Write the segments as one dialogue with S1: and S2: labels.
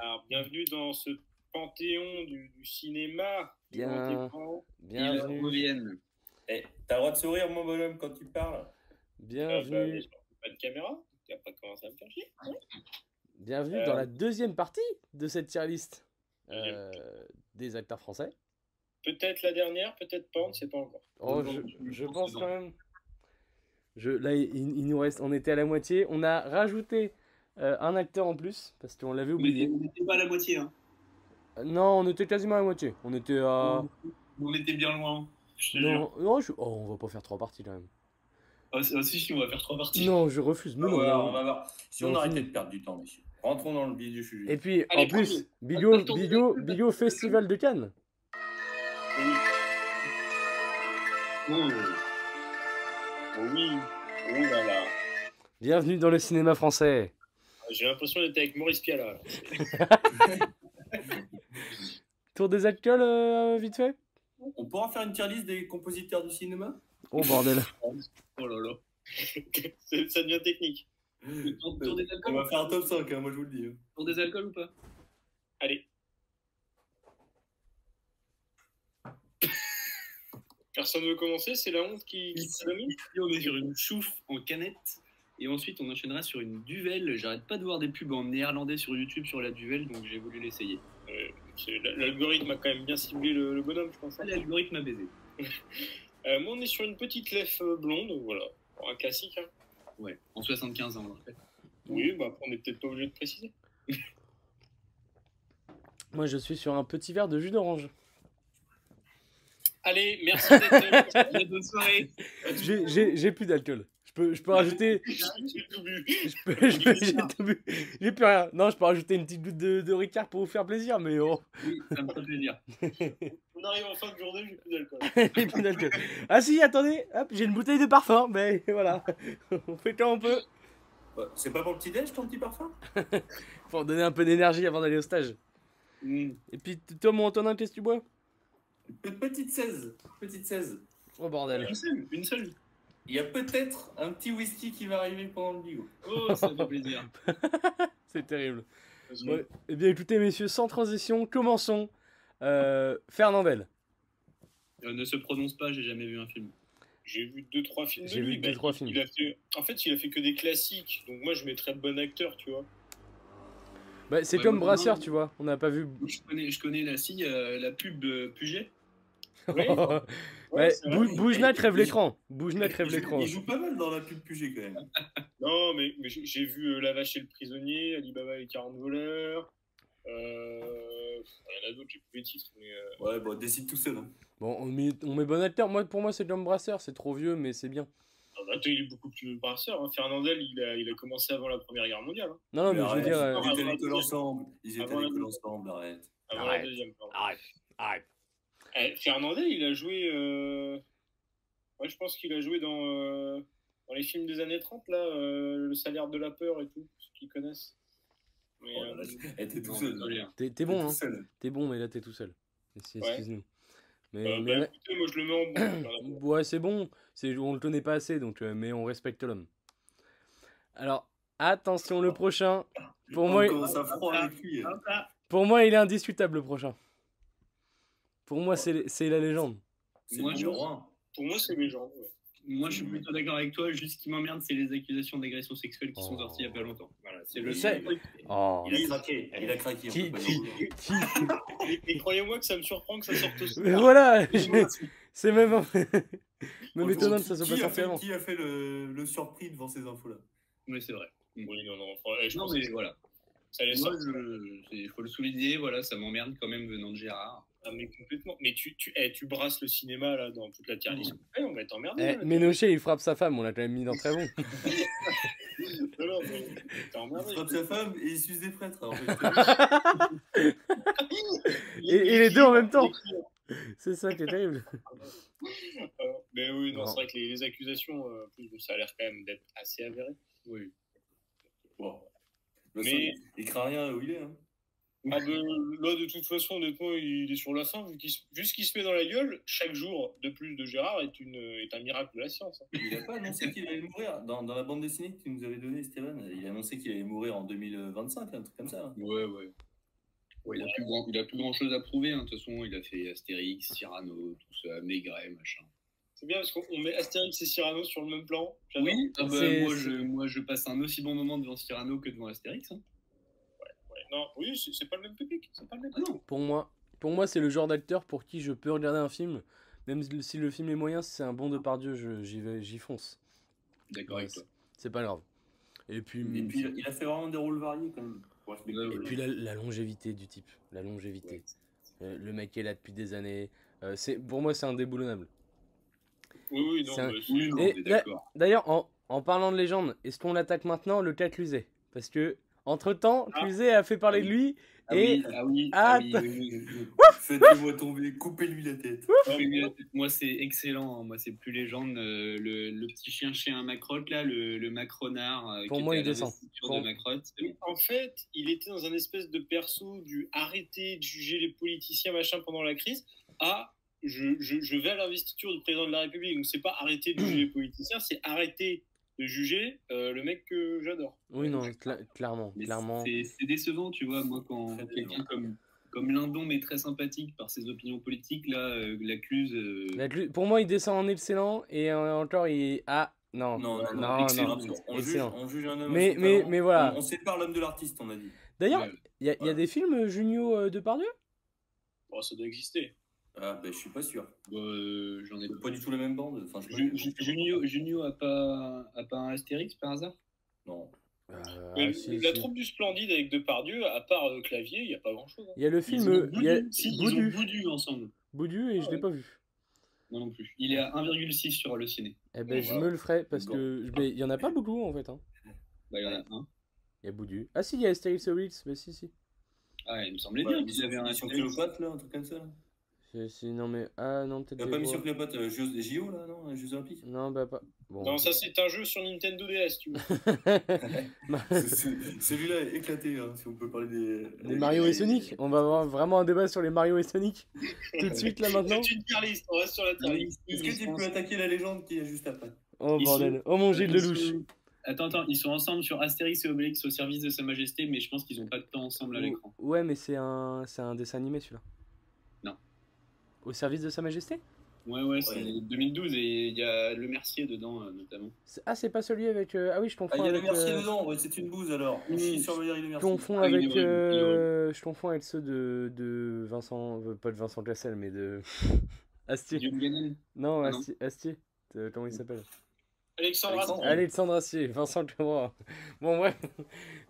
S1: Alors, bienvenue dans ce panthéon du, du cinéma.
S2: Bien.
S1: Du grand écran.
S2: Bienvenue.
S3: reviennent.
S4: Eh, T'as le droit de sourire, mon bonhomme, quand tu parles
S1: Euh, bah,
S2: Bienvenue.
S1: les gens, pas de caméra. Tu n'as pas commencé à me faire chier.
S2: Bienvenue
S1: Euh,
S2: dans la deuxième partie de cette tier list
S1: Deuxième.
S2: euh, des acteurs français.
S1: Peut-être la dernière, peut-être pas, on ne sait pas encore.
S2: Oh,
S3: Non,
S2: je,
S3: non,
S2: je
S3: non,
S2: pense
S3: non.
S2: quand même. Je, là, il, il nous reste. On était à la moitié. On a rajouté euh, un acteur en plus parce qu'on l'avait oublié.
S3: On n'était pas à la moitié. Hein.
S2: Euh, Non, on était quasiment à la moitié. On était à.
S1: Mmh.
S3: On était bien loin. Je te jure.
S2: Ah. Non, non, je- oh, on va pas faire trois parties quand même.
S3: Ah, c'est- ah, si, si, on va faire trois parties.
S2: Non, je refuse. mais
S4: on,
S2: non,
S4: va,
S2: non.
S4: Ah, on va voir. Si on
S2: Non,
S4: arrêtait
S2: fini.
S4: de perdre du temps, messieurs. Rentrons dans le vif du sujet.
S2: Et puis,
S1: Allez,
S2: en plus,
S3: Attends,
S2: Bigot,
S3: attends,
S2: Bigot,
S3: attends, attends.
S2: Bigot Festival de Cannes.
S1: Oui.
S3: Oh.
S1: Oui. Oh là là.
S2: Bienvenue dans le cinéma français.
S1: J'ai l'impression d'être avec Maurice Piala. là.
S2: Tour des acteurs, vite fait
S4: On pourra faire une tier list des compositeurs du cinéma
S2: Oh bordel.
S1: Oh là Mmh. là. C'est- Ça devient technique.
S3: Tour, tour des
S4: On
S3: alcools,
S4: va faire un top 5, hein, moi je vous le dis. hein.
S3: tour des alcools ou pas
S1: Allez. Personne ne veut commencer, c'est la honte qui, qui
S3: Ici.
S1: domine.
S3: Puis on est sur une chouffe en canette. Et ensuite, on enchaînera sur une duvel. J'arrête pas de voir des pubs en néerlandais sur YouTube sur la duvel, donc j'ai voulu l'essayer.
S1: C'est- L'algorithme a quand même bien ciblé le, le bonhomme, je pense. hein.
S3: Ça, l'algorithme a baisé.
S1: Euh, moi, on est sur une petite lèvre euh, blonde, voilà. Bon, Un classique, hein.
S3: Ouais, en 75 ans, en fait.
S1: Oui,
S3: Mmh.
S1: bah, après, on n'est peut-être pas obligé de préciser.
S2: Moi, je suis sur un petit verre de jus d'orange.
S1: Allez, merci d'être là.
S3: Allez, bonne soirée
S2: J'ai- J'ai j'ai plus d'alcool. Je peux, je peux rajouter.
S1: J'ai tout bu.
S2: Je peux, je peux- j'ai tout bu. j'ai plus rien. Non, je peux rajouter une petite goutte de, de Ricard pour vous faire plaisir, mais oh,
S3: Oui, ça me fait plaisir.
S1: On arrive en fin de journée, j'ai plus d'alcool.
S2: j'ai plus d'alcool. Ah si, attendez, hop, j'ai une bouteille de parfum, mais voilà. On fait quand on peut.
S4: Bah, C'est pas pour le petit-déj, ton petit parfum
S2: Pour donner un peu d'énergie avant d'aller au stage.
S3: Mmh.
S4: Une
S2: Et puis, t- toi, mon Antonin, qu'est-ce que tu bois
S4: Petite 16. Petite 16.
S2: Oh bordel.
S3: Une seule, une seule.
S4: Il y a peut-être un petit whisky qui va arriver pendant le bigot.
S3: Oh, ça fait plaisir.
S2: C'est terrible. Ouais. Eh bien, écoutez, messieurs, sans transition, commençons. Euh, Fernandel.
S3: Euh, ne se prononce pas, j'ai jamais vu un film.
S1: J'ai vu deux trois films. de
S2: J'ai
S1: lui,
S2: vu deux,
S1: bah,
S2: trois
S1: il-
S2: films.
S1: il a fait- En fait, il a fait que des classiques. Donc moi, je mettrais bon acteur, tu vois.
S2: Bah, c'est
S3: Ouais,
S2: comme
S3: moi,
S2: Brasseur,
S3: non.
S2: tu vois. On n'a pas vu.
S3: Je connais, je connais la scie, euh, la pub euh, Puget.
S1: Ouais,
S2: Oh. Ouais,
S1: c'est vrai.
S2: Bou- Boujna crève
S4: il-
S2: l'écran. Boujna crève
S4: il, joue,
S2: l'écran.
S4: il joue pas mal dans la pub QG quand même.
S1: Non, mais, mais j'ai j'ai vu euh, La Vache et le Prisonnier, Alibaba et 40 voleurs. Euh... Il y en a d'autres, j'ai plus les titres. Mais, euh,
S4: Ouais, bon, décide tout seul. hein.
S2: Bon, on met, on met bon acteur. Moi, pour moi, c'est comme Brasseur. C'est trop vieux, mais c'est bien.
S1: ah, bah, attends, il est beaucoup plus brasseur. hein. Fernandel, il a, il a commencé avant la Première Guerre mondiale. hein.
S2: Non, non, mais je veux
S4: arrête,
S2: dire. euh,
S4: Ils étaient à
S1: euh,
S4: l'école ensemble. Ils étaient
S1: avant
S4: à
S1: la-
S4: l'école ensemble, arrête.
S1: Avant
S2: Arrête.
S1: la Deuxième. pardon.
S2: Arrête, arrête.
S1: Eh, Fernandel, il a joué... euh, Ouais, je pense qu'il a joué dans, euh, dans les films des années 30, là, euh, Le salaire de la peur et tout, ceux qui connaissent. Mais,
S4: Oh là
S1: euh,
S4: là,
S3: bah,
S4: Eh, t'es tout
S3: Non,
S4: seul.
S3: désolé,
S4: T'es
S3: hein.
S2: T'es t'es bon,
S4: tout
S2: hein.
S4: seul.
S2: T'es bon, mais là, t'es tout seul. Merci,
S1: Ouais.
S2: Excuse-nous. Mais,
S1: euh,
S2: mais-
S1: bah, écoutez, moi, je le mets en hein. bon. voilà.
S2: Ouais, c'est bon. C'est, on le connaît pas assez, donc, euh, mais on respecte l'homme. Alors, attention, le prochain. Pour
S4: On
S2: moi,
S4: commence à froid avec lui.
S3: Ah, ah.
S2: Pour moi, il est indiscutable le prochain. Pour moi, c'est c'est la légende.
S4: C'est
S3: Moi,
S4: le
S3: je-
S4: numéro un.
S1: Pour moi, c'est légende. ouais.
S3: Moi, je suis plutôt d'accord avec toi. Juste ce qui m'emmerde, c'est les accusations d'agression sexuelle qui sont
S2: Oh.
S3: sorties il y a pas longtemps. Voilà, c'est le
S4: Il-
S2: Ça- Oh.
S4: Il a craqué, il a craqué. on
S2: Qui-
S4: peut pas
S2: qui-
S4: dire autrement.
S1: Et, et croyez-moi que ça me surprend que ça sorte aussi.
S2: Mais voilà, j'ai- c'est même même
S4: Franchement,
S2: étonnant que
S4: qui-
S2: ça soit
S4: qui
S2: pas
S4: a
S2: sorti
S4: fait-
S2: avant.
S4: Qui a fait le, le surpris devant ces infos-là
S3: Mais c'est vrai.
S1: Oui, non, non. enfin, eh, je
S3: Non,
S1: pense
S3: mais
S1: que
S3: voilà.
S1: ça allait
S3: Moi,
S1: sortir.
S3: je- c'est- il faut le souligner. Voilà, ça m'emmerde quand même venant de Gérard.
S1: Ah, mais complètement. Mais tu, tu, eh, tu brasses le cinéma là dans toute la tier list. Eh, on va être emmerdé.
S2: Eh,
S1: là.
S2: Ménochet, il frappe sa femme, on l'a quand même mis dans très bon.
S1: Non, non, mais t'es
S4: Il
S1: emmerdé.
S4: frappe sa femme et il suce des prêtres. en fait.
S2: Et, et les deux en même temps. C'est ça qui est terrible.
S1: Euh, Mais oui, non,
S2: Non.
S1: c'est vrai que les, les accusations, euh, en plus, bon, ça a l'air quand même d'être assez avéré.
S3: Oui.
S4: Bon. Le
S1: Mais-
S4: seul, il craint rien où il est. hein.
S1: Ah ben, là, de toute façon, honnêtement, il est sur la fin. Vu, qu'il se- vu ce qu'il se met dans la gueule, chaque jour de plus de Gérard est, une, est un miracle de la science. hein.
S4: Il a pas annoncé qu'il allait mourir. Dans, dans la bande dessinée que tu nous avais donnée, Steven, il a annoncé qu'il allait mourir en 2025, un truc comme ça. hein.
S3: Ouais, ouais. quoi.
S5: Il a plus grand, il a plus grand chose à prouver. hein. De toute façon, il a fait Astérix, Cyrano, tout ça, Maigret, machin.
S1: C'est bien parce qu'on on met Astérix et Cyrano sur le même plan. J'adore.
S3: Oui, ah bah,
S2: C'est-
S3: moi,
S2: c'est-
S3: je, moi je passe un aussi bon moment devant Cyrano que devant Astérix. hein.
S1: Ouais, non, oui, c'est- c'est pas le même public. C'est pas le même.
S3: Ah non,
S2: Pour moi, pour moi c'est le genre d'acteur pour qui je peux regarder un film. Même si le film est moyen, si c'est un bon Depardieu, je- j'y vais, j'y fonce.
S5: D'accord avec
S2: Ouais,
S5: toi.
S2: C'est pas grave. Et puis,
S4: Et puis, il a fait vraiment des rôles variés quand même. pour respecter
S5: Ouais,
S2: Et
S4: le-
S2: puis la, la longévité du type, la longévité.
S5: Ouais.
S2: Euh, le mec est là depuis des années. Euh, c'est pour moi, c'est indéboulonnable.
S1: Oui, oui, non.
S2: C'est un-
S1: mais c'est-
S5: Oui, non,
S2: Et
S5: on est
S2: la-
S5: d'accord.
S2: D'ailleurs, en, en parlant de légende, est-ce qu'on l'attaque maintenant le cas Cluzet Parce que entre temps,
S1: Ah.
S2: Cluzet a fait parler de lui.
S5: Ah
S2: et-
S5: oui, ah oui, ah
S2: Ah,
S5: oui, oui, oui, oui.
S4: Faites-le-moi tomber, coupez-lui la tête.
S1: non,
S3: Oui,
S1: moi,
S3: mais moi c'est excellent, hein. moi c'est plus légende. euh, le, le petit chien chez un macrotte là, le, le macronard. euh,
S2: Pour
S3: qui
S2: moi,
S3: était
S2: il
S3: à
S2: descend.
S3: l'investiture
S2: Pour-
S3: de macrotte. c'est bon.
S1: mais En fait, il était dans un espèce de perso du arrêter de juger les politiciens machin pendant la crise à je, je, je vais à l'investiture du président de la République. Donc c'est pas arrêter de juger les politiciens, c'est arrêter de juger euh, le mec que j'adore.
S2: Oui, non, cla- clairement,
S3: Mais
S2: clairement.
S3: c'est- C'est décevant, tu vois, moi quand
S4: Très
S3: quelqu'un comme, comme Lindon mais très sympathique par ses opinions politiques, là, euh, l'accuse. euh,
S2: La Clu- Pour moi, il descend en excellent et euh, encore il ah non
S4: Non, non, non,
S2: non.
S4: excellent. On, juge,
S2: excellent.
S4: on juge un homme. à
S2: Mais-
S4: son
S2: mais-
S4: talent.
S2: mais voilà.
S4: On, on sépare l'homme de l'artiste, on a dit.
S2: D'ailleurs,
S5: Ouais.
S2: il y, a- il y a
S4: Voilà.
S2: des films euh, Junio euh, Depardieu.
S1: Bon, ça doit exister.
S4: Ah, ben je suis pas sûr.
S3: bah, euh, J'en ai
S4: Pas du tout la même bande. Enfin, je sais
S3: Ju-
S4: pas.
S3: Ju- Junio, Junio a pas, a pas un Astérix par hasard
S4: Non.
S2: Euh,
S1: Mais
S2: ah, si,
S1: la
S2: si.
S1: troupe du Splendide avec Depardieu, à part euh, Clavier, il n'y a pas grand chose.
S2: Il y a le
S3: Ils
S2: film
S3: ont
S2: euh, il y a
S3: Boudu, si, ils ont
S2: Boudu,
S3: Boudu ensemble.
S2: Boudu et je
S1: Ah
S2: l'ai
S1: ouais.
S2: pas vu.
S3: Moi non plus. Il est à 1,6 sur le ciné.
S2: Eh ben,
S4: Bon,
S2: je
S4: voilà.
S2: me le ferai parce
S4: Bon.
S2: que mais il y en a pas beaucoup en fait. hein.
S3: Bah, il y en a un.
S2: Il y a Boudu. Ah si, il y a Astérix et Obélix, mais si si.
S3: Ah, il me semblait
S4: Ouais,
S3: bien
S4: mission-
S3: qu'ils avaient un
S4: Mission
S3: Astérix.
S4: Cléopâtre, là, Bah, un truc comme ça. là.
S2: C'est- c'est- non mais ah non
S4: Il y
S2: peut-être.
S4: a pas
S2: des
S4: Mission
S2: voix.
S4: Cléopâtre, euh, Jeux- JO, là, non euh, Jeux Olympiques
S2: Non bah pas. Bon.
S1: Non, ça c'est un jeu sur Nintendo DS, tu vois.
S4: C'est- c'est- Celui-là est éclaté, hein, si on peut parler des.
S2: les Mario et Sonic. On va avoir vraiment un débat sur les Mario et Sonic tout de suite là maintenant.
S1: C'est une tier list, on reste sur la tier list.
S4: Est-ce que tu peux attaquer la légende qui est juste après
S2: Oh
S3: Ils
S2: bordel. Oh mon Gilles
S3: Ils
S2: de louche.
S3: sont- euh, Attends, attends, ils sont ensemble sur Astérix et Obélix au service de Sa Majesté, mais je pense qu'ils n'ont pas de temps ensemble à l'écran.
S2: Ouais mais c'est un c'est un dessin animé celui-là.
S3: Non.
S2: Au service de Sa Majesté
S3: Ouais, ouais, c'est
S4: Ouais.
S3: 2012 et il y a Le Mercier dedans, euh, notamment.
S2: C'est- Ah c'est pas celui avec euh, ah oui je
S4: Ah,
S2: confonds
S4: il y a le
S2: avec.
S4: Mercier
S2: euh,
S4: dedans, ouais, c'est une bouse alors. On
S3: Mmh.
S4: chie sur Valérie le
S2: Je
S4: Mercier.
S2: confonds
S3: Ah, il est
S2: avec.
S3: horrible, il est
S2: euh, Je confonds avec ceux de, de Vincent. euh, Pas de Vincent Cassel, mais de. Astier.
S3: Guillaume Ganel
S2: Non,
S3: Ah, non. Mm.
S2: Astier. Astier. Euh, Comment il s'appelle
S1: Alexandre,
S4: Alexandre.
S1: Astier.
S2: Alexandre Astier, Vincent Cabra. Bon, bref.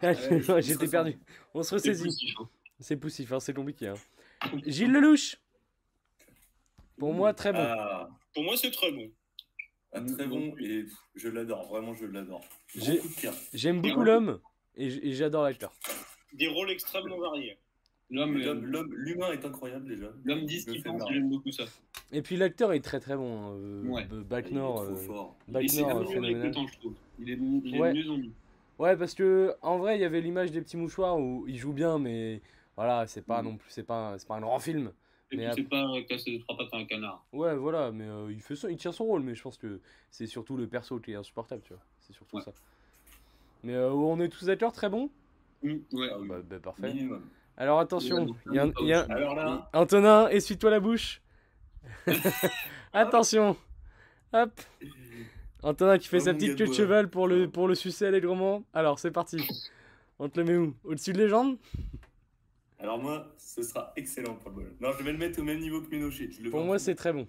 S4: ouais, je- je
S2: J'étais
S4: ressens.
S2: perdu. On se
S3: C'est
S2: ressaisit.
S3: poussif, hein.
S2: C'est poussif, hein, c'est compliqué. hein. Gilles Lelouch Pour moi, très bon.
S4: Ah,
S1: Pour moi, c'est très bon.
S4: ah, très bon, et pff, je l'adore, vraiment, je l'adore. Gros
S2: J'ai-
S4: coup de cœur.
S2: J'aime beaucoup
S3: bien.
S2: l'homme et j- et j'adore l'acteur.
S1: Des rôles extrêmement variés.
S3: L'homme, euh,
S4: L'homme- l'homme- L'humain est incroyable déjà.
S3: l'homme 10
S4: Je
S3: qui
S4: fais
S3: pense,
S4: marre.
S3: j'aime beaucoup ça.
S2: Et puis l'acteur est très très bon. hein, euh,
S3: Ouais.
S2: B-
S4: Il est
S2: Backnor.
S4: trop
S2: euh,
S4: fort.
S3: Et c'est
S2: Backnor, euh,
S3: amélioré avec
S2: phénoménal.
S3: le temps, je trouve. Il est, il est
S2: Ouais.
S3: de mieux en mieux.
S2: Ouais, parce que en vrai, il y avait l'image des petits mouchoirs où il joue bien, mais voilà, c'est pas
S4: Mm.
S3: Mhm.
S2: non plus, c'est pas, un- c'est pas un grand film.
S3: Et
S2: Mais après-
S3: puis, c'est pas casser de trois pattes à un canard.
S2: Ouais, voilà, mais euh, il fait son- il tient son rôle, mais je pense que c'est surtout le perso qui est insupportable, tu vois. C'est surtout
S3: Ouais.
S2: ça. Mais euh, on est tous d'accord, très bon.
S3: Mm, ouais.
S4: Ah oui.
S2: Bah, bah, parfait.
S4: Minimum.
S2: Alors attention,
S3: Ouais,
S2: il y a, un- il y a un-
S4: Alors là,
S2: Antonin, essuie-toi la bouche. attention, hop. Antonin qui fait
S4: Oh,
S2: sa
S4: mon
S2: petite
S4: gars de
S2: queue de
S4: bois.
S2: cheval pour le pour le sucer allègrement. Alors c'est parti. On te le met où Au-dessus de les jambes
S4: alors moi, ce sera excellent pour le bol. Non, je vais le mettre au même niveau que Ménoché. je le
S2: Pour
S4: vois.
S2: moi, c'est très bon.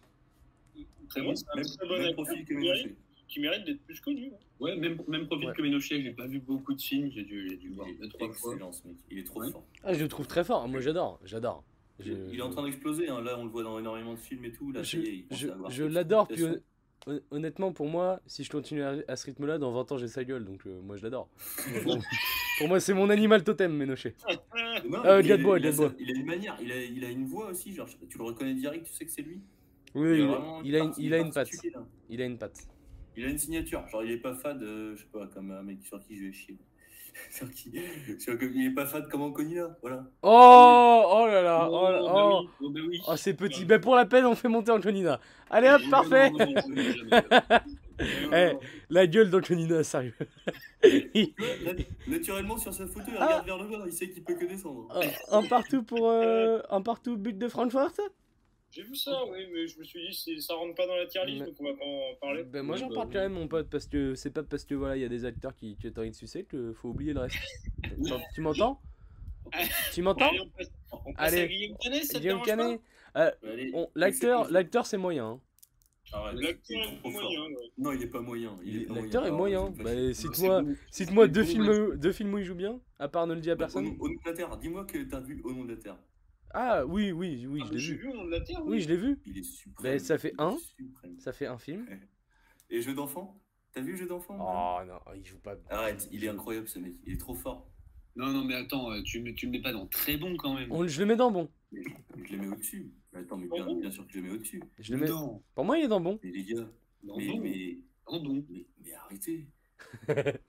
S1: Très
S4: Même,
S1: bon, c'est un très bon
S4: même
S1: acteur
S4: profil
S1: qui
S4: que
S1: mérite,
S4: Ménoché.
S1: qui mérite d'être plus connu. hein.
S3: Ouais, même, même profil
S2: Ouais.
S3: que Ménochet, j'ai pas vu beaucoup de films, j'ai dû, j'ai dû
S4: Il
S3: voir
S4: est
S3: deux, trois fois.
S4: excellent, ce mec. Il est trop
S3: Ouais.
S4: fort.
S2: Ah, je le trouve très fort. Moi, j'adore. J'adore. Je-
S4: Il est en train d'exploser, hein. là on le voit dans énormément de films et tout. Là,
S2: Je,
S4: Ah, ça y est, il commence
S2: je-
S4: à avoir
S2: je
S4: cette
S2: l'adore. Puis
S4: réputation.
S2: hon- honnêtement, pour moi, si je continue à, à ce rythme-là, dans 20 ans, j'ai sa gueule. Donc, euh, moi, je l'adore. Pour- pour moi, c'est mon animal totem, Ménoché.
S4: Non,
S2: Euh,
S4: il a-
S2: Gadebois,
S4: il a
S2: Gadebois.
S4: sa- Il a une manière, il a, il a une voix aussi, genre je sais pas, tu le reconnais direct, tu sais que c'est lui.
S2: Oui, il,
S4: vraiment
S2: il a une,
S4: parti-
S2: il a une patte.
S4: particulier, là.
S2: Il a une patte.
S4: Il a une signature, genre il est pas fade, euh, je sais pas, comme un mec sur qui je vais chier. sur qui, sur que- il est pas fade comme Anconi là, voilà.
S2: Oh, oh là là. Oh, là-
S3: bah
S2: oh.
S3: oui, oh bah oui.
S2: Oh, c'est petit. Ben, pour la peine, on fait monter Antonina. Allez hop, parfait.
S3: Non, non, non, non, non, jamais.
S2: Eh. La gueule d'Anconina, sérieux.
S4: Naturellement, sur sa photo, il
S2: Ah.
S4: regarde vers le bas, il sait qu'il peut que descendre.
S2: Un, un partout pour. euh, un partout but de Francfort
S1: J'ai vu ça, oui, mais je me suis dit, c'est- ça rentre pas dans la tier list,
S2: Mais-
S1: donc on va pas en parler.
S2: Ben, moi j'en
S1: Bah,
S2: parle quand même, mon pote, parce que c'est pas parce que voilà, il y a des acteurs qui, qui ont envie de sucer que faut oublier le reste. T'en- tu m'entends Tu m'entends
S1: Allez, on passe, on passe
S2: Allez.
S1: à Guillaume Canet, ça te
S2: Guillaume
S1: dérange pas
S2: Canet
S4: Bah, Allez,
S2: on-
S4: c'est-
S2: L'acteur,
S4: c'est-
S2: l'acteur c'est moyen. hein.
S4: Arrête,
S1: L'acteur
S4: c'est
S1: est
S4: trop fort.
S1: moyen, ouais.
S4: Non, il est pas moyen. il est pas
S2: L'acteur est
S4: moyen.
S2: moyen.
S4: Ah,
S2: Bah,
S4: c'est-
S2: cite-moi, cite-moi deux films, deux films où il joue bien, à part ne le dis à
S4: Bah, Au,
S2: personne.
S4: au nom de la Terre, dis-moi que t'as vu Au nom de la Terre.
S2: Ah oui, oui, oui,
S1: Ah,
S2: je l'ai
S1: J'ai
S2: vu.
S1: vu au nom de la
S3: hein.
S1: Terre,
S2: Oui,
S1: oui.
S2: je l'ai vu.
S4: Il est suprême.
S2: Bah, ça fait
S4: il est
S2: un.
S4: suprême.
S2: Ça fait un film.
S4: Et Jeu d'enfant T'as vu Jeu d'enfant
S2: Oh non, il joue pas.
S4: Arrête, il est incroyable ce mec, il est trop fort.
S3: Non, non, mais attends, euh, tu me, tu me mets pas dans très bon quand même.
S2: On- je le mets dans bon.
S4: Je le mets au-dessus. Mais Attends, mais
S1: Oh
S4: bien,
S1: bon
S4: bien sûr que je le mets au-dessus.
S2: Je le mets-
S3: Non,
S2: Pour moi, il est dans bon.
S4: Mais les gars,
S3: non,
S4: mais,
S3: non,
S4: mais,
S3: non, non.
S4: mais, mais arrêtez.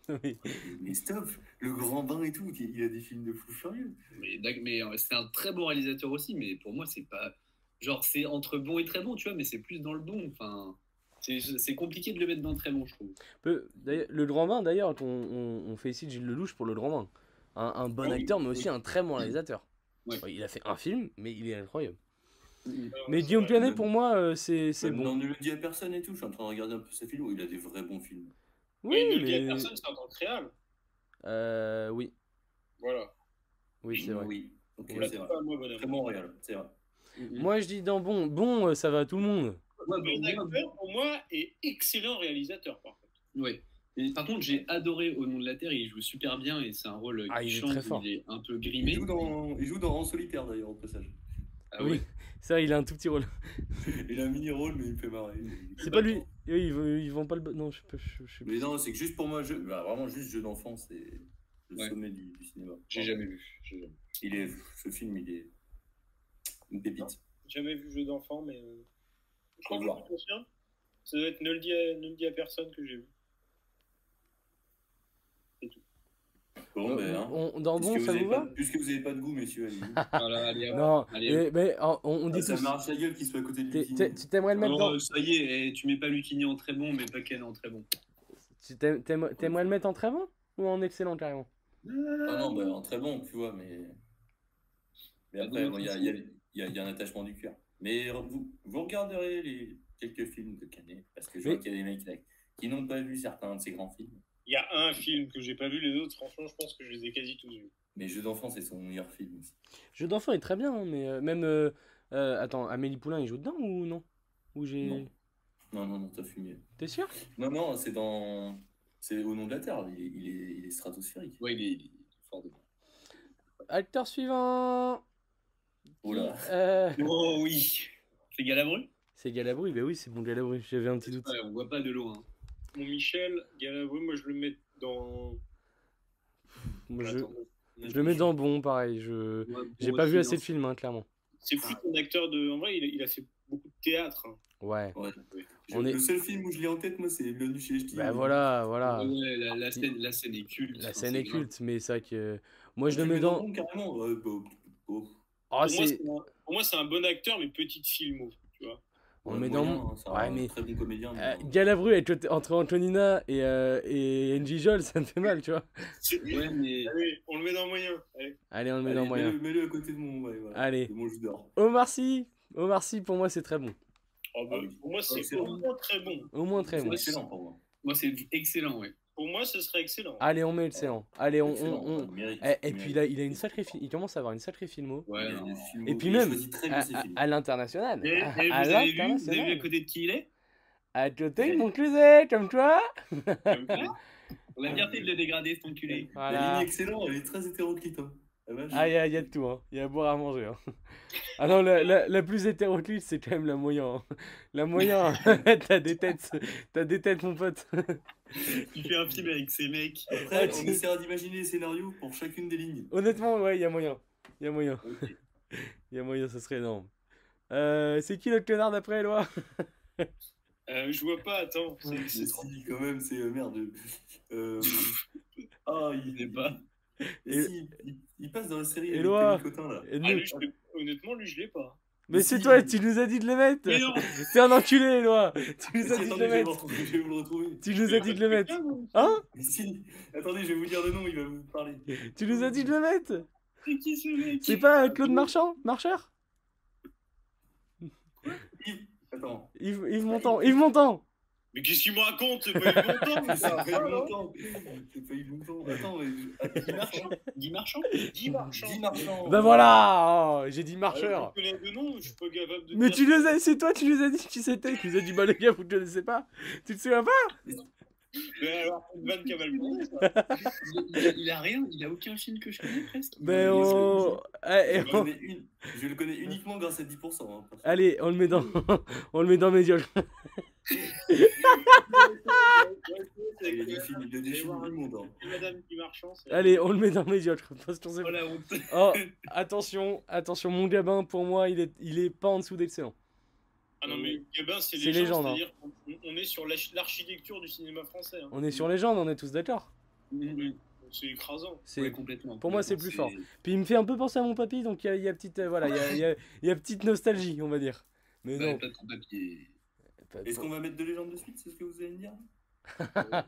S2: Oui.
S4: Mais stop Le grand bain et tout, il a des films de fou furieux.
S3: Mais, d'ac- mais, euh, c'est un très bon réalisateur aussi, mais pour moi, c'est pas. Genre, c'est entre bon et très bon, tu vois, mais c'est plus dans le bon. Enfin, c'est- c'est compliqué de le mettre dans très bon, je trouve.
S2: Peu- d'ailleurs, le grand bain, d'ailleurs, qu'on on, on félicite Gilles Lelouch pour le grand bain. Un, un bon
S4: Ah oui,
S2: acteur, mais aussi un très bon réalisateur.
S3: Ouais.
S2: Enfin, Il a fait un film, mais il est incroyable.
S1: Alors,
S2: Mais
S1: c'est
S2: Guillaume
S1: vrai.
S2: Canet, pour moi, euh, c'est c'est
S4: Même
S2: bon.
S4: dans ne le dit à personne et tout, je suis en train de regarder un peu ses films où il a des vrais bons films.
S1: Mais
S2: Oui,
S1: ne le dis à
S2: mais.
S1: personne, c'est en tant que réal.
S2: Euh, oui,
S1: Voilà.
S2: oui, c'est vrai.
S4: Oui, ok,
S1: Voilà,
S4: c'est
S1: c'est
S4: vrai.
S1: pas moi, bonhomme.
S4: Très bon réel, c'est vrai.
S2: Moi, je dis dans bon. Bon, euh, ça va à tout le monde.
S3: Ouais,
S1: Bon
S3: bah, moi,
S1: acteur, pour moi, et excellent réalisateur, par contre.
S3: Ouais. Et par contre, j'ai adoré Au nom de la Terre, il joue super bien et c'est un rôle
S2: Ah,
S3: qui
S2: il est
S3: change,
S2: très fort.
S3: il est un peu
S4: Il
S3: grimé.
S4: joue dans, il joue dans En solitaire d'ailleurs, au passage.
S3: Ah ouais.
S2: Oui. C'est vrai, il a un tout petit rôle.
S4: Il a un mini rôle, mais il me fait marrer.
S2: C'est pas lui. Oui, Ils, vont- ils vont pas le. bo- Non, je sais pas. je- je sais pas.
S4: Mais non, c'est que juste pour moi, jeu, bah, vraiment juste jeu d'enfant, c'est le
S3: Ouais.
S4: sommet du, du cinéma.
S5: J'ai jamais vu. j'ai jamais vu.
S4: Il est, ce film, il est une pépite.
S1: J'ai jamais vu jeu d'enfant, mais. euh, Je crois
S4: Faut
S1: que je
S4: voir.
S1: me souviens. Ça doit être ne le dis à, ne le dis à personne que j'ai vu.
S4: Bon, ben, hein.
S2: On- dans
S4: Puisque
S2: bon, ça
S4: avez
S2: vous
S4: pas-
S2: va
S4: Puisque vous avez pas de goût, messieurs, allez-y.
S5: Voilà, allez, hop.
S2: Ah. Non, mais,
S3: Allez,
S2: mais, on, on dit
S4: Ah, ça
S2: tous.
S4: marche la gueule qu'il soit à côté de
S2: T'es-
S4: Lucini.
S2: t'es- Tu t'aimerais le mettre
S3: Alors,
S2: dans.
S3: euh, ça y est, eh, tu mets pas Lucini en très bon, mais Paquet en très bon.
S2: Tu t'aimes- t'aimes- T'aimerais le mettre en très bon ou en excellent carrément
S4: Ah non, bah, en très bon, tu vois, mais. Mais après, bon, il y, a- il y a- il y a- il y a un attachement du cœur. Mais re- vous, vous regarderez les quelques films de Canet, parce que je vois
S2: Mais-
S4: qu'il y a des mecs là, qui n'ont pas vu certains de ses grands films.
S1: Il y a un film que j'ai pas vu, les autres, franchement, je pense que je les ai quasi tous vus.
S4: Mais Jeux d'enfant, c'est son meilleur film aussi.
S2: Jeu d'enfant est très bien, hein, mais euh, même. euh, euh, attends, Amélie Poulain, il joue dedans ou non Ou j'ai.
S4: Non. Non, non, non, t'as fumé.
S2: T'es sûr
S4: Non, non, c'est dans. C'est au nom de la Terre, il est, il est, il est stratosphérique.
S3: Ouais, il est, il est fort dedans.
S2: Acteur suivant
S4: Oh là.
S2: Euh,
S3: Oh oui C'est Galabru
S2: C'est Galabru, ben oui, c'est bon Galabru, j'avais un petit doute.
S3: Ouais, On voit pas de loin. hein.
S1: Mon Michel, Galabru, moi je le mets dans.
S2: Moi, je,
S1: Attends.
S2: je le mets dans bon, pareil. Je J'ai pas vu assez de films, hein, clairement.
S1: C'est
S4: Ah.
S1: fou qu'un acteur de. En vrai, il a, il a fait beaucoup de théâtre. hein.
S2: Ouais.
S4: Ouais.
S2: On est-
S4: Le seul film où je l'ai en tête, moi, c'est Bienvenue chez Ch'ti.
S2: Bah voilà, voilà.
S3: Ouais, ouais, la, la scène, la scène est culte.
S2: La
S3: Enfin,
S2: scène
S3: c'est
S2: est
S3: grave.
S2: culte, mais c'est vrai que. euh, Moi,
S4: Moi,
S2: je le mets dans.
S4: Carrément. Ouais, bah, oh.
S2: Oh,
S1: pour, moi,
S2: c'est.
S1: c'est un, pour moi, c'est un bon acteur, mais petite film. Tu vois.
S2: On
S4: Ouais,
S2: le met dans.
S4: moyen, hein, c'est
S2: Ouais,
S4: un
S2: mais-
S4: Très bon comédien. mais-
S2: Euh, Galabru avec le- entre Antonina et, euh, et NJ Jol, ça me fait mal, tu vois.
S3: Ouais, mais
S1: Allez, on le met dans moyen. Allez.
S2: Allez, on le met
S4: Allez,
S2: dans moyen.
S4: Mets-le mets-le à côté de mon. ouais, voilà,
S2: Allez.
S4: De mon jus d'or.
S2: Omar Sy Omar Sy, pour moi, c'est très bon.
S1: Oh, bah,
S4: Ah oui.
S1: Pour moi, c'est
S4: Excellent.
S1: vraiment très bon.
S2: Au moins très
S4: C'est
S2: bon.
S4: excellent pour moi.
S3: moi, c'est excellent, ouais.
S1: Pour moi, ce serait excellent.
S2: Allez, on met excellent. Allez, on.
S4: Excellent,
S2: on- on-
S4: il mérite,
S2: Eh, Et,
S4: il
S2: puis
S4: mérite.
S2: là, il a une sacrée fi- Il commence à avoir une sacrée filmo.
S3: Ouais,
S4: Il a
S3: non.
S4: des films
S2: Et
S4: où
S2: puis
S4: il
S2: même, ah,
S4: choisit très bien
S2: À,
S4: ses
S2: à-
S4: films.
S2: à l'international.
S3: Et, et
S2: À,
S3: Eh, vous,
S2: à
S3: avez vu, vous avez vu Eh. à
S2: l'international.
S3: côté de qui il est
S2: À côté de mon cluset, comme toi.
S3: Comme ça
S2: Ah,
S3: La fierté de le dégrader, cet enculé.
S4: La
S2: Voilà.
S4: ligne excellente, elle est très hétéroclite. hein. La vache.
S2: Ah, il y, a- il y a de tout, hein. Il y a à boire à manger. hein. Ah non, la, la- la plus hétéroclite, c'est quand même la moyen. hein. La moyen, t'as des têtes, t'as des têtes, mon pote.
S3: Il fait un film avec ces mecs.
S4: Après,
S2: Ah,
S4: on
S2: tu-
S4: essaiera d'imaginer les scénarios pour chacune des lignes.
S2: Honnêtement, ouais, il y a moyen. Il y a moyen.
S4: Ok.
S2: Il y a moyen, ça serait énorme. Euh, c'est qui le connard d'après, Eloi
S1: Euh, je vois pas, attends. C'est-
S4: Mais
S1: c'est-
S4: si, quand même, c'est euh, merde. Euh... Ah, il
S3: sais pas.
S4: Et si, il, il passe dans la série avec
S2: Éloi.
S4: Camille Cotin là.
S2: Et nous-
S1: Ah, lui, je l'ai- Honnêtement, lui, je l'ai pas.
S2: Mais c'est toi, tu nous as dit de le mettre
S3: Mais non,
S2: T'es un enculé, Eloi Tu
S4: Mais
S2: nous as
S4: si,
S2: dit de
S4: attendez,
S2: le
S4: je vais vous
S2: mettre
S4: retrouver, je vais vous le retrouver.
S2: Tu nous as dit de le mettre Hein
S4: Mais si, attendez, je vais vous dire le nom, il va vous parler.
S2: Tu nous as dit de le mettre
S3: c'est qui ce mec
S2: C'est pas euh, Claude Marchand Marcheur
S4: Yves, attends.
S2: Yves, Yves Montand Yves Montand
S1: Mais qu'est-ce qu'il me raconte C'est pas eu longtemps
S4: C'est pas eu
S1: ça.
S4: longtemps. C'est pas eu longtemps. Attends, mais. je- Ah, Guy Marchand
S1: Guy Marchand Guy Marchand
S4: Guy Marchand.
S2: Ben voilà oh, J'ai dit
S1: Alors,
S3: Ah
S2: marcheur
S1: Je connais de nom, je suis pas capable de
S2: Mais
S1: dire.
S2: tu nous as... C'est toi, tu nous as dit qui c'était Tu nous as dit, bah les gars, vous ne connaissez pas Tu te souviens pas
S1: Mais alors, Van Kamal
S3: il, il- il a rien, il a aucun film que je connais presque.
S2: Ben
S3: Il-
S2: on... Eh,
S4: Je
S2: eh,
S4: le
S2: on-
S4: connais une- Je le connais uniquement grâce à 10%. hein, parce que-
S2: Allez, on le met dans... on le met dans Médiocre.
S4: Il y a des films, il y a des films du monde. hein.
S1: euh, Madame Guy Marchand. c'est-
S2: Allez, on le met dans Médiocre. Parce qu'on sait
S3: Oh la honte.
S2: Oh, attention, attention, mon gabin, pour moi, il est, il est pas en dessous d'excellent.
S1: Ah non, mais Gabin, c'est
S2: euh, C'est
S1: légende.
S2: légende, hein.
S1: C'est-à-dire qu'on on est sur l'arch- l'architecture du cinéma français. hein.
S2: On est sur légende, on est tous d'accord.
S1: C'est écrasant.
S2: C'est-
S3: Ouais, complètement.
S2: pour moi, c'est plus fort. Puis il me fait un peu penser à mon papy, donc il y a, il y a petite, euh, voilà, il y a, il y a- il y a petite nostalgie, on va dire. Mais
S3: Ouais,
S2: non.
S3: pas de ton papier.
S2: pas-
S4: Est-ce qu'on va mettre de légende de suite C'est ce que vous allez me dire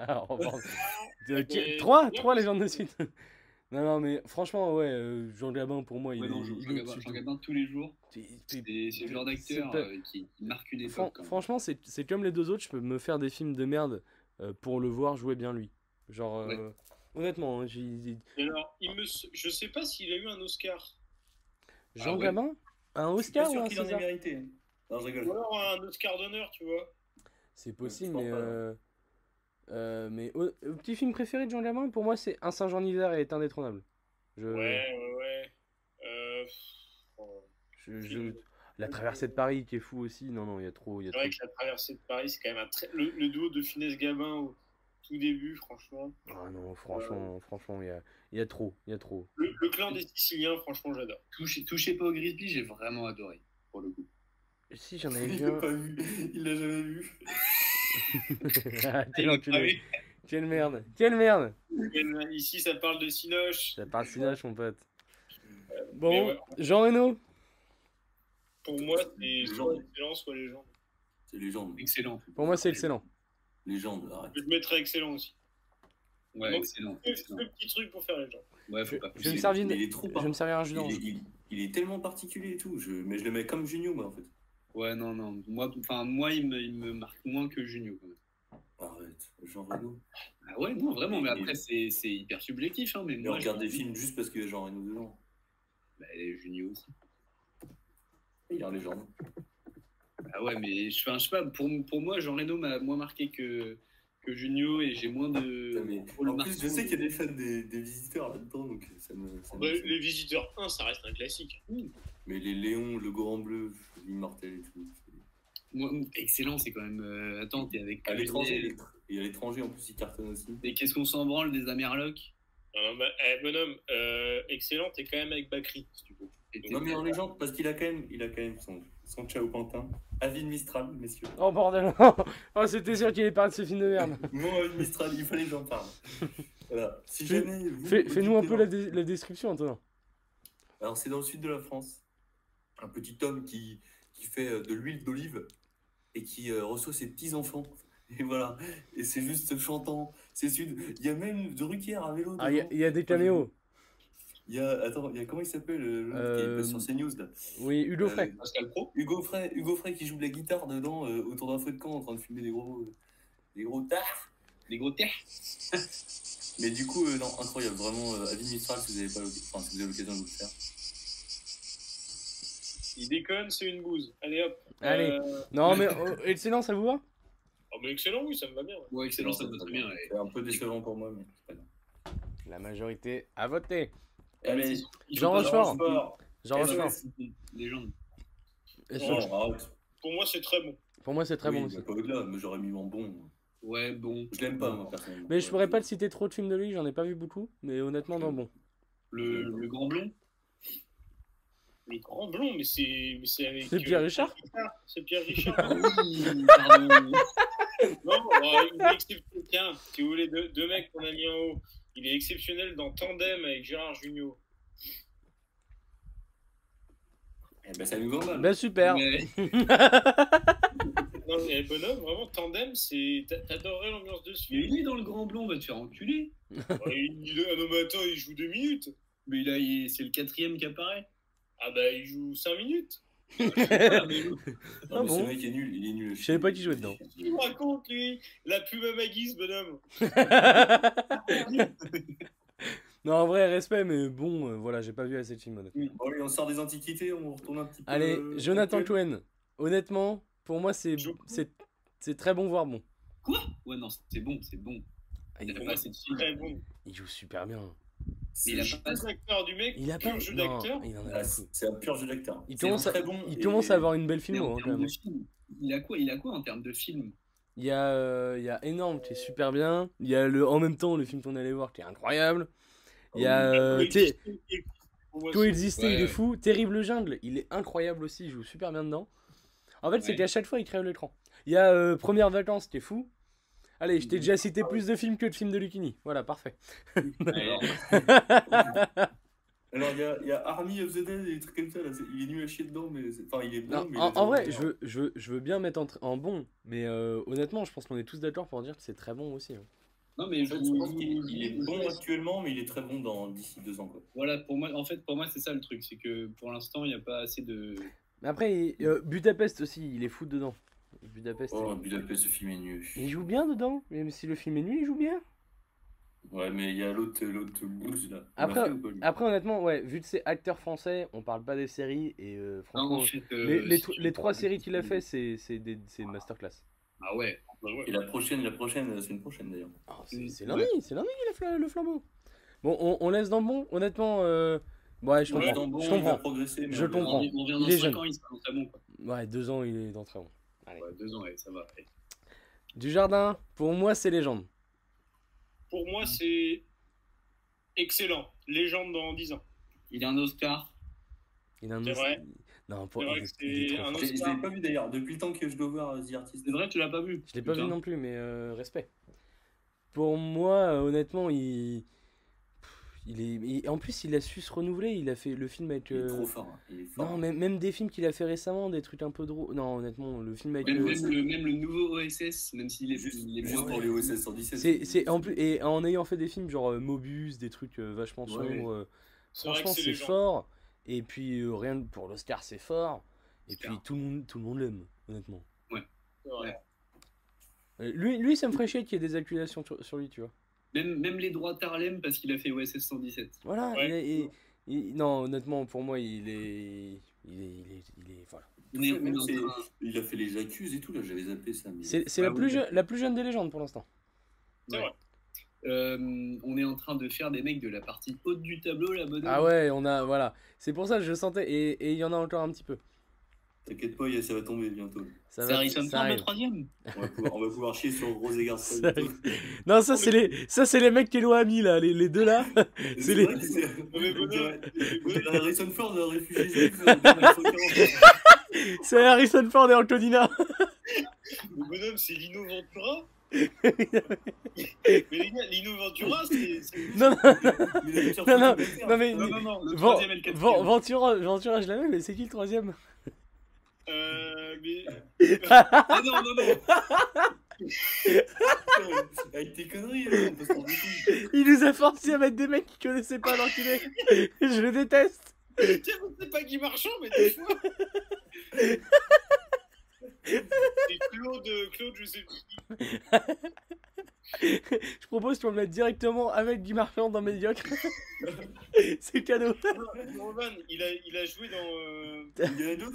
S2: Alors, bon. Euh, qui-
S1: Mais-
S2: Trois, trois légendes de suite. Non, non, mais franchement, ouais, euh, Jean Gabin, pour moi, il
S3: Ouais,
S2: est.
S3: non, je
S2: il est
S3: je regarde
S2: au-dessus
S3: je
S2: de
S3: regarde un tous les jours.
S2: tout. Il- il-
S3: C'est c'est le genre d'acteur
S2: C'est pas-
S3: euh, qui qui marque une
S2: Fran-
S3: époque. hein. quand même.
S2: franchement, c'est c'est comme les deux autres, je peux me faire des films de merde euh, pour le voir jouer bien lui. Genre, euh, honnêtement, hein, j'ai-
S1: Et alors, il me... s- je sais pas s'il a eu un Oscar.
S2: Jean
S3: Ah ouais.
S2: Gabin Un
S4: Je suis pas
S2: Oscar ou
S4: sûr
S2: un
S4: qu'il en ait
S2: César
S4: mérité. hein. Non, je
S1: Ou
S4: rigole.
S1: alors un Oscar d'honneur, tu vois.
S2: C'est possible,
S4: Ouais,
S2: mais.
S4: je crois pas,
S2: euh, euh, mais au, au petit film préféré de Jean Gabin, pour moi, c'est Un singe en hiver est indétrônable. Je,
S1: Ouais, ouais, ouais. Euh, pff, oh.
S2: je- je- La traversée de Paris qui est fou aussi. Non, non, il y a trop. il Y a
S1: C'est vrai
S2: trop...
S1: que la traversée de Paris, c'est quand même un très... le, le duo de Finesse Gabin au tout début, franchement.
S2: Ah non, franchement, franchement, il y a, il y a trop. Il y a trop.
S1: Le, le clan des Siciliens, franchement, j'adore.
S3: Touchez, touchez pas au Grisby, j'ai vraiment adoré. Pour le coup.
S2: Si, j'en avais
S4: Il
S2: vu
S4: l'a
S2: un.
S4: pas vu. Il l'a jamais vu.
S2: Ah, Quel
S1: Ah
S2: enculé.
S1: oui,
S2: Quelle merde. Quelle merde.
S1: mais euh, ici, ça parle de Sinoche.
S2: Ça parle sinage, mon pote.
S1: Euh, mais
S2: Bon,
S1: ouais.
S2: Jean Reno.
S1: Pour moi, c'est soit
S4: Légende.
S1: excellent, soit légende.
S4: C'est légende.
S3: Excellent.
S2: Pour moi, c'est excellent.
S4: Légende, arrête.
S1: Je mettrais excellent aussi.
S3: Ouais,
S1: Donc,
S3: excellent.
S1: Le,
S3: excellent.
S1: le petit truc pour faire légende.
S3: Ouais, faut
S2: Je,
S3: pas
S2: je
S3: pousser.
S2: me servis
S4: mais
S2: de-
S4: il est trop
S2: je me servirai un jus
S4: Il est,
S2: d'orange.
S4: il- il est tellement particulier et tout. Je, mais je le mets comme Junio, moi, en fait.
S3: Ouais, non, non. Moi, enfin, moi il, me, il me marque moins que Junio. Quand même.
S4: Arrête. Jean Reno.
S3: Ah ouais, non, vraiment. Mais
S4: Et-
S3: après, c'est c'est hyper subjectif. Hein, mais
S4: Il
S3: moi,
S4: regarde
S3: je-
S4: des films juste parce qu'il y a Jean Reno dedans.
S3: Bah, les Junio aussi.
S4: Il est en légende.
S3: Ah ouais, mais je, enfin, je sais pas. Pour, pour moi, Jean Reno m'a moins marqué que, que Junio et j'ai moins de.
S4: Putain, Ah, mais-
S3: pour le
S4: en plus,
S3: marquer.
S4: je sais qu'il y a des fans des, des visiteurs là-dedans, donc ça me. ça me-
S1: Bah,
S4: ça me-
S1: les Visiteurs 1, ça reste un classique.
S4: Mais les Léons, le Grand Bleu, l'immortel et tout. c'est-
S3: Moi, excellent, c'est quand même. euh, attends, t'es avec.
S4: À l'étranger. Et à l'étranger, en plus, il cartonne aussi.
S3: Mais qu'est-ce qu'on s'en branle des Amerlocs
S1: Non, non, bah, eh, bonhomme, euh, excellent, t'es quand même avec Bakri, si tu veux.
S3: Et t'es-
S4: Non, mais en légende, parce qu'il a quand même, il a quand même son, son Ciao Pantin. Avid Mistral, messieurs.
S2: Oh bordel Oh c'était sûr qu'il allait parler de ce film de merde
S4: Moi, Avid Mistral, il fallait que j'en parle. Voilà. Si
S2: Fais-
S4: jamais. vous,
S2: Fais- Fais-nous un peu la,
S4: auditeurs-
S2: dé- la description Antonin.
S4: Alors, c'est dans le sud de la France. Un petit homme qui, qui fait euh, de l'huile d'olive et qui euh, reçoit ses petits-enfants. Et voilà. Et c'est juste chantant. C'est sud. Il y a même de Ruquier à vélo.
S2: Ah il y a-
S4: dedans.
S2: il y, a des caméos.
S4: Il y a. Attends, il y a comment il s'appelle euh, l'autre
S2: Euh,
S4: qui est sur CNews là
S2: Oui, Hugo
S4: Euh,
S2: Frey.
S1: Pascal Pro
S4: Hugo Frey, Hugo Frey qui joue de la guitare dedans euh, autour d'un feu de camp en train de fumer des gros. euh, des gros tards.
S3: Des gros terres
S4: Mais du coup, euh, non, incroyable, vraiment, euh, Avis Mistral, si vous avez pas l'oc- enfin, si vous avez l'occasion de vous le faire.
S1: Il déconne, c'est une bouse. Allez hop.
S2: Allez.
S1: Euh,
S2: Non mais oh, excellent ça vous va
S1: oh, mais excellent, oui, ça me va bien. ouais.
S3: Ouais, excellent, ça me va très bien. ouais.
S4: C'est un peu décevant pour moi, mais c'est pas grave.
S2: La majorité a voté.
S4: Allez,
S3: Ils
S2: Jean
S3: ont pas
S2: Rochefort.
S3: d'argent,
S2: Jean
S4: SOS.
S2: Rochefort.
S3: Légende.
S2: SOS.
S4: Oh, arrête.
S1: Pour moi, c'est très bon.
S2: Pour moi c'est très
S4: Oui, bah.
S2: bon aussi.
S4: il va Pas au-delà, mais j'aurais mis en bon.
S3: Ouais, bon.
S4: Je l'aime pas, moi, personnellement.
S2: Mais je pourrais pas le citer trop de films de lui, j'en ai pas vu beaucoup, mais honnêtement non bon.
S3: Le, le grand blond
S1: Le grand blond, mais c'est mais c'est avec.
S2: C'est Pierre Richard
S1: C'est Pierre Richard.
S3: Ah oui, pardon.
S1: non, oh, il est exceptionnel. Tiens, si vous voulez, deux, deux mecs qu'on a mis en haut. Il est exceptionnel dans Tandem avec Gérard Jugnot.
S4: Eh ben, ça nous emballe.
S2: Ben super.
S3: Mais-
S1: Non, mais bonhomme, vraiment, tandem, c'est. t'a- T'adorerais l'ambiance
S3: mais
S1: dessus.
S3: il est dans le grand blond, on va te faire enculer.
S1: Ouais, il, il, ah non, mais attends, il joue deux minutes.
S3: Mais là, il- c'est le quatrième qui apparaît.
S1: Ah bah, il joue cinq minutes.
S3: Ah, mais non.
S4: Non, mais
S2: Ah bon
S4: Ce mec est nul, il est nul.
S2: Je savais pas qui jouait dedans.
S1: Il me raconte, lui. La pub à Maggie, ce bonhomme.
S2: non, en vrai, respect, mais bon, euh, voilà, j'ai pas vu assez de films. honnêtement.
S4: Bon, allez, on sort des antiquités, on retourne un petit peu.
S2: Allez,
S4: euh,
S2: Jonathan
S4: actuel.
S2: Cohen. Honnêtement, pour moi, c'est
S1: Joker.
S2: c'est c'est très bon, voire bon.
S3: Quoi Ouais, non, c'est bon, c'est bon.
S2: Ah,
S3: Il
S2: il,
S3: a pas assez de films.
S1: Très bon.
S2: il joue super bien.
S4: C'est
S3: Il a
S1: Je
S3: pas-
S1: suis acteur du mec,
S2: Il a
S1: pur
S2: pas.
S1: jeu
S2: non,
S1: d'acteur.
S2: il en a
S4: Ah,
S2: pas
S4: c'est-
S2: fou.
S4: c'est un pur jeu d'acteur.
S2: Il
S4: C'est
S2: commence
S4: un
S2: à-
S4: très bon
S2: Il
S4: et-
S2: commence à avoir une belle hein,
S3: Mais
S2: film.
S3: en termes de film, il a quoi Il a quoi en termes de film
S2: Il y a, euh, il y a énorme qui est super bien. Il y a le en même temps le film qu'on allait voir qui est incroyable. Il y
S4: Oh,
S2: a euh, Té-
S1: Pour moi,
S2: coexister, il
S5: Ouais,
S2: est
S5: ouais.
S2: fou. Terrible jungle, il est incroyable aussi, il joue super bien dedans. En fait, c'est
S5: Ouais.
S2: qu'à chaque fois, il crève l'écran. Il y a euh, Première Vacances, qui est fou. Allez, je t'ai
S3: Mhm.
S2: déjà cité plus de films que de films de Lucini. Voilà, parfait.
S4: Alors, Alors, il y, a- il y a Army of the Dead et des trucs comme ça. Là. c'est- Il est nul à chier dedans, mais. c'est- Enfin, il est bon.
S2: Non,
S4: mais il
S2: en,
S4: est-
S2: en vrai, je veux, je, veux, je veux bien mettre en, tr- en bon, mais euh, honnêtement, je pense qu'on est tous d'accord pour dire que c'est très bon aussi. hein.
S3: Non, mais
S4: En fait,
S3: je-
S4: je pense qu'il
S3: je-
S4: il est bon actuellement, mais il est très bon dans d'ici deux ans. Quoi.
S3: Voilà, pour moi, en fait, pour moi, c'est ça le truc, c'est que pour l'instant, il n'y a pas assez de.
S2: Mais après, il- euh, Budapest aussi, il est fou dedans. Budapest.
S4: Oh,
S2: il-
S4: Budapest, ce film est nul.
S2: Il joue bien dedans, même si le film est nul, il joue bien.
S4: Ouais, mais il y a l'autre, l'autre blues là. On
S2: Après-
S4: l'a fait ou pas, lui
S2: Après, honnêtement, ouais, vu que c'est acteur français, on parle pas des séries et euh,
S3: Non,
S2: franchement,
S3: en fait, euh,
S2: les, les
S3: si
S2: tro-
S3: tu
S2: les trois
S3: prends-
S2: séries qu'il a fait, c'est c'est des- c'est une masterclass.
S3: Ah ouais.
S4: Et la prochaine, la prochaine, la semaine prochaine d'ailleurs.
S2: Ah,
S3: Mm,
S2: c'est c'est lundi, c'est lundi qu'il a fait le flambeau. Bon, on, on laisse dans le bon, honnêtement. euh, Ouais, je
S4: Ouais,
S2: comprends.
S4: dans bon,
S2: je
S4: il va
S2: comprends.
S4: progresser. mais
S2: Je
S4: on verra.
S2: comprends.
S3: On, on revient
S2: Il est
S3: dans 5
S2: jeune.
S3: ans, il sera très bon. Quoi.
S2: Ouais, deux ans, il est dans très bon.
S3: Ouais, deux ans, ouais, ça va. ouais.
S2: Du jardin, pour moi, c'est légende.
S1: Pour moi, c'est excellent. Légende dans 10 ans.
S3: Il a un Oscar.
S2: Il a un
S1: C'est
S2: os-
S1: vrai.
S2: Non, pour...
S1: C'est vrai
S2: il est-
S1: que
S2: il est
S1: c'est
S2: trop
S1: un os-
S2: fort.
S4: Je l'ai- je l'ai pas vu d'ailleurs. Depuis le temps que je dois voir euh, The Artist.
S3: C'est vrai, tu l'as pas vu.
S2: Je l'ai pas vu
S3: Putain.
S2: non plus, mais euh, respect. Pour moi, euh, honnêtement, il. Pff, Il est... il- En plus, il a su se renouveler. Il a fait le film avec.
S4: Il est
S2: euh,
S4: trop fort. hein. Il est fort.
S2: Non, même, même des films qu'il a fait récemment, des trucs un peu drôles. Non, honnêtement, le film avec. euh,
S3: Même,
S2: le-
S3: même le, même le nouveau OSS, même s'il est
S4: juste,
S3: il est
S4: juste
S3: moins-
S4: pour les OSS 117.
S2: C'est, c'est- en plus, et en ayant fait des films genre euh, Mobius, des trucs euh, vachement
S4: Ouais.
S2: sombres, euh,
S1: C'est vrai que
S2: franchement,
S1: c'est
S2: c'est
S1: légende.
S2: fort. Et puis, euh, rien de- pour l'Oscar, c'est fort. Et
S3: Oscar.
S2: puis, tout le monde, tout le monde l'aime, honnêtement.
S1: C'est vrai.
S2: Euh, Lui, lui, ça me ferait chier qu'il y ait des accusations sur, sur lui, tu vois.
S3: Même, même les droits Tarlem parce qu'il a fait OSS 117.
S2: Voilà.
S1: Ouais.
S2: il est- il- il- non, honnêtement, pour moi, il est. Il est. Il est, il est- voilà.
S3: On est,
S4: Ouais, même
S3: on est en
S4: c'est-
S3: train-
S4: Il a fait les j'accuse et tout, là j'avais zappé ça. Mais...
S2: C'est, c'est la,
S3: oui,
S2: plus
S3: mais-
S2: je- la plus jeune des légendes pour l'instant.
S1: C'est
S3: ouais.
S1: vrai.
S3: Euh, on est en train de faire des mecs de la partie haute du tableau, la bonne.
S2: Ah ouais, on a. Voilà. C'est pour ça que je sentais. Et et il y en a encore un petit peu.
S4: T'inquiète pas, il y a- ça va tomber bientôt.
S2: Ça
S3: C'est
S2: va-
S3: Harrison
S2: ça
S3: Ford, le
S2: arrive.
S3: troisième.
S4: On va pouvoir, on va pouvoir chier sur Rose et Garçon.
S2: Ça arrive. Non, ça c'est les, ça c'est les mecs qu'Elo a mis là, les, les deux là. C'est les-
S4: vrai que c'est-
S1: mais bon,
S4: c'est vrai. Harrison Ford, hein, un réfugié. c'est vrai que c'est-
S2: C'est Harrison Ford et Antonina.
S1: Le bonhomme, c'est Lino Ventura. mais les gars, Lino Ventura, c'est. c'est-
S2: Non,
S4: Il a
S2: non,
S4: une
S2: non,
S4: surprise.
S2: non mais.
S3: Non, non, non, le
S2: Van-
S3: troisième et le quatrième.
S2: Van- Ventura, Ventura, je l'avais, mais c'est qui le troisième
S1: Euh, mais...
S3: Ah non, non, non.
S4: Avec tes conneries, là, on peut se rendre compte.
S2: Il nous a forcé à mettre des mecs qui connaissaient pas l'enculé. je le déteste.
S1: Tiens, c'est pas Guy Marchand, mais des fois. Et Claude, Claude, je sais plus.
S2: Je propose qu'on le mette directement avec Guy Marchand dans Médiocre. c'est cadeau.
S1: Roman, il a, il a joué dans. euh,
S4: Indiana Jones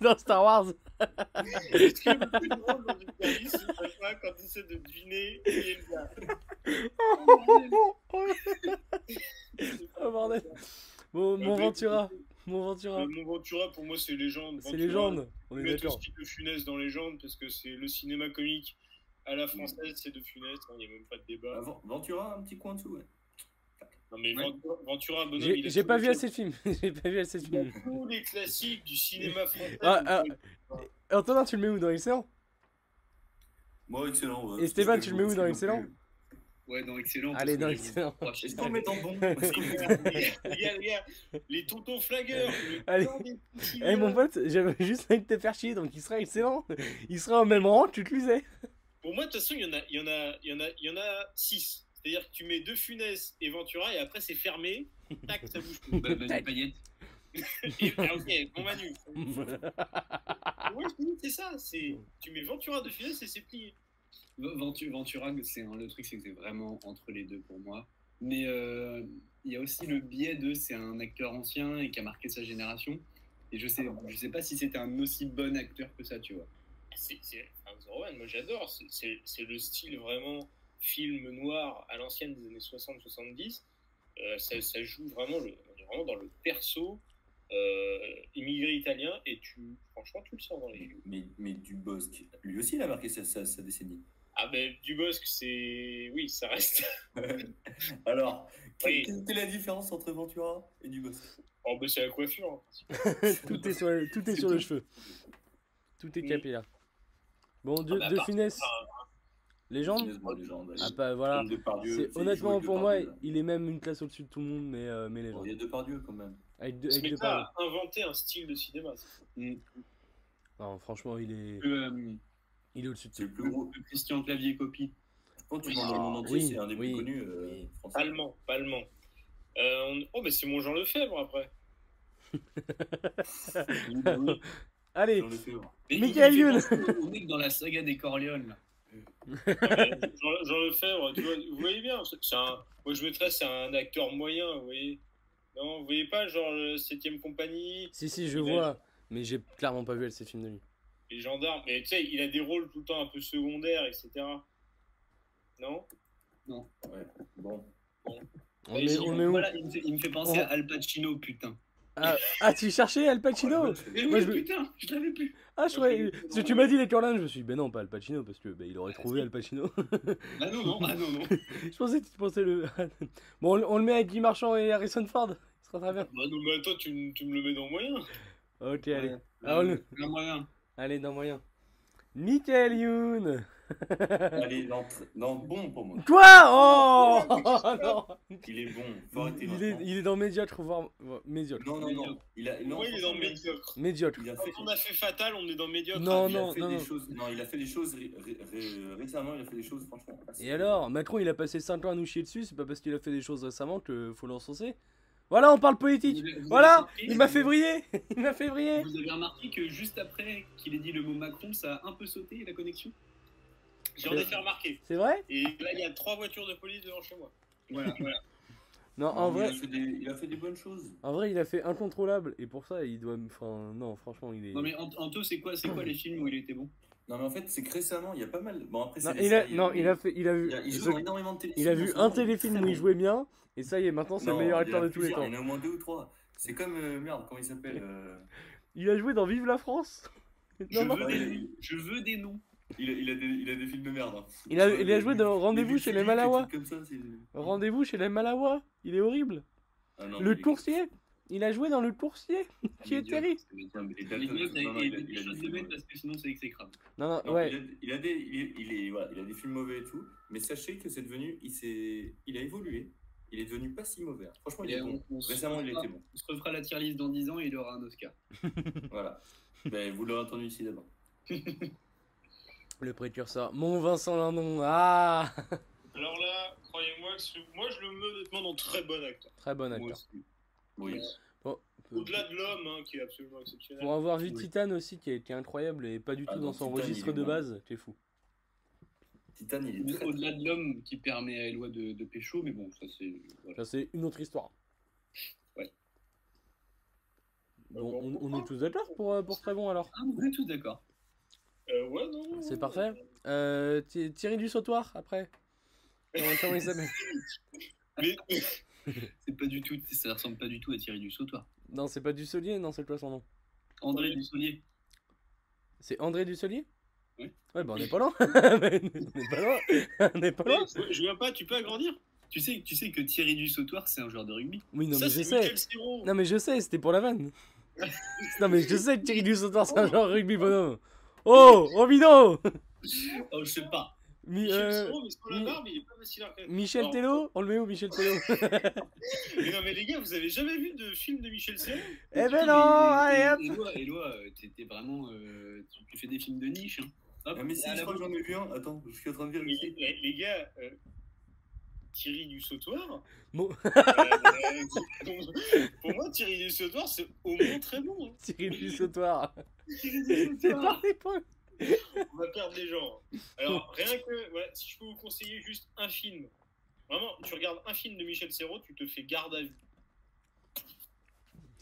S2: Dans Star Wars.
S1: Est-ce qu'il y a beaucoup de rôles dans une série, c'est pas ça, quand tu essaies de deviner qui est le gars.
S2: Oh, bordel. Bon, mon Ventura, mon Ventura,
S1: Euh, Mon Ventura, pour moi, c'est légende.
S2: c'est
S1: Ventura,
S2: légende. On est
S1: Mettre
S2: d'accord.
S1: aussi de Funès dans légende parce que c'est le cinéma comique à
S2: Mm.
S1: la française, c'est de Funès, hein, il n'y a même pas de
S4: Ah,
S1: débat.
S4: Ven- Ventura, un petit coin en dessous, ouais.
S1: Non mais
S3: Ouais.
S1: Ventura, Ventura, bonhomme, il
S2: J'ai
S1: a
S2: j'ai
S1: tous
S2: pas
S1: les
S2: vu assez de films. J'ai pas vu assez de
S1: Il a
S2: films.
S1: tous les classiques du cinéma français.
S2: Ah, ah, Antonin, tu le mets où dans Excellent
S4: Moi, excellent. ouais.
S2: Et Stéphane,
S4: Je
S2: tu le mets où dans
S4: je-
S2: Excellent
S3: Ouais, dans Excellent.
S2: Allez, dans
S3: parce que
S2: Excellent.
S3: j'ai vu trois Bah, chiffres.
S4: Est-ce qu'on met en bon Est-ce qu'on met en bon
S1: Regarde, regarde, regarde, les tontons flagueurs. le
S2: Allez.
S1: clan des petits
S2: Eh mon
S1: gars.
S2: pote, j'avais juste envie de te faire chier, donc il serait excellent. Il serait au même rang, tu te l'usais.
S1: Pour moi, de toute façon, il y en a, il y en a, il y en a, il y en a six. C'est-à-dire que tu mets deux Funès et Ventura et après c'est fermé. Tac, ça bouge plus.
S3: Bah, Manu Payet.
S1: Et- ah, ok, bon Manu. Moi, je te dis, c'est ça. C'est tu mets Ventura de Funès et c'est plié.
S3: Ventu- Ventura, c'est un- le truc, c'est que c'est vraiment entre les deux pour moi. Mais euh, il y a aussi le biais de c'est un acteur ancien et qui a marqué sa génération. Et je sais, je sais pas si c'était un aussi bon acteur que ça, tu vois.
S1: C'est c'est House of Rowan, moi j'adore. C'est- C'est c'est le style vraiment film noir à l'ancienne des années 60-70. Euh, ça, ça joue vraiment, le, on est vraiment dans le perso euh, immigré italien et tu, franchement, tu le sens dans les
S4: Mais- Mais, mais Dubosc, lui aussi, il a marqué sa, sa- sa décennie.
S1: Ah ben Dubosc, c'est... Oui, ça reste...
S4: Alors, quelle,
S1: Oui.
S4: quelle était la différence entre Ventura et Dubosc
S1: Oh ben c'est la coiffure. hein.
S2: tout est sur, le- tout est sur le cheveu. Tout est
S1: Mm.
S2: capillaire. Bon, de,
S1: Ah bah,
S2: de
S1: par-
S2: finesse. Légende
S4: Finalement, légende.
S2: Ah bah voilà.
S4: Comme Depardieu,
S2: C'est-
S4: c'est-
S2: Honnêtement,
S4: il joue avec
S2: pour moi,
S4: Depardieu, là.
S2: il est même une classe au-dessus de tout le monde, mais, euh, mais
S4: Bon,
S2: légende.
S4: il y a Depardieu quand même.
S2: Avec deux,
S1: Ce
S2: avec deux paroles.
S1: mec-là a inventé un style de cinéma.
S2: Non, franchement, il est,
S3: Le, euh,
S2: il est au-dessus de
S4: C'est
S2: tout.
S4: le plus gros.
S3: le Christian Clavier copie.
S4: Je pense que tu demandes dans le monde entier,
S2: Oui,
S4: c'est un des
S2: oui,
S4: plus connus euh,
S2: oui.
S4: français.
S1: Allemand, pas allemand. Euh, on- Oh ben c'est mon Jean Lefebvre après.
S2: Allez,
S4: Dans le film.
S3: Mais
S2: Michael
S3: il- il
S2: Youn.
S3: fait penser au mec dans la saga des Corleones. là.
S1: Jean, Jean Lefebvre, tu vois, vous voyez bien, c'est c'est un... Moi je mettrais c'est un acteur moyen, vous voyez. Non, vous voyez pas, genre le 7ème compagnie,
S2: si, si, je
S1: Il a-
S2: vois, mais j'ai clairement pas vu ces films de lui.
S1: les gendarmes, mais tu sais, il a des rôles tout le temps un peu secondaires, etc. Non
S4: Bon.
S2: On
S1: Mais
S2: met,
S1: j'ai-
S2: on met où
S3: Voilà, il me fait, il me fait penser
S2: Oh.
S3: à Al Pacino, putain.
S2: ah, ah, tu cherchais Al Pacino
S3: Mais
S2: Moi,
S3: oui,
S2: je me-
S3: putain, je l'avais plus.
S2: Ah, je croyais. Parce que tu m'as dit les Corleones, je me suis dit, ben non, pas Al Pacino, parce que ben, il aurait trouvé Al Pacino.
S3: Ah non, non, ah non, non.
S2: je pensais que tu pensais le. bon, on, le- on le met avec Guy Marchand et Harrison Ford, ce sera très bien.
S1: Bah non, mais toi tu, me- tu me le mets dans moyen.
S2: Ok, allez.
S3: Ouais.
S2: Ah, on le-
S3: Plein Euh, moyen.
S2: Allez, dans moyen. Michael Youn
S4: Allez, non, tr- non, bon pour moi.
S2: Quoi Oh non
S4: Il est bon. Faut arrêter
S2: il est,
S4: maintenant.
S2: il est dans médiocre, voire voire médiocre.
S4: Non, non, non. Il a, non,
S1: Moi il est dans
S4: franchement,
S1: médiocre.
S2: Médiocre.
S4: Il a
S1: Quand
S4: fait.
S1: on a fait Fatal, on est dans médiocre.
S2: Non,
S4: il a
S2: Ah non,
S4: fait
S2: non,
S4: des
S2: non.
S4: choses. Non, il a fait des choses ré- ré- ré- récemment. Il a fait des choses, franchement. assez-
S2: Et alors, Macron, il a passé 5 ans à nous chier dessus, c'est pas parce qu'il a fait des choses récemment que faut l'encenser. Voilà, on parle politique.
S3: Vous- vous
S2: Voilà,
S3: avez-
S2: il m'a fait briller. Il m'a fait briller.
S3: Vous avez remarqué que juste après qu'il ait dit le mot Macron, ça a un peu sauté la connexion
S1: J'en ai fait remarquer.
S2: C'est vrai
S1: Et là, il y a trois voitures de police devant chez moi.
S3: Voilà, voilà.
S2: Non,
S4: Non,
S2: en
S4: mais
S2: vrai,
S4: il a, fait des, il a fait des bonnes choses.
S2: en vrai, il a fait incontrôlable et pour ça, il doit me- enfin non, franchement, il est
S3: Non mais Ant- Anto, c'est quoi, c'est quoi les films où il était bon
S4: Non, mais en fait, c'est que récemment. Il y a pas mal. Bon, après,
S2: Non,
S4: c'est.
S2: il a
S4: c'est-
S2: non, il a fait il a vu
S4: Il a, il
S2: je-
S4: joue dans énormément de téléfilms
S2: il a
S4: en
S2: vu
S4: ce
S2: un
S4: moment.
S2: téléfilm où il jouait bien et ça y est, maintenant c'est le
S4: Non,
S2: meilleur
S4: il y en
S2: acteur
S4: a
S2: de tous les
S4: plusieurs,
S2: temps.
S4: Il y en a au moins deux ou trois. C'est comme. euh, merde, comment il s'appelle euh,
S2: Il a joué dans Vive la France.
S3: je,
S2: Non, non.
S3: veux des noms. je veux des noms.
S4: il, a, il, a des, il a des films de merde. hein.
S2: Il a, il a joué dans Rendez-vous
S4: Les
S2: chez
S4: Lucky
S2: les
S4: Luke,
S2: Malawa.
S4: des trucs comme ça, c'est-
S2: Rendez-vous chez les Malawa. Il est horrible.
S4: Ah non,
S2: Le
S4: mais-
S2: coursier. Il a joué dans le coursier qui est
S3: Médiocre,
S2: terrible.
S3: c'est médiocre.
S4: Non, mais les
S3: Les
S4: Dalton,
S3: mecs,
S4: non, non,
S3: et-
S4: il a-
S3: et
S4: il
S3: des
S4: a
S3: choses
S4: des
S3: de
S4: films
S3: mettre parce que sinon c'est exécrable.
S2: Non, non,
S4: Non,
S2: ouais.
S4: il, a, il a des, il, est- il est, voilà, il a des films mauvais et tout, mais sachez que c'est devenu, il s'est, il a évolué, il est devenu pas si mauvais. Hein. Franchement, il
S3: Et
S4: est
S3: on,
S4: bon.
S3: on se
S4: Récemment, il
S3: refera-
S4: était bon.
S3: on se refera la tier list dans 10 ans et il aura un Oscar.
S4: Voilà. Ben, vous l'aurez entendu ici d'abord.
S2: Le précurseur. Mon Vincent Lindon. Ah
S1: Alors là, croyez-moi, que ce- moi je le mets honnêtement dans très bon acteur.
S2: Très bon
S1: Moi
S2: acteur.
S1: aussi.
S4: Oui.
S2: Bon, pour,
S1: Au-delà de l'homme, hein, qui est absolument exceptionnel.
S2: pour avoir vu
S3: Oui.
S2: Titan aussi, qui est, qui est incroyable et pas du
S4: Ah
S2: tout
S4: non,
S2: dans son
S4: Titan, il est
S2: registre de
S4: bon.
S2: base, t'es fou.
S4: Titan, il est très.
S3: Au-delà de l'homme qui permet à Eloi de, de pécho, mais bon, ça c'est. voilà.
S2: Ça, c'est une autre histoire.
S3: Ouais.
S4: Bah,
S2: Bon, on, on est tous d'accord pour, euh, pour très bon alors.
S3: Ah, on est tous d'accord.
S1: Euh, ouais, non, non,
S2: C'est
S1: non,
S2: parfait. Euh, Thi- Thierry du Sautoir après. Comment, comment il s'appelle
S1: Mais
S3: C'est pas du tout, ça ressemble pas du tout à Thierry du Sautoir.
S2: Non, c'est pas Dussolier, non, c'est quoi son nom
S3: André Dussolier.
S2: C'est André Dussolier
S3: Oui.
S2: Ouais, bah on est pas loin. on est pas loin. On est pas loin.
S1: je vois pas, tu peux agrandir
S3: Tu sais, tu sais que Thierry du Sautoir, c'est un joueur de rugby.
S2: Oui, non,
S1: Ça,
S2: mais je
S1: c'est
S2: sais.
S1: Michael Serrault.
S2: Non mais je sais, c'était pour la vanne. non mais je sais que Thierry du Sautoir c'est un genre rugby bonhomme. Oh, oh Mino
S3: Oh, je sais pas.
S2: Mi-
S1: Michel
S2: euh,
S1: Serrault, mais sans la
S2: Mi-
S1: barbe, il est pas facile à reconnaître.
S2: Michel
S1: Alors,
S2: Tello On le met où, Michel Tello
S1: Mais non, mais les gars, vous avez jamais vu de film de Michel Serrault
S2: Eh ben
S3: Et-
S2: non
S3: et-
S2: Allez, hop
S3: et- Eloi, Eloi, euh, t'es t'es vraiment. euh, tu- tu fais des films de niche. hein. Hop,
S4: Ah, mais si,
S3: à
S4: je
S3: la
S4: crois que
S3: bonne-
S4: j'en ai vu un. Attends, je suis en train de
S1: Mais
S4: vérifier.
S1: Les, les gars, euh, Thierry du Sautoir.
S2: Bon.
S1: euh, euh, pour moi, Thierry du Sautoir, c'est au moins très bon. hein.
S2: Thierry du sautoir
S1: Thierry du
S2: C'est
S1: Sautoir,
S2: parti pour
S1: on va perdre des gens. Alors, rien que, voilà, si je peux vous conseiller juste un film, vraiment, tu regardes un film de Michel Serrault, tu te fais garde à vue.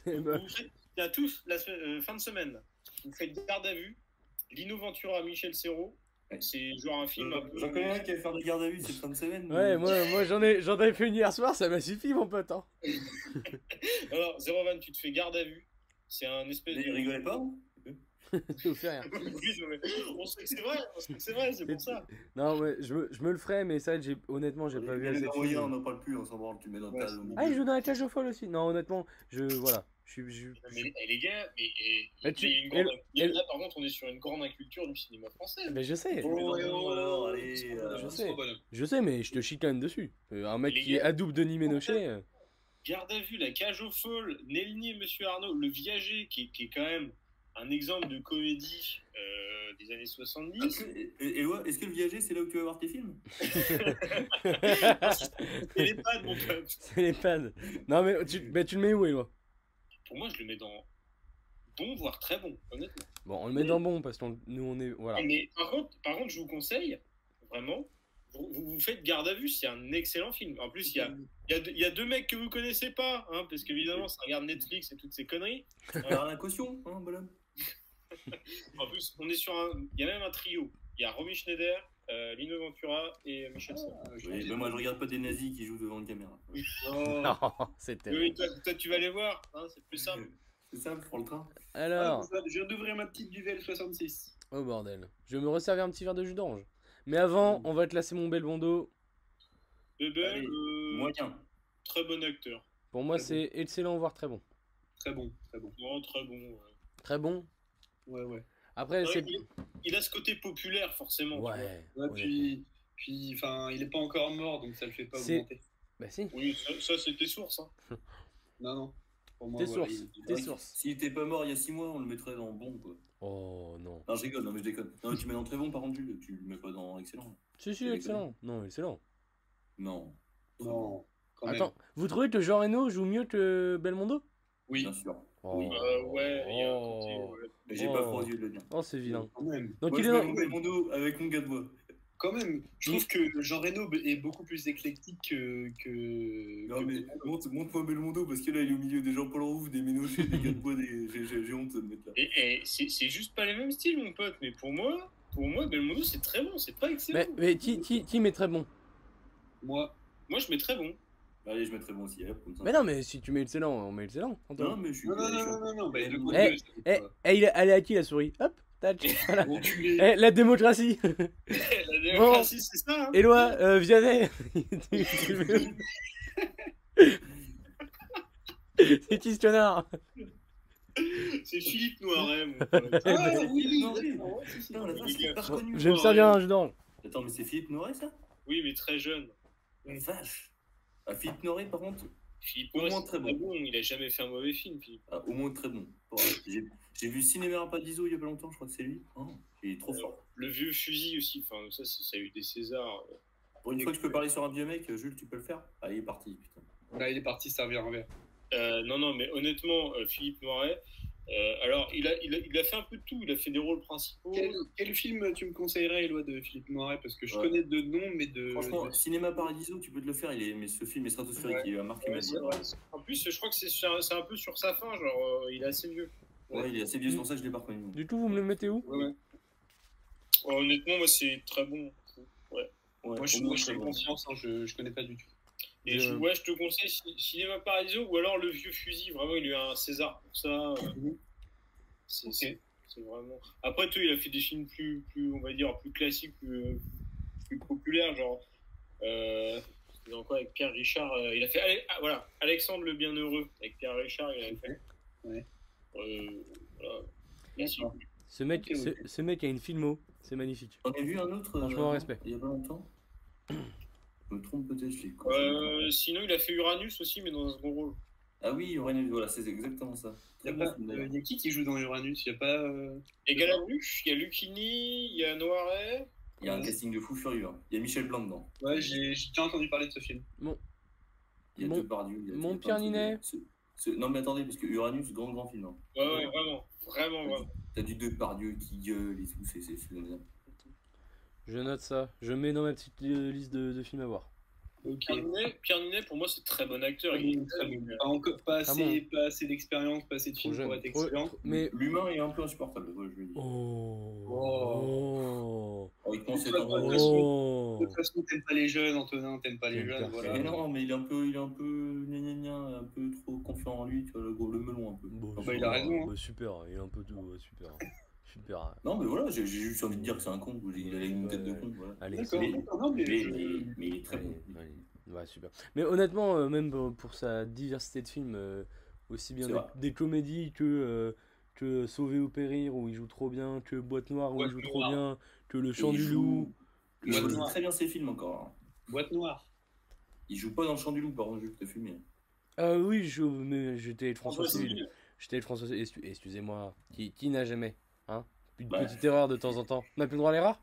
S2: Eh
S1: Vous
S2: ben,
S1: vous faites- Il y a tous, la se- euh, fin de semaine, vous faites garde à vue, Lino Ventura, Michel Serrault, c'est genre un film un peu...
S4: Euh, J'en connais un qui va faire des gardes à vue cette fin de semaine.
S2: Ouais, moi, moi j'en ai, j'en avais fait une hier soir, ça m'a suffi, mon pote. hein.
S1: Alors, 0,20, tu te fais garde à vue, c'est un espèce
S4: Mais
S1: de...
S4: rigolez pas hein
S2: Je vous fais rien.
S1: Oui, non, mais on sait que c'est vrai, on sait que c'est vrai, c'est pour ça.
S2: Non, ouais, je me, je me le ferai, mais ça, j'ai, honnêtement, j'ai pas vu
S4: Mais
S2: assez
S4: les
S2: de
S4: Norvégiens, on
S2: films.
S4: n'en parle plus, on s'en branle, tu mets dans ta.
S2: Ah, il joue dans la cage aux folles aussi. Non, honnêtement, je. Voilà. Je, suis- je-
S1: Non, Mais eh, les gars, mais, eh,
S2: Mais tu-
S1: il y a une grande-
S2: elle-
S1: là, par contre, on est sur une grande inculture du cinéma français.
S2: Mais je sais,
S4: Oh,
S1: Oh,
S4: ouais,
S1: oh,
S4: ouais,
S1: oh,
S4: allez,
S1: oh,
S4: euh,
S2: je
S1: oh,
S2: sais.
S1: oh, bonhomme.
S2: je sais, mais je te chicane dessus. Euh, un mec
S1: Les
S2: qui est
S1: gars.
S2: à double Denis Ménochet. euh,
S1: Garde à vue, La Cage aux Folles, Nelny et Monsieur Arnaud, Le Viager, qui, est- qui est quand même un exemple de comédie euh, des années
S2: Ah,
S1: 70.
S4: Et- et- Éloi, est-ce que le viager, c'est là où tu vas voir tes films
S1: C'est les pattes, mon pote.
S2: C'est les pads. Non, mais tu, mais tu le mets où, Eloi
S1: Pour moi, je le mets dans bon, voire très bon, honnêtement.
S2: Bon, on le met dans bon, parce que nous, on est. Voilà.
S1: Mais par contre, par contre, je vous conseille, vraiment, vous vous, vous faites Garde à vue, c'est un excellent film. En plus, il y a Il y, a deux- il y a deux mecs que vous connaissez pas, hein, parce qu'évidemment, ça regarde Netflix et toutes ces conneries.
S4: Alors la caution, hein, bonhomme
S1: En plus, on est sur un. Il y a même un trio. Il y a Romy Schneider, euh, Lino Ventura et Michel Serrault.
S3: Ah, je
S4: Oui,
S3: pensais-
S4: mais moi, je regarde pas des nazis qui jouent devant une caméra.
S1: Oh.
S2: Non, c'est
S1: Oui,
S2: terrible.
S1: oui, toi, toi, tu vas les voir, hein, c'est plus simple.
S4: C'est simple, prends le train.
S2: Alors,
S3: Ah, c'est ça, Je viens d'ouvrir ma petite duvel 66.
S2: oh bordel. Je vais me resservir un petit verre de jus d'orange. Mais avant, on va te lasser mon bel bondo.
S1: Bubble,
S4: Allez,
S1: euh,
S4: Moyen.
S1: très bon acteur.
S2: Pour moi, c'est excellent, voire très bon.
S3: Très bon, très bon.
S1: Non, très bon. ouais.
S2: Très bon.
S3: Ouais, ouais.
S2: Après,
S1: Ouais,
S2: c'est.
S1: il, il a ce côté populaire, forcément. tu vois.
S2: Ouais.
S3: Ouais,
S2: ouais.
S3: puis, puis, enfin, il est pas encore mort, donc ça le fait pas
S2: C'est-
S3: augmenter.
S2: Bah si.
S1: Oui, ça, ça, c'est tes sources. hein.
S3: Non, non. Pour moi,
S2: Tes
S3: voilà,
S2: sources.
S3: il-
S2: Tes sources.
S4: S'il était pas mort il y a 6 mois, on le mettrait dans bon, quoi.
S2: Oh non.
S4: Non, je rigole, non, mais je déconne. Non, mais tu mets dans très bon, par contre, tu le- tu le mets pas dans excellent.
S2: Si, si,
S4: C'est
S2: excellent. Non, excellent.
S4: Non.
S3: Non, quand
S1: Ah,
S3: même.
S2: Attends, vous trouvez que Jean Reno joue mieux que Belmondo
S3: Oui,
S4: Bien sûr.
S2: oh.
S4: Oui.
S1: Euh, ouais, il y a un côté,
S2: Oh.
S1: ouais.
S4: Mais j'ai
S2: Oh.
S4: pas froid aux yeux de le dire.
S2: Oh, c'est vilain.
S3: quand même.
S2: Donc
S4: Moi,
S2: il
S4: je
S2: est
S4: mets
S2: dans...
S4: mon Belmondo avec mon gars de bois.
S3: Quand même. Je trouve que Jean Reno b- est beaucoup plus éclectique que. que-
S4: Non,
S3: que-
S4: mais monte- monte-moi Belmondo parce que là, il est au milieu des Jean-Paul Rouve, des Ménochet, des gars de bois, des... j'ai- j'ai j'ai honte de me mettre là.
S1: Et, et c'est c'est juste pas les mêmes styles, mon pote. Mais pour moi, pour moi, Belmondo, c'est très bon. C'est pas excellent.
S2: Mais, mais qui, qui, qui met très bon
S3: Moi,
S1: Moi, je mets très bon.
S4: Bah, Allez, je mettrai bon aussi, hop, comme ça.
S2: Mais non, mais si tu mets excellent, on met excellent.
S4: Non,
S2: Antoine.
S4: mais je suis.
S3: Non, non,
S4: je suis-
S3: non, non, non, non,
S4: mais
S3: mais le
S4: non.
S3: coup
S2: Eh,
S3: de
S2: Eh, eh, il est- elle est à qui la souris Hop, tac, voilà.
S3: Enculé.
S2: Eh, la démocratie
S1: La démocratie, c'est ça. hein.
S2: Éloi, euh, Vianney Tu- tu veux- C'est qui ce connard
S1: C'est Philippe Noiret, mon pote.
S3: Ah,
S4: bah,
S3: oui, oui,
S4: Philippe Noiret.
S3: oui, oui, oui,
S4: Putain,
S2: Eh,
S4: la
S3: oui.
S4: vache, c'est pas
S2: Bon,
S4: reconnu.
S2: Je vais me servir un jus d'orange.
S4: Attends, mais c'est Philippe Noiret, ça
S1: Oui, mais très jeune.
S4: La vache. Ah, Philippe Noiret, par contre,
S1: Philippe
S4: Au
S1: Noiret,
S4: moins
S1: c'est
S4: très
S1: très bon. Il a jamais fait un mauvais film, Philippe.
S4: ah, au moins très bon. Oh, J'ai j'ai vu Cinéma Paradiso il y a pas longtemps, je crois que c'est lui. Oh, il est trop
S1: Euh,
S4: fort.
S1: Le vieux fusil aussi. Enfin, ça, c'est- ça a eu des Césars.
S4: Pour une fois que je peux parler sur un vieux mec, euh, Jules, tu peux le faire Allez, il est parti, putain.
S3: Là, il est parti servir un verre.
S1: Euh, non, non, mais honnêtement, euh, Philippe Noiret. euh, alors, il a, il, a, il a fait un peu de tout. Il a fait des rôles principaux.
S3: Quel, quel film tu me conseillerais, Éloi, de Philippe Noiret Parce que je
S4: Ouais.
S3: connais de nom, mais
S1: Euh,
S3: de.
S4: Franchement,
S3: de-
S4: Cinéma Paradiso, tu peux te le faire, il est... mais ce film est stratosphérique, il a marqué ma
S1: Euh, Ouais,
S4: vie.
S1: c'est vrai. En plus, je crois que c'est sur- c'est un peu sur sa fin. Genre, euh, il est assez vieux.
S4: Ouais, il est assez vieux, c'est pour ça que je l'ai pas reconnu.
S2: Du tout, vous me le mettez où
S1: Ouais, honnêtement, moi, c'est très bon.
S4: Ouais,
S3: Moi, je,
S4: au
S3: moi,
S4: moins,
S3: je
S4: très
S3: fais
S4: bon.
S3: confiance, hein, je, je connais pas du tout.
S1: Et
S2: Je-
S1: je, ouais, je te conseille Cin- Cinéma Paradiso ou alors Le Vieux Fusil. Vraiment, il a eu un César pour ça. euh,
S3: Mhm.
S1: C'est c'est- c'est vraiment. Après, toi, il a fait des films plus, plus on va dire, plus classiques, plus, euh, plus populaires. Genre, euh, c'était dans quoi avec Pierre Richard euh, Il a fait Ale- ah, voilà, Alexandre le Bienheureux avec Pierre Richard. Il a fait.
S3: Ouais.
S1: Euh, voilà. Classique.
S2: Ce mec,
S3: Ok,
S2: ce, ce mec a une filmo. C'est magnifique.
S4: J'en ai vu un autre. euh,
S2: Franchement, respect.
S4: Il y a pas longtemps. Je me trompe peut-être, je l'ai
S1: Euh, sinon, il a fait Uranus aussi, mais dans un second rôle.
S4: Ah oui, Uranus, voilà, c'est exactement ça. Très
S3: Il y,
S4: bon film, d'ailleurs.
S3: a qui qui joue dans Uranus Il y a pas. euh,
S1: Il y a Galabruche, il y a Lucini, il y a Noiret.
S4: Il y a un casting de fou furieux. hein. Il y a Michel Blanc dedans.
S3: Ouais, j'ai j'ai déjà entendu parler de ce film.
S4: Il y a
S2: Mon-
S4: Depardieu. il y a- il y a
S2: Mon
S4: plein de
S2: Pierre
S4: trucs de-
S2: Ninet.
S4: ce- ce- Non, mais attendez, parce que Uranus, grand, grand film. hein.
S1: Ouais, ouais, vraiment. Vraiment, vraiment.
S4: T'as du Depardieu qui gueule et tout, c'est c'est phénoménal.
S2: Je note ça. Je mets dans ma petite li- liste de, de films à voir.
S3: Ok.
S1: Pierre Ninet, Pierre Ninet, pour moi, c'est très bon acteur.
S3: Très
S1: Il
S3: bon, très bon. Pas, encore- pas
S2: Ah
S3: assez, pas assez d'expérience, pas assez de
S2: Trop
S3: films
S2: jeune.
S3: pour être
S2: Trop-
S3: excellent.
S2: trop- mais.
S4: L'humain est un peu insupportable, ouais, je le dis.
S2: Oh.
S3: Oh.
S4: Avec mon
S3: C'est
S4: sept
S3: pas
S4: ans.
S3: vrai.
S2: Oh.
S3: De toute façon, t'aimes pas les jeunes, Antonin, t'aimes pas les
S2: J'aime
S3: jeunes,
S2: personne.
S3: voilà.
S4: Mais non, mais il est un peu, il est un peu, gna gna gna, un peu trop confiant en lui, tu vois, le, gros- le melon un peu.
S2: Bon,
S3: bah, il a
S2: super,
S3: raison, hein.
S2: bah, super, il est un peu tout. ouais, super. super.
S4: Non, mais voilà, j'ai j'ai juste envie de dire que c'est un con, ou il a une tête de con, voilà.
S2: Allez,
S3: D'accord,
S2: c'est-
S3: d'accord, non, mais
S4: Mais,
S3: je-
S4: mais- mais il est très
S2: Allez,
S4: bon.
S2: allez. Ouais, super. Mais honnêtement, euh, même pour, pour sa diversité de films, euh, aussi bien
S4: C'est
S2: des,
S4: vrai.
S2: des comédies que, euh, que Sauver ou Périr, où il joue trop bien, que Boîte Noire, où il
S1: Boîte
S2: joue
S1: Noire.
S2: trop bien, que Le
S4: Et
S2: Chant
S4: il
S2: du
S4: joue-
S2: Loup.
S4: Il
S3: Boîte
S4: joue
S3: noire.
S4: très bien ses films encore. hein.
S3: Boîte noire.
S4: Il joue pas dans le champ du loup, par contre, je vais te hein. fumer.
S2: Ah oui, je- mais j'étais avec François
S1: François
S2: Civil. J'étais avec François Civil, excu- excusez-moi, qui, qui n'a jamais hein Une
S4: Bah.
S2: petite erreur de temps en temps. On n'a plus le droit à l'erreur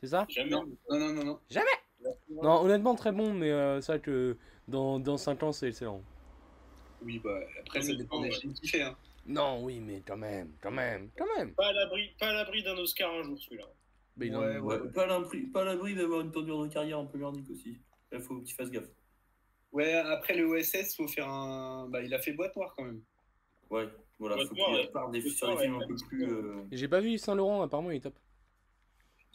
S2: C'est ça
S1: jamais.
S3: Non, non, non, non. non.
S2: Non, honnêtement, très bon, mais euh, c'est vrai que dans, dans 5 ans, c'est excellent.
S3: Oui, bah, après,
S1: Oui,
S3: ça
S1: mais
S3: dépend
S1: bon,
S3: des
S1: ouais.
S3: films qu'il fait. hein.
S2: Non, oui, mais quand même, quand même, quand même.
S1: Pas à l'abri- pas à l'abri d'un Oscar un jour, celui-là.
S2: Mais il en-
S3: Ouais,
S4: Ouais, Pas à l'abri- pas à l'abri d'avoir une tournure de carrière un peu merdique aussi. Là, faut qu'il fasse gaffe.
S3: Ouais, après le OSS, faut faire un. Bah, il a fait boîte noire quand même.
S4: Ouais, voilà,
S1: Ouais,
S4: faut
S1: ouais,
S4: qu'il reparte des,
S1: ouais,
S4: sur des
S1: ouais,
S4: films un
S1: ouais,
S4: peu plus. euh,
S2: J'ai pas vu Saint-Laurent, apparemment il est top.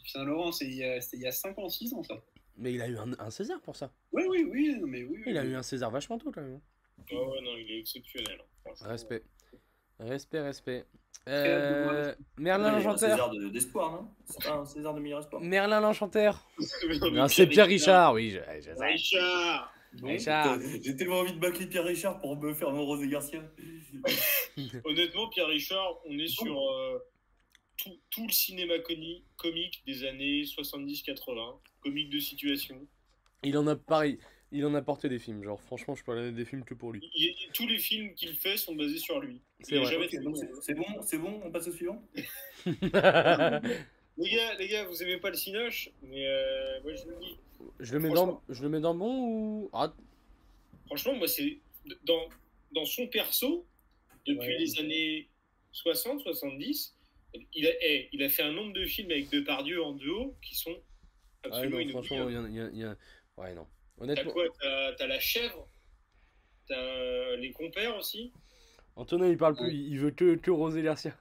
S3: Saint-Laurent, c'est il y a- c'était il y a 5 ans, 6 ans, ça.
S2: Mais il a eu un, un César pour ça.
S3: Oui, oui, oui, non, mais oui. oui.
S2: Il a eu un César vachement tôt quand même. hein.
S1: Ah ouais, non, il est exceptionnel. hein, franchement.
S2: Respect. Respect, respect.
S3: Très hâte de voir
S2: Euh,
S3: la
S2: Merlin
S4: il y a un
S2: l'Enchanteur.
S4: César de- d'espoir, non C'est pas un César de meilleur espoir.
S2: Merlin l'Enchanteur.
S1: Mais non, mais
S2: Non, c'est Pierre
S1: Richard.
S2: Richard, oui. je- je- je-
S1: Richard
S3: Bon,
S2: Richard.
S4: Putain, J'ai tellement envie de bâcler Pierre Richard pour me faire mon Rosé Garcia.
S1: Honnêtement, Pierre Richard, on est sur euh, tout, tout le cinéma coni- comique des années 70-80, comique de situation.
S2: Il en a pareil. Il en a porté des films. Genre, franchement, je parlais des films que pour lui.
S1: Il- il- tous les films qu'il fait sont basés sur lui.
S2: C'est
S1: Il a
S2: vrai.
S1: jamais
S4: Ok,
S1: fait
S4: donc
S1: de-
S4: c'est- C'est bon, c'est bon, on passe au suivant
S1: Les gars, les gars, vous aimez pas le Cinoche, mais euh, moi je vous le dis.
S2: je, le mets dans, je le mets dans bon ou. Ah,
S1: Franchement, moi c'est dans, dans son perso, depuis
S3: Ouais.
S1: les années 60-70, il a, eh, il a fait un nombre de films avec Depardieu en duo qui sont
S2: ah
S1: absolument
S2: non, franchement,
S1: inoubliables.
S2: il y en a- il y en a- il y en a- Ouais, non.
S1: T'as
S2: Honnêtement,
S1: quoi T'as t'as la chèvre, t'as euh, les compères aussi.
S2: Antonin, il parle plus. Il il veut que, que Rosé Garcia.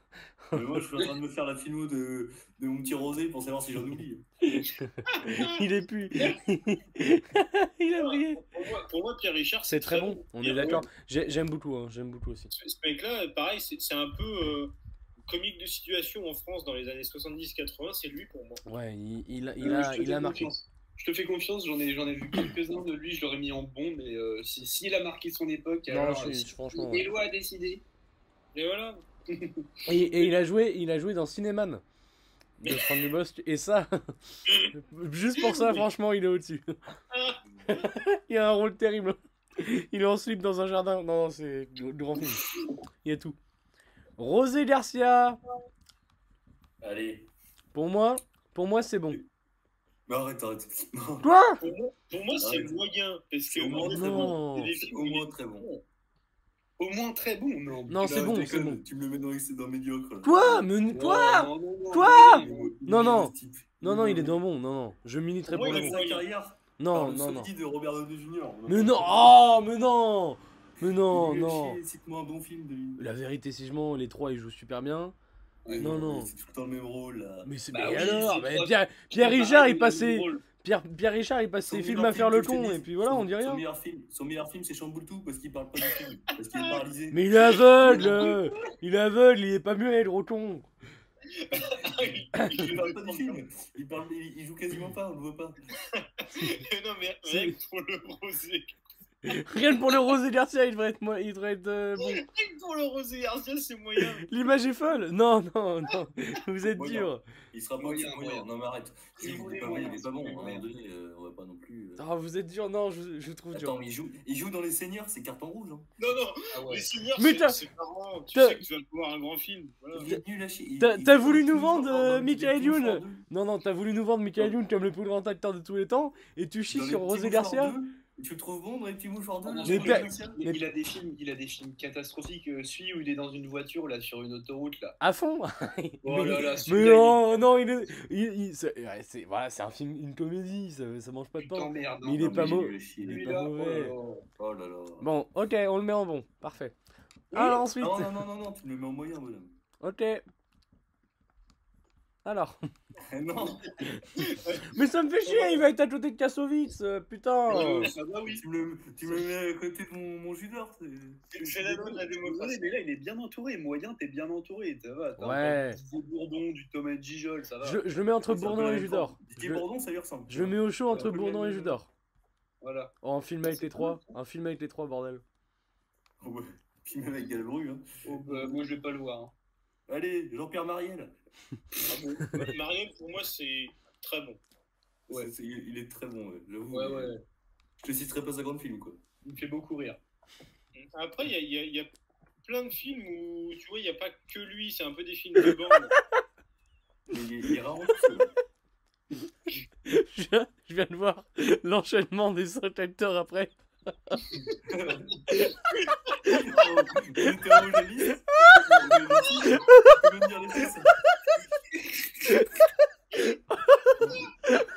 S4: Mais moi, je suis en train de me faire la philo de, de mon petit Rosé pour savoir si j'en oublie.
S2: Il est plus. il a brillé.
S1: Pour moi, pour moi, Pierre Richard,
S2: C'est très bon, on est
S1: Pierre-
S2: d'accord. J'ai- J'aime beaucoup, hein, j'aime beaucoup aussi.
S1: Ce, ce mec-là, pareil, c'est c'est un peu euh, comique de situation en France dans les années 70-80, c'est lui pour moi.
S2: Ouais, il, il a, il
S3: Euh,
S2: a,
S3: je te
S2: il a
S3: fais
S2: marqué.
S3: confiance. Je te fais confiance, j'en ai, j'en ai vu quelques-uns de lui, je l'aurais mis en bon, mais euh, si- s'il a marqué son époque,
S2: Non,
S3: alors,
S2: je-
S3: euh,
S2: je-
S3: si-
S2: franchement,
S3: les
S2: ouais.
S3: lois à décider.
S1: Et voilà.
S2: Et, et il a joué, il a joué dans Cinéman de Franck Dubosc. Et ça, juste pour ça, franchement, il est au-dessus. il a un rôle terrible. Il est en slip dans un jardin. Non, non, c'est gr- grand film. Il y a tout. Rosé Garcia,
S4: Allez,
S2: pour moi, pour moi, c'est bon.
S4: mais arrête, arrête. Non,
S2: Quoi
S1: Pour moi, pour moi,
S2: Ah,
S1: c'est
S4: Ouais.
S1: moyen. Parce que
S4: C'est au moins
S1: honnêtement,
S4: très bon.
S2: Non,
S1: c'est des
S4: C'est
S1: films
S4: au
S1: où il est-
S4: moins très bon.
S3: Au moins très bon, non
S2: non,
S4: Là,
S2: c'est bon,
S4: déconne,
S2: c'est bon.
S4: Tu me le mets dans l'excédent médiocre. là.
S2: Quoi Mais quoi
S3: Non, non, non,
S2: Quoi
S3: non, non,
S2: Non,
S3: non.
S2: non.
S4: Il est type.
S2: Non, non, il est dans bon. Non, non, je milite très
S1: Pour moi,
S2: pour
S4: Il
S2: le
S1: il
S4: est
S2: bon.
S1: est
S4: sa carrière.
S2: Non, non, non.
S4: de Robert Downey Jr.
S2: Mais non, oh, mais non, mais non, non.
S4: Cite-moi un bon film de lui.
S2: La vérité, si je mens, les trois ils jouent super bien.
S4: Ouais,
S2: non,
S4: mais
S2: non.
S4: C'est tout le temps le même rôle là.
S2: Mais c'est
S3: Bah
S2: mais
S3: oui,
S2: alors,
S3: c'est
S2: mais
S3: trois-
S2: Pierre, Pierre Richard il
S3: Pareil,
S2: passait,
S3: drôle.
S2: Pierre, Pierre Richard il
S4: Son
S2: passait film
S4: meilleur
S2: à faire le
S4: que je te
S2: con
S4: dis,
S2: et puis voilà,
S4: son-
S2: on dit
S4: Son
S2: rien.
S4: meilleur film, son meilleur film c'est Chamboultou parce qu'il parle pas du film, parce qu'il est paralysé.
S2: Mais il est aveugle, euh, il est aveugle, il est pas muet le gros con.
S4: Il parle pas du film. Il, parle, il, il joue quasiment pas, on le voit pas.
S1: non, mais
S2: C'est-
S1: rien que pour le rosé.
S2: Rien que pour le Rosé Garcia, il devrait être, mo- il devrait être euh, bon.
S1: Pour le Rosé Garcia, c'est moyen.
S2: L'image est folle Non, non, non. Vous êtes
S4: Moyen.
S2: dur.
S4: Il sera pas
S3: Moyen,
S4: moyen, moyen.
S3: moyen.
S4: Non, mais arrête.
S3: Il
S4: Jules, Il
S3: voulait
S4: est pas bon, il
S3: moyen,
S4: est pas bon.
S3: il
S4: À un
S3: voulait
S4: moment donné, euh, on va pas non plus. euh,
S2: Ah, vous êtes dur. Non, je, je trouve
S4: Attends,
S2: dur.
S4: mais il joue, il joue dans les seigneurs, c'est carton rouge. Hein.
S1: Non, non,
S4: Ah
S1: mais
S4: ouais.
S1: Seigneur,
S2: Mais
S1: c'est
S2: t'as-
S1: c'est marrant. Tu
S2: t'as-
S1: sais que tu vas voir un grand film. Voilà. Ah
S4: Il est nul à chier. Il-
S2: T'as-
S4: il-
S2: t'as voulu
S4: il-
S2: nous
S4: il-
S2: vendre,
S4: dans
S2: euh,
S4: les
S2: Michael
S4: Big Bang
S2: Youn.
S4: Theory deux,
S2: Non, non, t'as voulu nous vendre Michael Youn comme le plus grand acteur de tous les temps, et tu chies
S4: dans les
S2: sur
S4: Petits
S2: Rosé
S4: Mouchoirs
S2: Garcia
S4: deux. Tu le trouves bon dans les petits mouchoirs deux
S3: Non,
S4: là,
S2: Mais
S4: sur
S2: per-
S4: les Garcia
S3: Il, il a des films, il a des films catastrophiques. euh, celui où il est dans une voiture là sur une autoroute là.
S2: À fond
S3: Oh là là,
S2: Mais
S3: celui-là,
S2: non, non, il est. il- il- c'est ouais, c'est- voilà, c'est un film, une comédie, ça, ça mange pas de
S3: il
S2: pain.
S3: t'emmerde.
S2: Mais il est
S4: Non,
S2: pas
S4: mais
S2: beau.
S4: nul à chier, il est
S2: Il est
S4: pas-
S2: pas mauvais.
S4: Oh là là.
S2: Bon, ok, on le met en bon, parfait. Alors ensuite,
S4: Non, non, non, non, non, tu me le mets en moyen, bonhomme.
S2: ok. Alors,
S4: Non,
S2: mais ça me fait chier, il va être à côté de Kassovitz, euh,
S3: oh,
S2: putain.
S1: Ça va, oui.
S4: tu me le, tu me le mets à côté de mon, mon junior. c'est-
S1: C'est la loi de la démocratie.
S3: mais là, il est bien entouré. Moyen, t'es bien entouré. Ça va. t'as
S2: Ouais.
S3: un petit Bourdon, du Thomas Gijol, ça va.
S2: Je, je le mets entre
S4: c'est un peu
S2: Bourdon
S4: la
S2: et
S4: même
S2: Judor.
S4: forme. Didier
S2: Je,
S4: Bourdon, ça lui ressemble.
S2: je le mets au chaud entre
S3: Ouais.
S2: Bourdon et Judor.
S3: Voilà.
S2: Oh, un film avec les trois, un film avec les trois, bordel.
S4: Ouais. Puis même avec Galbru. Hein.
S3: Oh, bah, moi, je vais pas le voir. hein.
S4: Allez, Jean-Pierre Mariel.
S1: Marielle, pour moi, c'est très bon.
S4: Ouais. c'est- il il est très bon, ouais, j'avoue.
S3: Ouais,
S4: mais euh,
S3: ouais.
S4: Je te citerai pas 50 films, quoi.
S3: Il me fait beaucoup rire.
S1: Après, il y a, il y a- il y a plein de films où, tu vois, il n'y a pas que lui, c'est un peu des films de bande.
S4: Mais il est, il est rarement tout seul.
S2: Je, je viens de voir l'enchaînement des cinq acteurs après.
S4: Oh, J'étais en haut de la liste. Mais le titre, je peux me dire les textes.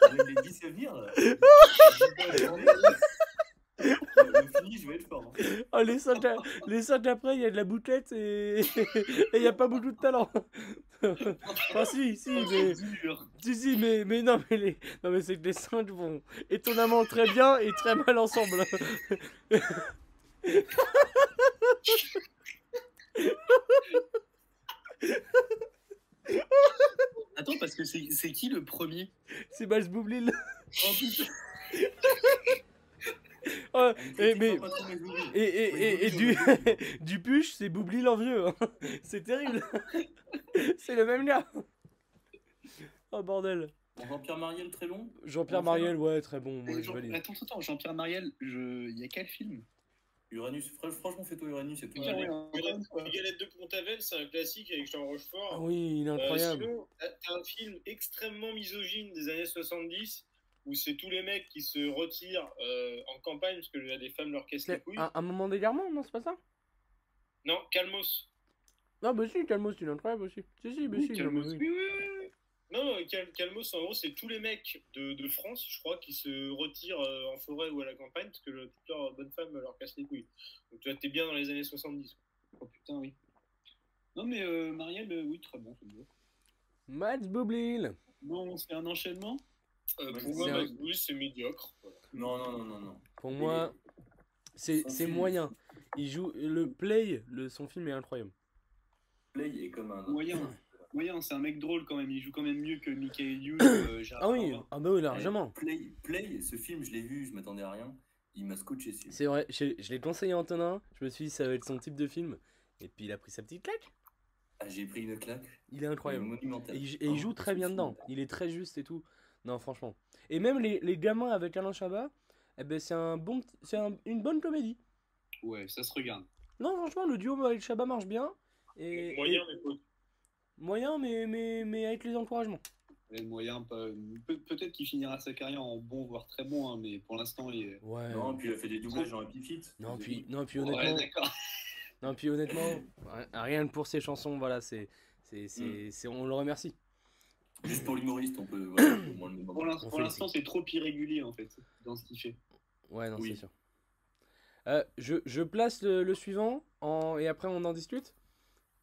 S4: Avec les 10 à venir, là. Je vais pas attendre. Le le fini, je vais être fort. hein.
S2: Oh, les cinq, a- les cinq après, il y a de la bouchette et et il n'y a pas beaucoup de talent. Enfin, si, si, mais.
S3: Dur.
S2: Si, si, mais, mais non, mais, les... non, mais c'est que les cinq vont étonnamment très bien et très mal ensemble.
S3: Attends, parce que c'est c'est qui le premier
S2: C'est Miles Boublil.
S4: Oh, putain.
S2: Oh,
S4: Elle
S2: et,
S4: critique
S2: mais-
S4: pas trop, mais je vous dis.
S2: et, et, et, et du, du puche, c'est Boublil en vieux. hein. C'est terrible. C'est le même gars. Oh bordel.
S4: Bon, Jean-Pierre Mariel, très long.
S2: Jean-Pierre Mariel, ouais, très bon. moi, je
S3: Jean-
S2: valide.
S3: Attends, attends, Jean-Pierre Mariel, je... il y a quel film
S4: Uranus, fr- franchement, fais-toi Uranus, c'est tout.
S1: Ouais, ouais.
S3: Encore une fois.
S1: Les Galettes de Pontavel, c'est un classique avec Jean Rochefort.
S2: Ah oui, il est
S1: Euh,
S2: incroyable.
S1: sinon, t'as- t'as un film extrêmement misogyne des années 70 où c'est tous les mecs qui se retirent euh, en campagne parce que là, des femmes leur cassent les
S2: C'est
S1: couilles.
S2: un, un moment d'égarement, non, c'est pas ça
S1: Non, Calmos.
S2: Non, bah si, Calmos, il est incroyable aussi. Si, si, bah si. non, mais oui.
S1: Non, non, Cal- Calmos, en gros, c'est tous les mecs de, de France, je crois, qui se retirent euh, en forêt ou à la campagne parce que le- toutes leurs bonnes femmes leur cassent les couilles. Donc, tu vois, t'es bien dans les années 70.
S3: Oh putain, oui. Non, mais euh, Marielle, euh, oui, très bon. c'est bon.
S2: Mats Boublil.
S3: Non, on se fait un enchaînement
S1: Euh,
S4: Ouais,
S1: pour moi,
S2: c'est
S1: Max
S2: un-
S1: Boublil, c'est médiocre. Voilà.
S4: Non, non, non, non, non.
S2: Pour moi, c'est
S4: Son
S2: c'est
S4: film.
S2: moyen. Il joue le play, le, son film est incroyable.
S4: Play est comme un.
S2: Ah.
S3: Moyen. Moyen, c'est un mec drôle quand même. Il joue quand même mieux que Michael Youn.
S2: Ah oui, ah bah oui, largement.
S4: Play, Play, ce film, je l'ai vu, je m'attendais à rien. Il m'a scotché. celui-là.
S2: C'est vrai, je, je l'ai conseillé à Antonin, je me suis dit ça va être son type de film, et puis il a pris sa petite claque.
S4: Ah, j'ai pris une claque.
S2: Il est incroyable.
S4: Monumentale.
S2: Et il, et il joue
S4: Oh,
S2: très
S4: ce
S2: bien
S4: film.
S2: dedans, il est très juste et tout. Non, franchement. Et même les, les gamins avec Alain Chabat, eh ben c'est un bon, petit- c'est un- une bonne comédie.
S3: Ouais, ça se regarde.
S2: Non, franchement, le duo avec Chabat marche bien. Et,
S1: Moyen,
S2: et-
S1: mais pas-
S2: moyen, mais, mais, mais avec les encouragements.
S3: Et moyen, pas- Pe- peut-être qu'il finira sa carrière en bon, voire très bon, hein, mais pour l'instant, il est.
S2: Ouais.
S4: Non, puis il a fait des doublages en Happy Feet.
S2: Non,
S4: Des-
S2: puis, non, puis
S3: Ouais,
S2: honnêtement,
S3: d'accord.
S2: Non, puis honnêtement, ri- rien que pour ces chansons, voilà, c'est. c'est,
S4: Mm.
S2: c'est, c'est- on le remercie.
S4: Juste pour l'humoriste, on peut. Voilà, au moins le moment.
S3: Pour l'ins-
S2: On
S3: pour
S2: fait
S3: l'instant, c'est trop irrégulier en fait, dans ce qu'il fait.
S2: Ouais, non,
S4: Oui.
S2: c'est sûr. Euh, je, je place le, le suivant en, et après on en discute.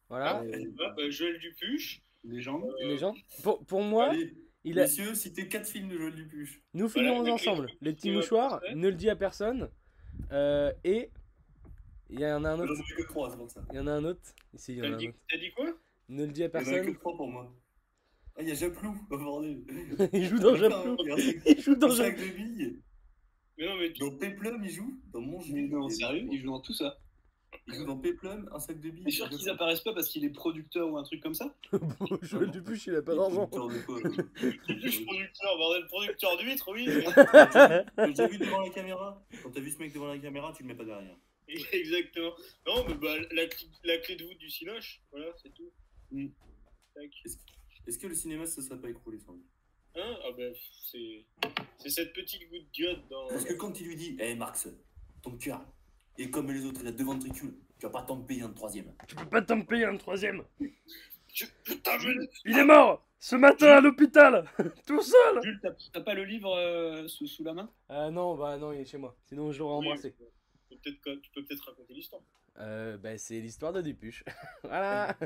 S2: Voilà,
S4: Euh,
S1: Ah, bah, Joël Dupuche.
S3: Les jambes
S2: les gens. Pour, pour moi,
S4: Ah. Allez,
S2: il a,
S4: messieurs, citez 4 films de Joël Dupuche.
S2: nous finirons
S1: avec les-
S2: ensemble. Les petits
S1: les-
S2: mouchoirs,
S1: ouais.
S2: ne le dis à personne. euh, et. Il y en a un
S4: J'en ai
S2: autre.
S4: vu que 3, c'est pour ça.
S2: Il y en a un autre. Ici, il y en
S3: Euh,
S1: T'as
S2: a un
S1: dit,
S2: autre.
S1: t'as dit quoi
S2: Ne le dis à
S4: Il y en a que
S2: personne.
S4: 3 pour moi. Ah, il y a Japlou, oh bordel.
S2: il joue dans Japlou.
S4: Putain, il y a un
S2: Il joue dans
S4: sac
S2: Japlou.
S4: de billes.
S1: Mais non, mais tu-
S4: Dans Peplum, il joue Dans mon jeu.
S3: Mais non,
S4: il est-
S3: sérieux, ils jouent dans tout ça.
S4: Il joue dans Peplum, un sac de billes.
S3: T'es sûr qu'ils apparaissent pas parce qu'il est producteur ou un truc comme ça
S2: Je le bûche, il a pas d'argent.
S1: je suis producteur, bordel, producteur d'huîtres, oui.
S4: Quand t'as Euh, vu devant la caméra, quand t'as vu ce mec devant la caméra, tu le mets pas derrière.
S1: Exactement. Non, mais bah, la, cl- la clé de voûte du Cinoche, voilà, c'est tout.
S4: Mm.
S1: Tac.
S4: Est-ce que le cinéma, ça serait pas écroulé sans lui
S1: Hein ah ben, c'est c'est cette petite goutte d'iode dans...
S4: Parce que quand il lui dit, hé Marx, ton cœur, et comme les autres, il a deux ventricules, tu vas pas t'en payer un troisième.
S2: Tu peux pas t'en payer un troisième.
S1: Je, je t'amène
S2: Il est mort ce matin à l'hôpital, tout seul.
S3: Jules, t'as- t'as pas le livre euh, sous, sous la main
S2: Ah non, bah non, il est chez moi. Sinon, je l'aurais
S1: Oui.
S2: embrassé.
S1: Tu peux peut-être tu peux peut-être raconter l'histoire.
S2: Euh, bah, c'est l'histoire de Dupuche. voilà,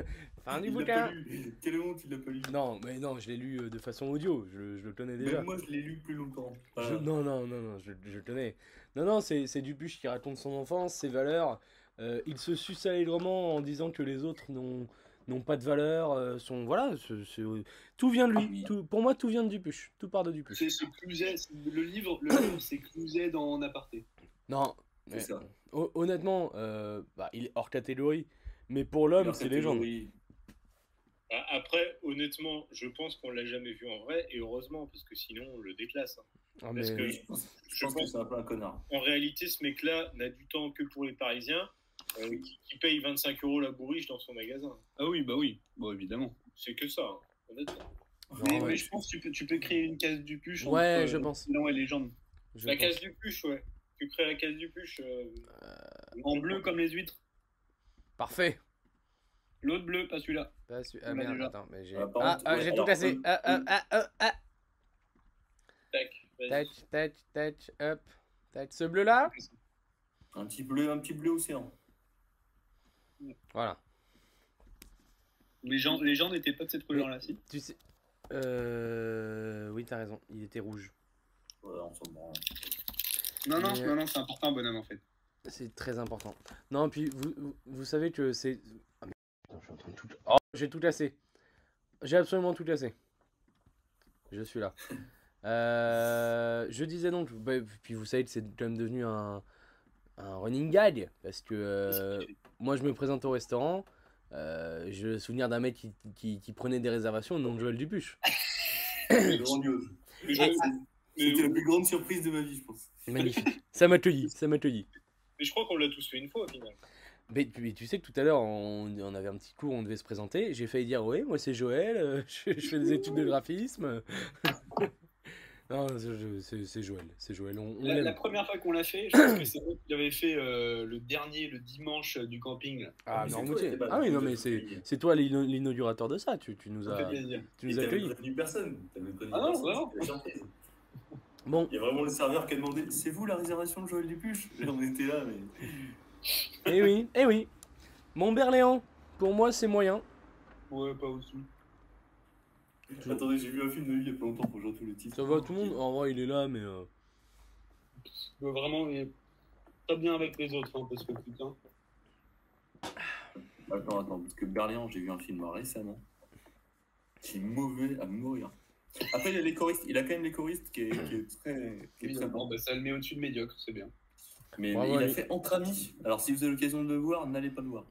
S2: fin du
S4: Il l'a
S2: bouquin.
S4: pas lu. Quelle honte, il l'a pas lu.
S2: Non, mais non, je l'ai lu euh, de façon audio, je, je le connais déjà.
S4: Même moi, je l'ai lu plus longtemps. Voilà.
S2: Je- non, non, non, non, je, je le connais. Non, non, c'est c'est Dupuche qui raconte son enfance, ses valeurs. Euh, il se suce allègrement en disant que les autres n'ont n'ont pas de valeur. euh, sont, voilà, c'est- c'est- tout vient de lui. Tout, pour moi, tout vient de Dupuche. Tout part de Dupuche.
S3: C'est c'est Cluzet, c'est- le livre, le livre, c'est Cluzet dans En aparté.
S2: Non,
S4: C'est ça.
S2: hon- honnêtement, euh, bah, il est hors catégorie. Mais pour l'homme,
S4: Leur
S2: c'est légende.
S4: catégorie.
S1: Ah, Après, honnêtement, je pense qu'on l'a jamais vu en vrai, et heureusement, parce que sinon, on le déclasse. hein.
S2: Ah,
S1: Parce
S2: mais-
S1: que-
S4: Oui, je pense, je
S1: Je
S4: pense que
S1: pense-
S4: c'est un peu un connard.
S1: En réalité, ce mec-là n'a du temps que pour les Parisiens, euh, qui, qui paye 25 euros la bourriche dans son magasin.
S3: Ah oui, bah oui, bon évidemment.
S1: C'est que ça, hein, honnêtement.
S2: Non,
S3: mais,
S2: ouais,
S3: mais je euh, pense que tu peux, tu peux créer une case du puche.
S2: Ouais, je pense.
S3: Non, et légende.
S2: je
S1: La
S2: pense.
S1: case du puche, ouais. Tu crées la case du puche. euh,
S3: En bleu comme les huîtres.
S2: Parfait.
S3: L'autre bleu, pas celui-là.
S2: Pas su- Ah
S3: On l'a
S2: merde,
S3: déjà.
S2: attends, mais j'ai
S4: Ah, par
S2: ah,
S4: contre,
S2: ah,
S4: ouais,
S2: j'ai tout
S4: alors,
S2: cassé.
S4: euh,
S2: Ah, ah, ah, ah, ah.
S1: Tac. vas-y.
S2: Touch, touch, touch, hop. Touch ce bleu là.
S4: Un petit bleu, un petit bleu océan.
S2: Voilà.
S3: Les gens les gens n'étaient pas de cette couleur-là, si.
S2: Tu sais. Euh. Oui, t'as raison. Il était rouge.
S4: Voilà, on s'en branle.
S3: Non, non,
S2: Mais-
S3: non, non, c'est important, bonhomme, en fait.
S2: C'est très important. Non, puis vous, vous, vous savez que c'est. Ah, merde, putain, je suis en train de tout- Oh, j'ai tout cassé. J'ai absolument tout cassé. Je suis là. Euh, je disais donc, bah, puis vous savez que c'est quand même devenu un, un running gag parce que euh, moi je me présente au restaurant. euh, J'ai le souvenir d'un mec qui, qui- qui prenait des réservations au nom de Joël Dupuche.
S4: Grandiose.
S1: Mais je- mais-
S4: C'était la plus grande surprise de ma vie, je pense.
S2: Magnifique. ça m'accueillit, ça m'accueillit.
S1: mais je crois qu'on l'a tous fait une fois au final.
S2: Mais tu, mais tu sais que tout à l'heure, on, on avait un petit cours, on devait se présenter. J'ai failli dire, ouais, moi c'est Joël, euh, je, je fais des études de graphisme. non, c'est- je- c'est c'est Joël, c'est Joël. On, on
S3: La,
S2: l'aime.
S3: la première fois qu'on l'a fait, je pense que c'est eux qui l'avaient fait euh, le dernier, le dimanche euh, du camping. là.
S2: Ah,
S4: mais c'est
S2: Normoutier.
S4: toi, c'est pas
S2: Ah oui, non,
S4: le-
S2: mais c'est c'est toi l'ino- l'inaugurateur de ça, tu, tu nous
S3: Ça fait
S2: as,
S3: plaisir.
S2: tu
S4: Et
S2: nous as
S4: t'avais
S2: accueillis.
S4: prévenu personne. T'avais prévenu
S3: Ah non,
S4: personne,
S3: vraiment.
S4: c'était la surprise.
S2: Bon,
S4: Il y a vraiment le serveur qui a demandé C'est vous la réservation de Joël Dupuche Et on était là, mais.
S2: et eh oui, et oui. Mon Berléand, pour moi c'est moyen.
S3: Ouais, pas au-dessus.
S4: Attendez, j'ai vu un film de lui il y a pas longtemps pour jouer tous les titres.
S2: Ça va tout le monde En vrai, il est là, mais. euh,
S3: Mais vraiment, mais pas bien avec les autres, hein, parce que putain.
S4: Attends, attends, parce que Berlin, j'ai vu un film récemment qui est mauvais à mourir. Après, il a les choristes, il a quand même les choristes qui est, qui est très, qui est très
S3: Évidemment,
S4: bon.
S3: bah, ça le met au-dessus de médiocre, c'est bien.
S4: Mais,
S2: Bravo,
S4: mais il a
S2: lui.
S4: fait Entre Amis. Alors, si vous avez l'occasion de le voir, n'allez pas le voir.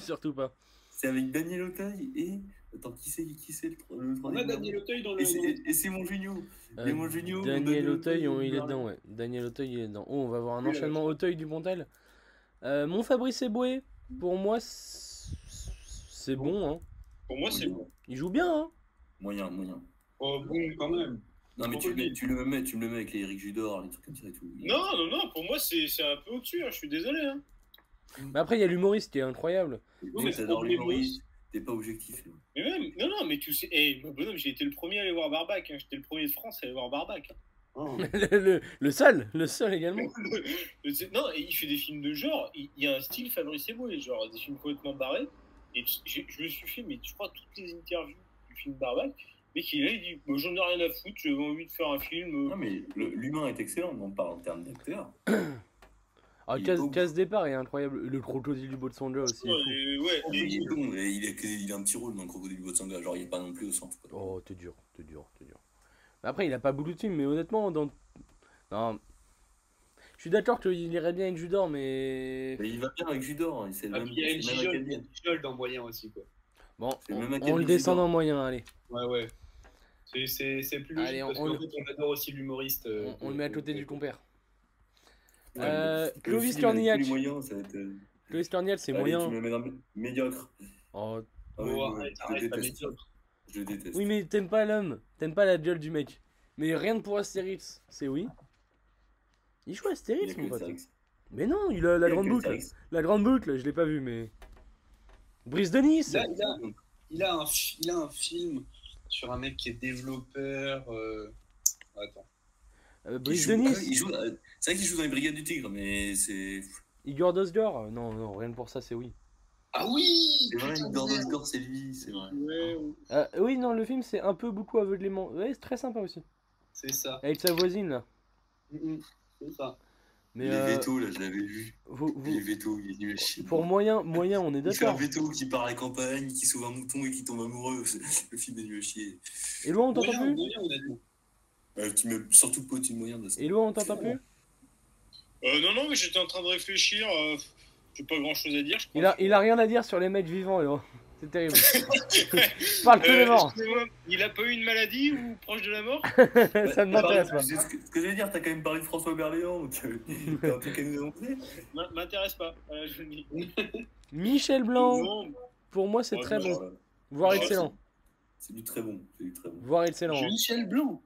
S2: Surtout pas.
S4: C'est avec Daniel Auteuil et. Attends, qui c'est qui c'est le, tro- le
S3: On a
S4: troisième
S3: Daniel Auteuil dans le.
S4: Et c'est- Et c'est mon Junio.
S2: Euh,
S4: Et mon Junio.
S2: Daniel Auteuil, on- il est
S4: Berlin.
S2: dedans, ouais. Daniel Auteuil, il est dedans. Oh, on va voir un
S3: Oui,
S2: enchaînement Auteuil-Dupontel. Euh, mon Fabrice Eboué, pour moi, c- c'est bon. Hein.
S1: Pour moi, c'est.
S2: Il joue bien, hein.
S4: Moyen, moyen.
S3: Oh, bon, quand même.
S4: Non, mais tu, le mets- tu le mets, tu me le mets avec les Eric Judor, les trucs comme ça et tout.
S1: Non, non, non, pour moi, c'est c'est un peu au-dessus, hein, je suis désolé. hein.
S2: Mais après, il y a l'humoriste qui est incroyable.
S1: Non, mais
S4: Mais t'adores
S1: c'est
S4: les Maurice, t'es pas objectif. là.
S1: Mais même, non, non, mais tu sais, eh, mon bonhomme, j'ai été le premier à aller voir Barbac, hein, j'étais le premier de France à aller voir Barbac. hein.
S4: Oh.
S2: le, le seul, le seul également.
S1: Je sais- non, et il fait des films de genre, il il y a un style Fabrice Eboué, genre des films complètement barrés. Et tu- j'ai- je me suis fait, mais je crois, toutes les interviews du film Barbac, mais qu'il est là, il dit, Moi, j'en ai rien à foutre, j'ai envie de faire un film. euh,
S4: Non, mais le- l'humain est excellent, on parle en termes d'acteur.
S2: Ah,
S4: Il est
S2: casse,
S4: beau.
S2: casse départ est incroyable. Le crocodile du Botswana aussi. est fou.
S1: et- ouais,
S4: Il
S1: et-
S4: est bon, et il, a, que- il a un petit rôle dans le crocodile du Botsanga, genre il est pas non plus au centre. quoi.
S2: Oh, t'es dur, t'es dur, t'es dur. Après, il a pas beaucoup de films, mais honnêtement, dans. Non. Je suis d'accord qu'il irait bien avec Judor, mais.
S4: Mais il va bien avec Judor. hein, C'est le
S3: Ah,
S4: même,
S3: puis il y a une
S4: c'est le même
S3: Gijol, il y a
S4: académie.
S3: une Gijol dans moyen aussi, quoi.
S2: Bon,
S4: C'est le même
S2: on, on
S4: acabit
S2: le
S4: que
S2: descend
S4: Judor.
S2: en moyen, allez.
S3: Ouais, ouais. C'est- C'est c'est plus logique
S2: Allez, on-
S3: parce
S2: on
S3: qu'en
S2: le-
S3: fait, on adore aussi l'humoriste. euh,
S2: On, on le met à côté
S3: que-
S2: du compère.
S4: Ouais,
S2: Euh,
S4: mais si
S2: Clovis
S4: le film,
S2: Cornillac.
S4: avec tous les moyens, ça va être, euh,
S2: Chloé Cornillac, c'est
S4: allez,
S2: moyen.
S4: Tu me le mets dans le médiocre.
S2: Oh,
S4: Ah
S3: Oh,
S4: oui, non, je,
S3: arrête,
S4: le
S3: arrête, pas
S4: déteste.
S3: médiocre.
S4: je le déteste.
S2: Oui, mais t'aimes pas l'homme, t'aimes pas la gueule du mec. Mais rien que pour Astérix, c'est oui. Il joue
S4: Il y a
S2: Astérix,
S4: que
S2: mon
S4: le
S2: pote.
S4: T-Rex.
S2: Mais non, il a la
S4: Il y a
S2: grande
S4: que le
S2: boucle.
S4: T-Rex.
S2: La grande boucle, je l'ai pas vu, mais. Brice de Nice
S4: Bah,
S3: Là, il a, il a un, fi- il a un film sur un mec qui est développeur. euh, Attends.
S2: Euh,
S4: Il
S2: Brice
S4: joue-
S2: de
S4: ah,
S2: Nice
S4: il joue- euh, C'est vrai qu'il joue dans les Brigades du Tigre, mais c'est.
S2: Igor Dosgor Non, non, rien que pour ça, c'est oui.
S3: Ah oui Ah,
S4: C'est vrai,
S3: putain,
S4: Gordon
S3: merde.
S4: Score, c'est lui, c'est vrai.
S3: Ouais, ouais,
S2: Euh, oui, non, le film, c'est un peu beaucoup aveuglément. Ouais, c'est très sympa aussi.
S3: c'est ça.
S2: Avec sa voisine, là.
S3: Mm, mm, C'est ça.
S2: Mais
S4: les
S2: euh,
S4: vétos, là, je l'avais vu.
S2: vous- vous-
S4: Les vétos, il est nul à chier.
S2: pour moyen, moyen, on est
S4: Il fait un
S2: d'accord.
S4: veto qui part à la campagne, qui sauve un mouton et qui tombe amoureux. Le film est nul à chier.
S2: Et loin, on t'entend
S3: Moyen,
S2: plus
S3: moyen, honnêtement.
S4: Euh, tu mets surtout pas une moyen de ça.
S2: Et loin, on t'entend plus
S1: Euh, non, non, mais j'étais en train de réfléchir. euh, J'ai pas grand chose à dire. Je
S2: Il a,
S1: pense.
S2: il a rien à dire sur les mecs vivants, Léo. C'est terrible. Parle que des
S1: Euh,
S2: morts.
S1: excusez-moi, il a pas eu une maladie ou proche de la mort
S2: Ça ne m'intéresse pas.
S4: C'est ce que, ce que j'allais dire, t'as quand même parlé de François Berléand, donc euh, t'as un truc à nous annoncer.
S1: M'in- M'intéresse pas. Voilà, je le dis.
S2: Michel Blanc,
S1: Non,
S2: pour moi, c'est
S1: Ouais,
S2: très
S1: non,
S2: bon.
S4: Voilà.
S2: Voire
S1: Ouais,
S2: excellent.
S4: euh, C'est du très bon, c'est du très bon.
S2: Voire excellent. hein.
S3: Michel Blanc.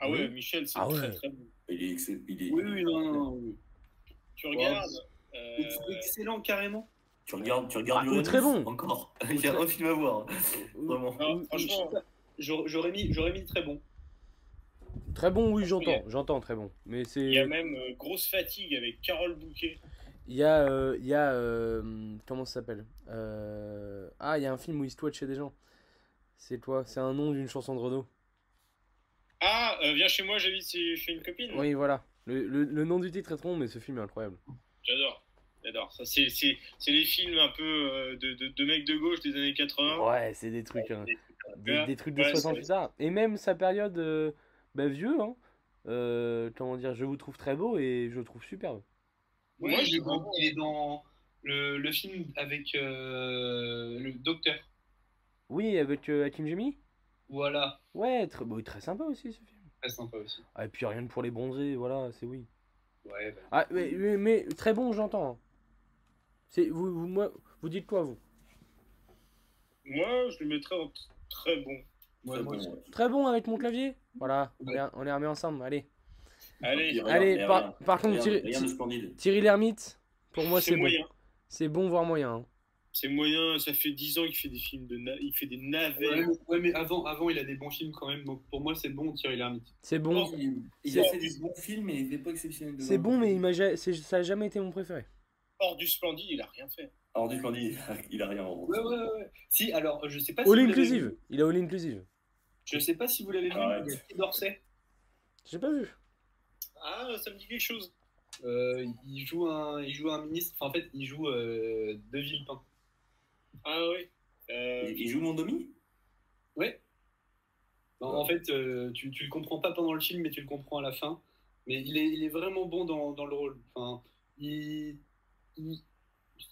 S1: Ah ouais, Michel, c'est
S2: Ah ouais.
S1: très très bon.
S4: Il est excellent. Il est...
S3: Oui, oui, non, non, non, oui.
S1: Tu regardes. euh,
S3: Ex- Excellent carrément.
S4: Tu regardes, tu regardes
S2: Ah,
S4: Uranus,
S2: très bon.
S4: Encore. Il y a un film à voir, hein,
S2: Euh,
S4: vraiment.
S1: non,
S3: Oui,
S1: franchement,
S3: je sais pas. J'aurais j'aurais mis, j'aurais mis le très bon.
S2: Très bon, oui, j'entends. J'entends, très bon. Mais c'est.
S1: il y a même euh, grosse fatigue avec Carole Bouquet.
S2: Il y a. euh, il y a euh, comment ça s'appelle Euh, Ah, il y a un film où il se toit de chez des gens. C'est quoi C'est un nom d'une chanson de Renaud.
S1: Ah, euh, viens chez moi, j'habite chez chez une copine.
S2: Oui, voilà. Le, le- le nom du titre est bon, mais ce film est incroyable.
S1: J'adore. J'adore. Ça, c'est, c'est, c'est les films un peu euh, de, de, de mecs de gauche des années 80.
S2: Ouais, c'est des trucs. hein. Des, des trucs de
S1: Ouais,
S2: 60
S1: c'est-
S2: plus tard. Et même sa période euh, bah, vieux, hein. Euh, comment dire, je vous trouve très beau et je le trouve superbe.
S1: Ouais,
S3: Moi,
S1: il
S3: j'ai
S1: est vraiment-
S3: il est dans le, le film avec euh, le docteur.
S2: Oui, avec euh, Hakim Jemili
S3: Voilà.
S2: Ouais, très, bah, très sympa aussi ce film.
S3: Très sympa aussi.
S2: Ah, et puis rien que pour les bronzés, voilà, c'est oui.
S3: Ouais, bah,
S2: Ah, mais, mais- mais très bon, j'entends. hein. C'est, vous, vous, moi, vous dites quoi, vous
S1: Moi, je le mettrais en t- très bon.
S3: moi,
S4: Très
S3: moi,
S4: bon,
S3: je-
S4: ouais.
S2: Très bon avec mon clavier Voilà, on
S3: Ouais.
S2: les, on les remet ensemble, allez.
S1: Allez,
S4: Regarde,
S2: Allez,
S4: regarde,
S2: par, par contre,
S4: regarde,
S2: Thierry,
S4: regarde le splendide.
S2: Thierry Lhermitte, pour moi,
S1: c'est
S2: c'est bon.
S1: moyen.
S2: C'est bon, voire moyen. hein.
S1: C'est moyen. Ça fait 10 ans qu'il fait des films de. na- Il fait des navets.
S3: Ouais, ouais, mais avant, avant, il a des bons films quand même. Donc pour moi, c'est bon, Thierry Lhermitte.
S2: C'est bon,
S4: Il,
S2: il a
S4: a
S2: C'est-
S4: fait des bons films, mais il n'est pas exceptionnel.
S2: c'est bon, mais il m'a ja- c'est- ça a jamais été mon préféré.
S1: Hors du splendide, il a rien fait.
S4: Alors, du splendide, il a- il a rien en gros.
S3: Ouais, ouais, ouais. Si, alors, je sais pas
S2: All
S3: vous l'avez
S2: inclusive.
S3: vu.
S2: Il a all inclusive.
S3: Je sais pas si vous l'avez vu,
S4: Arrête.
S3: mais Guy Dorset.
S2: J'ai pas vu.
S1: Ah, ça me dit quelque chose.
S3: euh, il, joue un, il joue un ministre. Enfin, en fait, il joue euh, De Villepin.
S1: Ah oui. Euh,
S4: Il il joue Mondomi
S3: En, en fait, euh, tu, tu le comprends pas pendant le film, mais tu le comprends à la fin. Mais il est, il est vraiment bon dans, dans le rôle. Enfin, il- il-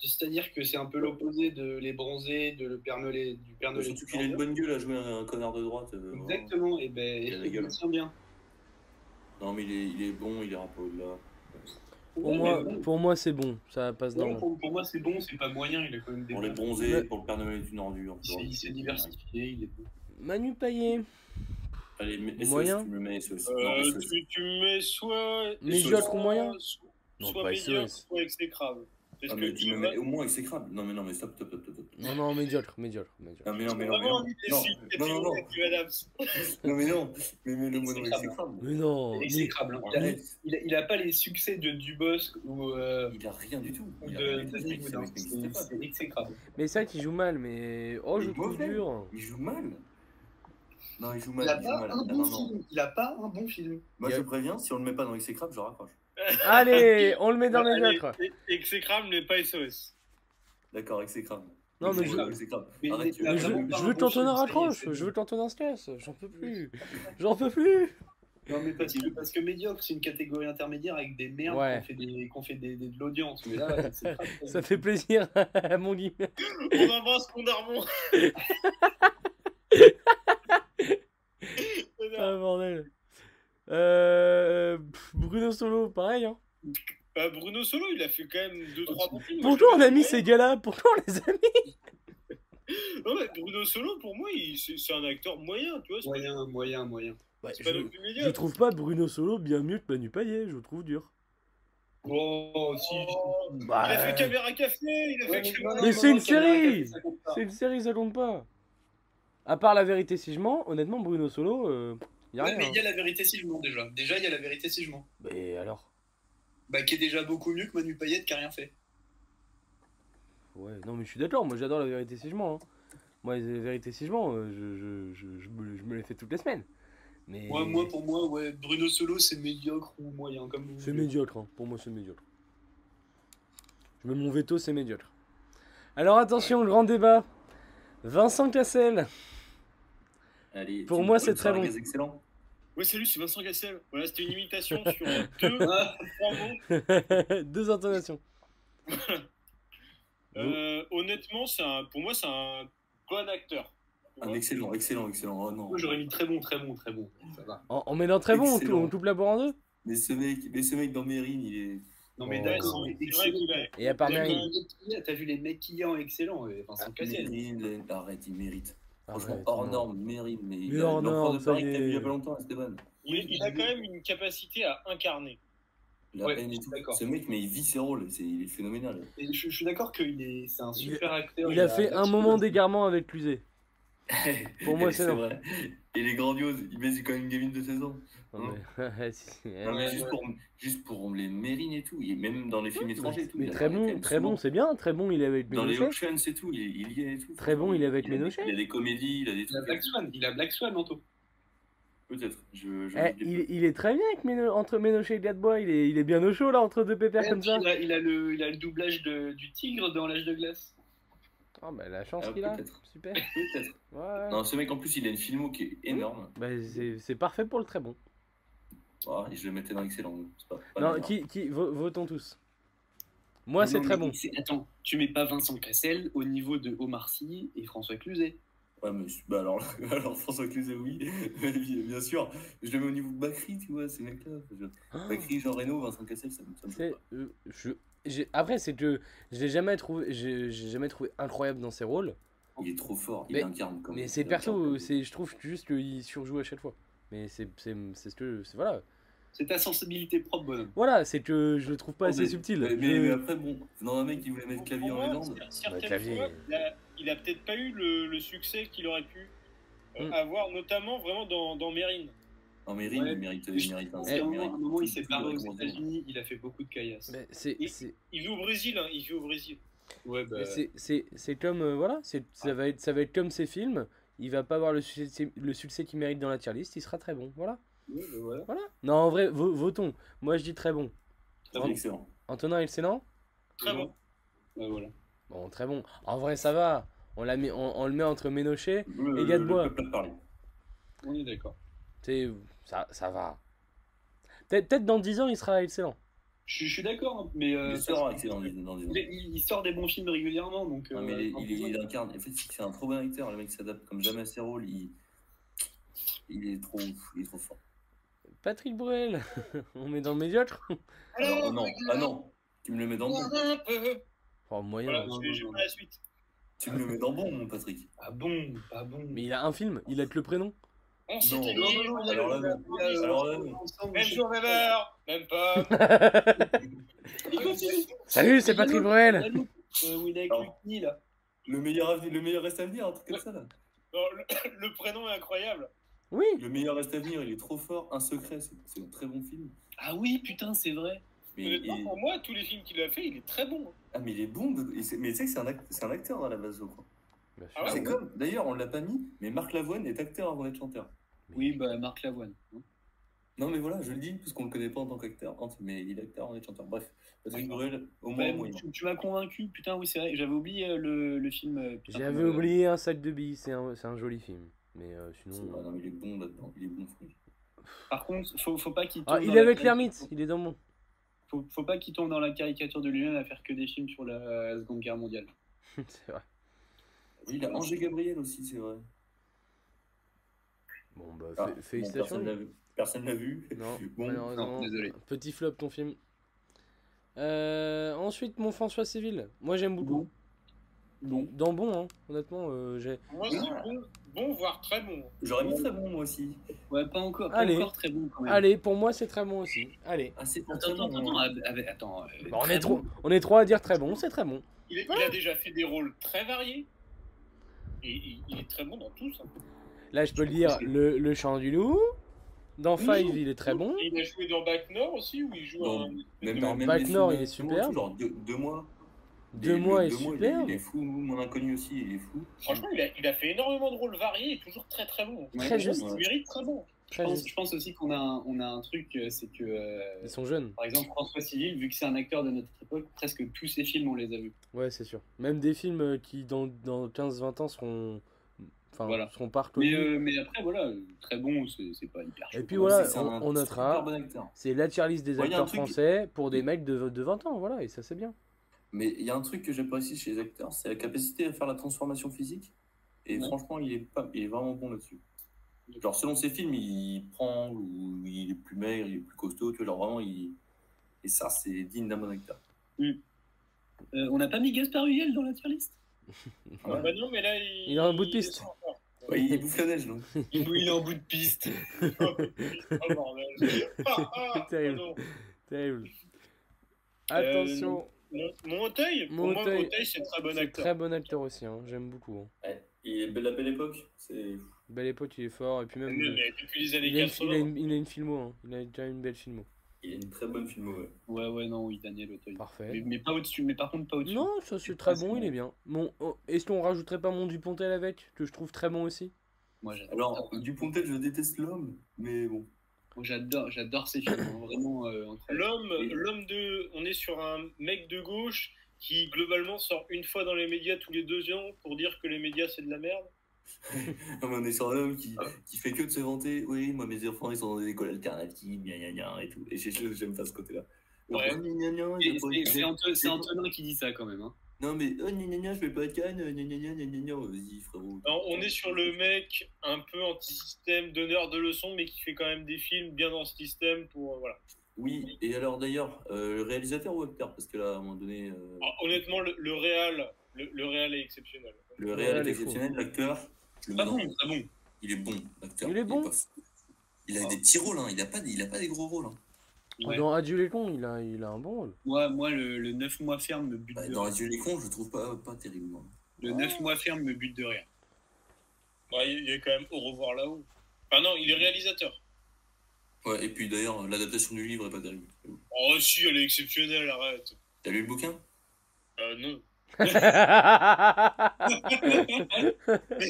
S3: c'est-à-dire que c'est un peu l'opposé de Les Bronzés, de le Père Noël- du Père Noël.
S4: Surtout qu'il a une bonne gueule à jouer un, un connard de droite. euh, vraiment.
S3: Exactement, et ben,
S4: Il a la
S3: il
S4: gueule.
S3: tient bien.
S4: Non, mais il est, il est bon, il ira pas au-delà.
S2: Pour
S3: Ouais,
S2: moi,
S3: mais bon,
S2: pour moi c'est bon. Ça passe dans.
S3: non, pour, pour moi, c'est bon, c'est pas moyen, il a quand même des.
S4: Pour les
S3: bons-
S4: bronzés,
S2: Ouais.
S4: pour le Père Noël est une ordure.
S3: Il s'est- il s'est diversifié, il est
S4: hein.
S3: bon.
S2: Manu Payet.
S4: Allez, mais SOS,
S2: Moyen.
S4: tu me le mets SOS.
S1: euh,
S4: Non, SOS.
S1: tu, tu mets soit.
S2: Mais
S1: soit-
S2: Jacques Romoyen
S1: Soit,
S2: Non,
S1: soit
S2: pas
S3: E
S1: meilleur,
S2: SOS.
S1: soit exécrable. Parce
S4: Ah,
S1: que
S4: mais tu me
S1: Ivan-
S4: mets au moins exécrable. Non, mais non, mais stop, stop, stop, stop. stop.
S2: Non non médiocre, médiocre, médiocre.
S4: Non, mais non, mais non, mais
S1: Vraiment,
S4: non.
S1: on dit des
S4: Non,
S1: films
S4: non, non, non.
S1: catégories avec Ivan Adams.
S4: Non, mais non. Mais mets le mot dans
S3: Exécrable.
S4: exécrable.
S2: Mais non. mais-
S3: Exécrable. hein. Il a-
S4: Arrête.
S3: Il, a, il a pas les succès de Dubosc ou, euh,
S4: Il a rien du tout.
S3: ou
S4: Il a
S3: de
S4: rien du tout.
S3: Denis
S4: C'est-
S3: Boudin.
S4: c'est- c'est-
S3: C'est c'est exécrable.
S2: Mais ça qui joue mal, mais oh je
S4: Il
S2: le
S4: est
S2: trouve
S4: mauvais.
S2: dur.
S4: Il joue mal. Non, il joue
S3: Il
S4: mal.
S3: a
S4: il joue
S3: pas
S4: mal.
S3: un
S4: Ah,
S3: bon
S4: non, non.
S3: film. Il a pas un bon film.
S4: Moi,
S2: Il y a-
S4: je préviens, si on le met pas dans exécrable, je raccroche.
S2: Allez, on le met dans
S1: Allez,
S2: médiocre.
S1: ex- Exécrable, mais pas SOS.
S4: D'accord, exécrable.
S2: Non mais je.
S4: Exécrable, exécrable.
S3: mais
S4: Arrête,
S3: il a
S2: mais
S4: euh,
S2: je,
S3: vraiment
S2: je
S3: pas un
S2: veux
S3: bon
S2: t'entendre
S3: film,
S2: un
S3: ça y est,
S2: raccroche,
S3: c'est
S2: je
S3: bon.
S2: veux t'entendre un stress, j'en peux plus, j'en peux plus.
S3: Non, mais parce que, parce que médiocre, c'est une catégorie intermédiaire avec des merdes
S2: Ouais.
S3: qu'on fait, des, qu'on fait des, des- de l'audience. Mais là, c'est pas
S2: Ça fait plaisir à mon Guy.
S1: On embrasse mon armand.
S2: Ah, bordel. Euh, pff, Bruno Solo, pareil. Hein.
S1: Bah, Bruno Solo, il a fait quand même 2-3 bons films.
S2: Pourquoi on a mis
S1: c'est
S2: ces gars-là Pourquoi on les a mis
S1: Bruno Solo, pour moi, il- c'est c'est un acteur moyen, tu vois. C'est
S3: moyen, moyen, moyen.
S1: c'est pas non
S2: je,
S1: plus
S2: je
S1: médiocre.
S2: trouve pas Bruno Solo bien mieux que Manu Payet, je trouve dur.
S3: Oh, si.
S1: Oh,
S2: Bah,
S1: Il a fait Caméra Café, il a
S3: Ouais,
S1: fait Caméra...
S3: non,
S2: Mais
S3: non,
S2: c'est
S3: non,
S2: une
S3: Caméra
S2: série
S3: Café, ça compte pas.
S2: C'est une série, ça compte pas. À part la vérité, si je mens, honnêtement, Bruno Solo, euh, y a
S3: Ouais,
S2: rien.
S3: mais il y
S2: hein.
S3: a la vérité si je mens déjà. Déjà, il y a la vérité si je mens.
S2: Mais alors
S3: Bah, qui est déjà beaucoup mieux que Manu Payette qui a rien fait.
S2: Ouais, non, mais je suis d'accord, moi j'adore la vérité, si je mens. hein. Moi, la vérité, si je mens, euh, je, je, je, je me, je me les fais toutes les semaines. Mais.
S3: Moi, moi, pour moi, ouais, Bruno Solo, c'est médiocre ou moyen, comme vous
S2: C'est
S3: voulez.
S2: médiocre, hein. pour moi c'est médiocre. Je mets mon veto, c'est médiocre. Alors attention, grand débat. Vincent Cassel.
S4: Allez,
S2: Pour
S4: tu me
S2: moi,
S4: prends
S2: c'est
S4: une
S2: très
S4: Sarah
S2: bon.
S4: Gaze excellent.
S1: Ouais, salut, c'est Vincent Cassel. Voilà, c'était une imitation sur deux,
S3: Ah,
S1: trois mots.
S2: Deux intonations.
S1: Euh, honnêtement, c'est un- pour moi, c'est un bon acteur. Tu
S4: Un
S1: vois.
S4: excellent, excellent, excellent. Oh non.
S3: Moi, j'aurais mis très bon, très bon, très bon. Ça va.
S2: En, en mêlant très bon, on tou-
S4: Excellent.
S2: on double la bourre en deux.
S4: Mais ce mec, mais ce mec dans Mérine, il est.
S3: Non, mais
S2: Oh.
S3: d'accord.
S1: Ouais,
S3: mais
S1: c'est vrai qu'il a-
S2: Et à part
S3: T'as vu
S2: Mérine.
S3: les mecs qu'il y a, T'as vu les mecs qu'il y a en excellent, euh,
S1: Ah,
S3: Vincent Cassel.
S4: Mérine, arrête, il mérite. Franchement,
S2: Arrête,
S4: hors
S2: non.
S4: norme, Mérine. Mais il
S2: Mais
S4: a
S2: hors
S4: l'empereur
S2: norme,
S4: de
S2: ça
S4: Paris
S2: y
S4: que t'as vu il y a
S2: est.
S4: pas longtemps, Esteban.
S1: il, il a quand même une capacité à incarner.
S4: La
S3: Ouais,
S4: haine et
S3: je suis
S4: tout.
S3: d'accord.
S4: Ce mec, mais il vit ses rôles, c'est- il est phénoménal.
S3: Et Je, je suis d'accord qu'il est, c'est un
S2: Il-
S3: super acteur.
S2: Il a fait un moment d'égarement avec Cluzet. Pour moi, c'est
S4: c'est
S2: non.
S4: vrai. Il est grandiose, il baise quand même une gamine de 16 ans.
S2: Non, mais- si, si,
S4: Non, mais
S2: eh,
S4: juste, Pour, juste pour les Mérine et tout, il est même dans les films étrangers et tout.
S2: Mais
S4: il a-
S2: très
S4: il a quand
S2: bon,
S4: même
S2: très bon,
S4: souvent-
S2: c'est bien. Très bon, il est avec
S4: Dans les
S2: Ménochet.
S4: Oceans et tout, il est- il y est et tout.
S2: Très bon, il est avec
S4: a des-
S2: Ménochet.
S4: Il a des comédies, il a des
S3: Il a
S4: trucs.
S3: Black Swan, il a Black Swan, Manto.
S4: Peut-être. Je, je
S2: Eh, il, il est très bien avec Méno- entre Ménochet et Gladbois. Il est, il est bien au chaud là, entre deux pépères comme
S3: Il
S2: ça.
S3: a, il a le, il a le doublage de, du tigre dans L'âge de glace.
S2: Ah bah la chance
S4: Ah,
S2: qu'il a.
S4: peut-être.
S2: Super.
S4: Peut-être.
S2: Ouais.
S4: Non, ce mec en plus, il a une filmo qui est énorme.
S2: Bah, c'est c'est parfait pour le très bon.
S4: Ah, et je le mettais dans excellent. C'est pas, pas
S2: non,
S4: bien.
S2: qui, qui, vo- votons tous. Moi,
S3: Non,
S2: c'est
S3: non,
S2: très
S3: mais
S2: bon.
S3: c'est- Attends, tu mets pas Vincent Cassel au niveau de Omar Sy et François Cluzet.
S4: Ouais, mais je- bah alors, alors François Cluzet, oui, Mais bien bien sûr. Je le mets au niveau de Bakri, tu vois, ces mecs-là. Je-
S2: Ah,
S4: Bakri, Jean Reno, Vincent Cassel, ça me ça me choque
S2: c'est-
S4: pas.
S2: euh, je- j'ai- Après, c'est que je l'ai jamais trouvé, j'ai j'ai jamais trouvé incroyable dans ses rôles.
S4: Il est trop fort, il
S2: Mais-
S4: incarne comme.
S2: Mais
S4: il
S2: c'est
S4: incarne
S2: perso,
S4: comme-
S2: c'est je trouve juste qu'il surjoue à chaque fois. Mais c'est c'est c'est ce que c'est- voilà,
S3: C'est ta sensibilité propre, bonhomme.
S2: voilà, c'est que je le trouve pas
S4: Oh,
S2: assez
S4: mais-
S2: subtil.
S4: Mais,
S2: Je-
S4: mais- mais après, bon, dans un mec qui voulait mettre
S1: Pour
S4: clavier en
S1: moi,
S4: Irlande,
S1: cer- certaines
S2: Bah, Clavier,
S1: fois,
S2: euh.
S1: il a- il a, peut-être pas eu le, le succès qu'il aurait pu euh,
S4: Hmm.
S2: Mm.
S1: avoir, notamment vraiment dans, dans Mérine.
S4: en Mérine,
S3: Ouais.
S4: il mérite.
S3: Je
S4: Il mérite
S3: pense
S4: il
S3: qu'à un moment,
S4: mérite-
S3: à un moment, il
S4: tout,
S3: s'est
S4: tout,
S3: barré
S4: ouais,
S3: aux
S4: gros,
S3: États-Unis, il a fait beaucoup de caillasses.
S2: mais c'est
S1: Et-
S2: c'est-
S1: Il vit au Brésil, hein, il vit au Brésil.
S3: Ouais,
S4: euh,
S3: bah,
S2: mais c'est- c'est- c'est comme euh, voilà, c'est-
S4: Ah.
S2: ça va être ça va être comme ces films. Il va pas avoir le succès le succès qu'il mérite dans la tier list. Il sera très bon, voilà.
S3: ouais, bah, voilà.
S2: Voilà. Non, en vrai, vo- votons. Moi, je dis très bon.
S4: c'est
S2: Vraiment.
S4: Excellent.
S2: Antonin, excellent
S1: Très
S3: Non.
S1: bon.
S3: Ouais, Bah, voilà.
S2: Bon, très bon. En vrai, ça va. On, la met, on, on le met entre Ménochet.
S4: Le-
S2: Et Gadebois.
S4: Le peuple a parlé.
S3: On est d'accord.
S2: C'est- Ça, ça va. Peut-être peut-être dans 10 ans, il sera excellent.
S3: Je, suis- je suis d'accord, hein, mais. euh,
S4: Il sort excellent dans les.
S3: il, il- il sort des bons films régulièrement, donc.
S4: Non,
S3: euh,
S4: mais il, est-
S3: en
S4: il est-
S3: plus,
S4: il incarne. En fait, c'est un trop bon acteur. Le mec s'adapte comme jamais à ses rôles. Il, il est trop, il est trop fort.
S2: Patrick Bruel, on met dans le médiocre.
S4: Alors, oh non, ah non, tu me le mets dans bon.
S1: Un peu.
S2: Enfin, Oh, moyen.
S1: Voilà,
S3: non,
S1: j'ai-
S3: non,
S1: j'ai
S3: non.
S1: pas la suite.
S4: Tu me le mets dans bon, mon Patrick.
S3: Pas bon, pas bon.
S2: Mais il a un film, il a que le prénom.
S1: On s'est
S4: Non.
S1: dit,
S3: Non, non, non,
S4: Alors là,
S1: on euh, a-
S4: non. Alors là, non.
S3: Ensemble,
S1: Même
S3: je-
S1: jour, même heure, même pas.
S3: Il continue.
S2: Salut, c'est Patrick Bruel
S3: Manu, euh, où il est avec
S4: Alors.
S3: Lucny, là.
S4: Le meilleur, avenir- le meilleur reste à venir, un truc comme ça. Là.
S1: Non, le, le prénom est incroyable.
S2: Oui
S4: Le meilleur reste à venir, il est trop fort. Un secret, c'est c'est un très bon film.
S3: Ah oui, putain, c'est vrai.
S4: Mais,
S1: Honnêtement,
S4: il-
S1: pour moi, tous les films qu'il a fait, il est très bon.
S4: ah, mais il est bon. de- il sait- Mais tu sais que c'est un, act- c'est un acteur hein, à la base, je crois.
S2: Bien sûr.
S1: Ah ouais
S4: c'est comme, d'ailleurs, on l'a pas mis, mais Marc Lavoine est acteur avant d'être chanteur.
S3: Oui, bah, Marc Lavoine. hein.
S4: Non, mais voilà, je le dis, parce qu'on le connaît pas en tant qu'acteur, en- mais il est acteur, on est chanteur. Bref, Patrick
S3: Oui.
S4: Bruel, au moins,
S3: Ouais,
S4: moyen.
S3: Bah, tu tu m'as convaincu, putain, oui, c'est vrai. J'avais oublié euh, le, le film. euh, putain,
S2: J'avais
S3: euh,
S2: oublié un sac de billes, c'est un, c'est un joli film. Mais euh,
S4: C'est vrai,
S2: sinon.
S4: non, il est bon là-dedans, il est bon. ce mec.
S3: Par contre, faut, faut pas qu'il
S2: Ah,
S3: tombe dans
S2: il est
S3: la
S2: avec
S3: caricature-
S2: l'ermite, il est dans mon.
S3: Faut, faut pas qu'il tombe dans la caricature de lui-même à faire que des films sur la, la Seconde Guerre mondiale.
S2: C'est vrai.
S4: Oui, il a Angers Gabriel aussi, c'est vrai.
S2: Bon, bah,
S4: Ah,
S2: fé-
S4: bon,
S2: félicitations.
S4: personne l'a vu. Personne l'a vu.
S2: Non,
S4: Bon,
S2: malheureusement.
S5: non, désolé.
S2: Petit flop ton film. Euh, ensuite, mon François Civil. Moi, j'aime beaucoup.
S4: Bon.
S2: Dans bon, hein, honnêtement, euh, j'ai.
S1: Moi, c'est bon, bon, voire très bon.
S4: J'aurais mis très bon, moi aussi.
S3: Ouais, pas encore, pas
S2: Allez.
S3: encore très bon quand même.
S2: Allez, pour moi, c'est très bon aussi. Allez.
S4: Ah, c'est
S3: Attends, attends, attends,
S4: bon.
S3: attends, avec- attends, euh,
S2: Bah, on,
S3: très
S2: est trois,
S3: bon.
S2: on est trois à dire très bon, c'est très bon.
S1: Il, est- il a déjà fait des rôles très variés. Et il, il est très bon dans tous. hein.
S2: Là, je peux le dire, le, le chant du loup. Dans Five, il est très bon.
S1: Et il a joué dans Back Nord aussi, où il joue
S4: Dans-
S1: un.
S4: Même,
S2: Non,
S4: même
S2: Bac
S4: les
S2: Nord,
S4: films,
S2: il est
S4: justement,
S2: superbe.
S4: Genre deux, deux mois.
S2: Deux
S4: Et
S2: mois
S4: le
S2: est
S4: deux mois, il
S2: superbe.
S4: Il est fou. Mon inconnu aussi, il est fou.
S1: Franchement, il a, il a fait énormément de rôles variés et toujours très très bon.
S3: Ouais,
S2: Très
S3: je
S2: juste.
S3: pense-
S1: Il mérite très bon.
S3: Je
S2: Très
S3: pense,
S2: juste.
S3: je pense aussi qu'on a, un- on a un truc, euh, c'est que euh,
S2: Ils sont jeunes.
S3: par exemple François Civil, vu que c'est un acteur de notre époque, presque tous ses films on les a vus.
S2: Ouais, c'est sûr. Même des films euh, qui, dans, dans 15-20 ans, seront. Enfin,
S3: Voilà.
S2: seront pas
S3: Mais,
S2: reconnus.
S3: euh, mais après voilà, euh, très bon, c'est c'est pas hyper.
S2: Et
S3: chaud.
S2: puis voilà,
S4: C'est un
S2: on, on
S4: super
S2: notera.
S4: bon acteur.
S2: C'est la tier list des
S4: Ouais, y a un
S2: acteurs
S4: truc-
S2: français pour des mecs de, de 20 ans, voilà, et ça c'est bien.
S4: Mais il y a un truc que j'apprécie chez les acteurs, c'est la capacité à faire la transformation physique. Et
S3: Ouais.
S4: franchement, il est, pas, il est vraiment bon là-dessus. Genre, selon ses films, il prend ou il est plus maigre, il est plus costaud. Tu vois, genre vraiment, il. Et ça, c'est digne d'un bon acteur.
S3: Euh, on n'a pas mis Gaspard Huel dans la tier list
S4: Ouais.
S1: Bah non, mais là, il,
S2: Il a un bout de piste.
S1: descend encore.
S4: Ouais, il bouffe la neige, donc.
S3: Il est en bout de piste.
S1: Oh, bordel. Ah, ah,
S2: Terrible.
S1: pardon.
S2: Terrible.
S4: Euh,
S2: Attention,
S1: Mon- Mon Auteuil, pour
S2: Mon
S1: moi,
S2: Auteuil,
S1: Mon Auteuil, c'est un très bon
S2: c'est
S1: acteur.
S2: très bon acteur aussi, hein, j'aime beaucoup. hein.
S4: Ouais. Il est la belle époque. C'est.
S2: Belle époque, il est fort, et puis même.
S1: Mais-
S2: euh,
S1: mais Depuis les années
S2: Il a, une,
S1: 80.
S2: il a une- il a une filmo, hein. il a déjà une belle filmo.
S4: Il a une très bonne film, ouais.
S3: Ouais ouais non oui Daniel Auteuil. Mais,
S2: Parfait.
S3: mais pas au-dessus, mais par contre pas au-dessus.
S2: Non, ça c'est
S3: C'est
S2: très
S3: pas
S2: bon,
S3: si
S2: il est bien. Bon, oh, est-ce qu'on rajouterait pas mon Dupontel avec, que je trouve très bon aussi
S3: Moi j'adore.
S4: Alors, Dupontel, je déteste l'homme, mais bon.
S3: Moi, J'adore, j'adore ces films, hein, vraiment euh, incroyable.
S1: L'homme, l'homme de, on est sur un mec de gauche qui globalement sort une fois dans les médias tous les deux ans pour dire que les médias c'est de la merde.
S4: Non, mais on est sur l'homme qui,
S1: Ah.
S4: qui fait que de se vanter. Oui, moi, mes enfants, ils sont dans des écoles alternatives, gna gna gna et tout. Et j'ai- j'aime pas ce côté-là.
S1: Ouais.
S4: Oh, gna gna gna, j'ai
S3: Et
S4: pas-
S3: C'est c'est Anto-
S4: j'ai-
S3: c'est Antonin qui dit ça quand même. hein.
S4: Non, mais oh, gna gna gna, je vais pas être canne, gna gna gna gna gna gna. Vas-y, frérot.
S1: Non, on est sur le mec un peu anti-système, donneur de leçons, mais qui fait quand même des films bien dans ce système pour euh, voilà.
S4: Oui, et alors d'ailleurs, euh, le réalisateur ou acteur Parce que là, à un moment donné, euh,
S1: Ah, Honnêtement, le, le réal, le, le réal est exceptionnel.
S4: le
S2: Ouais,
S4: réel
S2: elle est
S4: est exceptionnel, l'acteur. le
S1: Ah
S3: Pas
S4: non,
S3: Ah bon, pas bon.
S4: Il est bon, l'acteur.
S2: Il est bon.
S4: pas fou. Il
S1: Ah.
S4: a des petits rôles, hein. il a pas des, il a pas des gros rôles. hein.
S3: Ouais.
S2: Dans Adieu les cons, il a, il a un bon rôle.
S3: Moi, moi le, le 9 mois ferme me bute
S4: Bah,
S3: de
S4: dans
S3: rire.
S4: les yeux les cons, je le trouve pas, pas terrible. moi.
S3: Le 9 mois ferme me bute de rire.
S1: Bah, il il est quand même au revoir là-haut. Ah non, il est réalisateur.
S4: Ouais, et puis d'ailleurs, l'adaptation du livre est pas terrible.
S1: Oh si, elle est exceptionnelle, arrête.
S4: T'as lu le bouquin
S1: Euh, non.
S2: J'ai-
S1: Mais,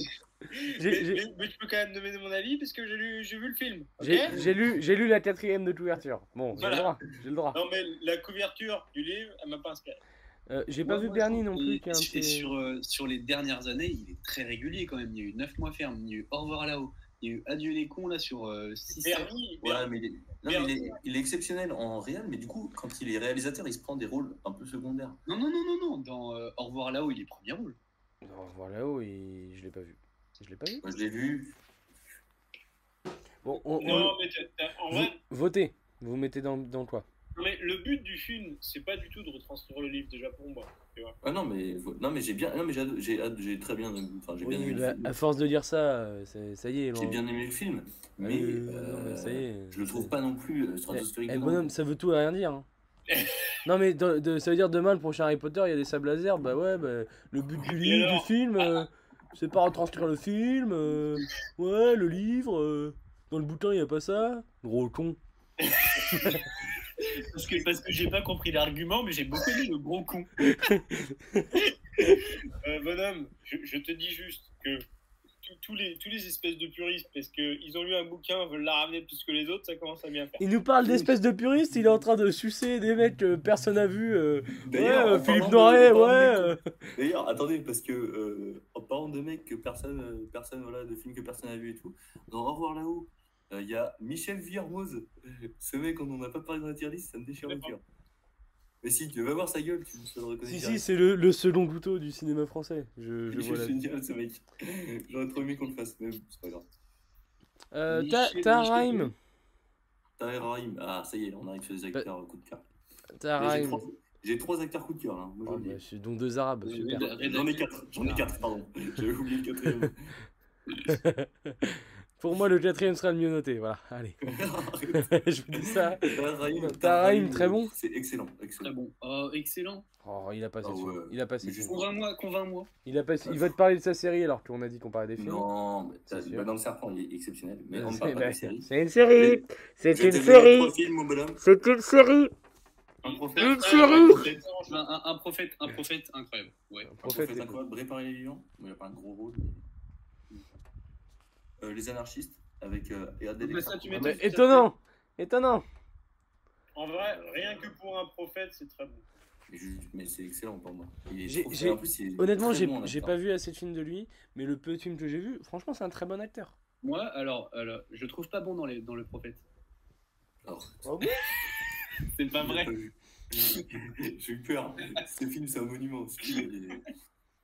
S2: j'ai-
S1: mais- mais je peux quand même donner mon avis parce que j'ai lu, j'ai vu le film. ok
S2: J'ai j'ai lu, j'ai lu la quatrième de couverture. Bon, j'ai le
S1: Voilà.
S2: droit. J'ai le droit.
S1: Non mais la couverture du livre, elle m'a pas inspiré.
S2: Euh, j'ai pas
S3: Ouais,
S2: vu
S3: ouais,
S2: Bernie non plus.
S3: et-
S2: qui est
S3: Et,
S2: un
S3: sur- et
S2: petit-
S3: sur, euh, sur les dernières années, il est très régulier quand même. Il y a eu 9 mois ferme, il y a eu Au revoir là-haut, il y a eu Adieu les cons là sur euh, 6
S1: Bernie,
S4: Ouais, mais, il est... non, mais
S1: Merde.
S4: il, est, il est exceptionnel en réel, mais du coup, quand il est réalisateur, il se prend des rôles un peu secondaires.
S3: Non, non, non, non, non. Dans euh, Au revoir là-haut, il est premier rôle.
S2: Non, Oh, voilà où il- je l'ai pas vu. Je l'ai pas vu.
S4: Moi, je l'ai vu.
S2: Bon, on, on-
S1: Non, mais t'as- t'as- en vrai,
S2: Oh, vous- votez. Vous mettez dans, dans quoi
S1: non, mais le but du film, c'est pas du tout de retranscrire le livre déjà pour moi.
S4: Ah non, mais, non, mais j'ai bien, non, mais j'ai, ado- j'ai, ad- j'ai très bien, enfin, j'ai bien aimé
S2: Oui,
S4: le
S2: bah,
S4: film.
S2: à force de dire ça, euh, c'est- ça y est.
S4: J'ai
S2: l'en-
S4: bien aimé le film,
S2: Ouais,
S4: mais,
S2: ouais, ouais, Ah non, mais
S4: euh,
S2: ça y est.
S4: je le trouve
S2: c'est-
S4: pas non plus euh,
S2: Eh,
S4: stratosphérique.
S2: eh,
S4: non.
S2: bonhomme, ça veut tout et rien dire. hein. non, mais dans- de- ça veut dire demain, le prochain Harry Potter, il y a des sables laser. Bah ouais, bah, le but du livre, du
S1: alors
S2: film, euh, c'est pas retranscrire le film. euh, ouais, le livre. euh, dans le bouquin, il y a pas ça. Gros con.
S3: Parce que, parce que j'ai pas compris l'argument, mais j'ai beaucoup aimé le gros con.
S1: Euh, bonhomme, je, je te dis juste que tous- tous les, tous les espèces de puristes, parce qu'ils ont lu un bouquin, veulent la ramener plus que les autres, ça commence à bien faire.
S2: Il nous parle d'espèces de puristes, il est en train de sucer des mecs que personne n'a vu. euh, ouais,
S4: D'ailleurs,
S2: euh,
S4: en
S2: Philippe
S4: parlant de-
S2: Noiret,
S4: en
S2: ouais.
S4: parlant de-
S2: euh,
S4: D'ailleurs, attendez, parce que euh, en parlant de mecs que personne, euh, personne voilà, de films que personne n'a vu et tout, dans Au revoir là-haut, euh, Euh, Il y a Michel Villermoz. Ce mec, on n'en a pas parlé dans la tier list, ça me déchire le cœur. Mais si, tu vas voir sa gueule, tu vas le
S2: euh. Si,
S4: reconnaître.
S2: si, c'est le, le second couteau du cinéma français. Je, je
S4: Il
S2: vois
S4: est
S2: la-
S4: génial, ce mec. J'aurais trop aimé qu'on le fasse, mais bon, c'est pas grave.
S2: Euh,
S3: Michel-
S2: Ta- Ta
S3: Michel-
S2: Rhyme.
S4: Tahir Rahim. Ah, ça y est, on arrive sur les acteurs euh, coup de cœur.
S2: Ta
S4: Là, J'ai
S2: Rhyme.
S4: trois, j'ai trois acteurs coup de cœur, là. moi, je
S2: Oh,
S4: le dis.
S2: bah, c'est donc deux arabes,
S3: Oui,
S2: bah, super.
S3: oui,
S4: J'en ai quatre, j'en ai quatre, pardon. J'avais oublié le quatrième.
S2: Pour moi, le quatrième sera le mieux noté, voilà. Allez,
S4: Arrête.
S2: je vous dis ça.
S4: Tahir Rahim,
S2: Tahir
S4: Tahir
S2: Rahim,
S4: Rahim,
S2: très bon.
S4: C'est excellent, excellent.
S3: Très bon. Oh, excellent.
S2: Oh, il a passé
S4: Ah
S2: dessus.
S4: ouais.
S2: Il a passé
S4: Mais
S2: dessus.
S4: juste-
S3: Convainc-moi, convainc-moi.
S2: Il, a passé... il va te parler de sa série alors qu'on a dit qu'on parlait des films.
S4: Non, mais t'as
S2: C'est
S4: du
S2: sûr.
S4: Madame le serpent, il est exceptionnel. Mais on ne
S2: C'est-
S4: parle pas
S2: bah,
S4: de série.
S2: C'est une série C'est
S4: J'ai
S2: une
S4: tellement vu
S2: série
S4: trois films, mon bonhomme.
S2: C'est une série
S4: Un prophète,
S2: Une série
S3: Un, un- un prophète, un prophète incroyable. Ouais.
S4: un prophète incroyable, réparer les lions. Bon, il a pas un gros rôle. mais- Euh, les anarchistes avec euh, et Adèle
S3: Mais ça, tu
S4: Exarchopoulos.
S3: m'étonnes.
S2: Ah, Mais Étonnant Étonnant
S1: En vrai, rien que pour un prophète, c'est très bon.
S4: Mais juste- Mais c'est excellent pour moi. Il est
S2: J'ai-
S4: trop-
S2: j'ai-
S4: en plus, il est
S2: Honnêtement,
S4: très
S2: j'ai
S4: bon en
S2: j'ai pas
S4: acteur.
S2: vu assez de films de lui, mais le peu de films que j'ai vu, franchement, c'est un très bon acteur.
S3: Moi, alors, alors, je trouve pas bon dans, les, dans le prophète.
S4: Alors,
S3: C'est pas vrai.
S4: J'ai eu peur. Ce film, c'est un monument. Ce film, il est-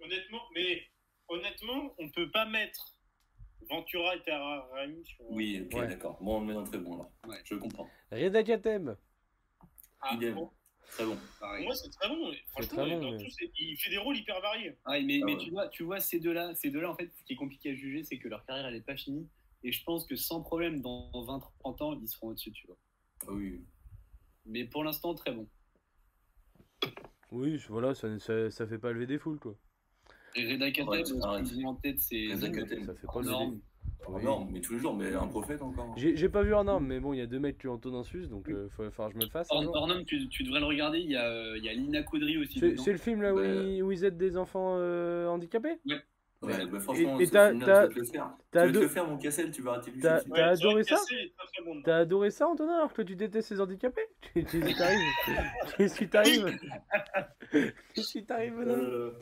S1: Honnêtement, mais honnêtement, on peut pas mettre Ventura et Tara Rahim sur.
S4: Oui, ok,
S2: Ouais.
S4: d'accord. Bon, on met un très bon alors.
S3: Ouais.
S4: Je comprends.
S2: Reda Katem
S1: Ah,
S4: Il est-
S1: pour
S4: Très bon.
S1: pour moi, c'est très bon. Franchement,
S2: très bon,
S1: dans
S2: mais-
S1: tout, c'est- il fait des rôles hyper variés.
S3: Ah, mais
S4: Ah
S3: mais
S4: ouais.
S3: tu vois, tu vois ces deux-là, ces deux-là, en fait, ce qui est compliqué à juger, c'est que leur carrière, elle est pas finie. Et je pense que sans problème, dans 20-30 ans, ils seront au-dessus, tu vois.
S4: Ah oui.
S3: Mais pour l'instant, très bon.
S2: Oui, je- voilà, ça, ça, ça fait pas lever des foules, quoi.
S3: Et Reda Katem,
S4: Arrête,
S3: ce que
S4: arrête.
S3: je dis en tête, c'est
S4: Reda
S3: Zoom.
S4: Katem.
S2: Ça fait pas lever
S3: Norme.
S2: des
S4: Ah
S2: Oui.
S4: Non, mais tous les jours, mais un prophète encore.
S2: J'ai j'ai pas vu un homme, mais bon, il y a deux mecs qui ont Antonin Sus, donc euh, faut, faut que je me le fasse. un
S3: Or-
S2: jour.
S3: Ornum, tu, tu devrais le regarder. Il y a, euh, il y a Lina Caudry aussi.
S2: C'est
S3: dedans.
S2: c'est le film là où,
S4: Bah,
S2: ils, où ils aident des enfants euh, handicapés
S4: Ouais, bah, franchement,
S2: Et- et
S4: ce
S2: t'as-
S4: film-là,
S2: t'as-
S4: tu vas te le faire. Tu
S2: t'as
S4: vas te
S2: deux-
S4: le faire, mon Cassel, tu vas rater le
S2: T'as-
S4: film.
S2: T'as adoré ça
S1: Cassel est très, très bon dedans.
S2: T'as adoré ça, Antonin, alors que tu détestes ces handicapés Qu'est-ce qui t'arrive Qu'est-ce qui t'arrive Qu'est-ce qui t'arrive, bonhomme
S4: Euh,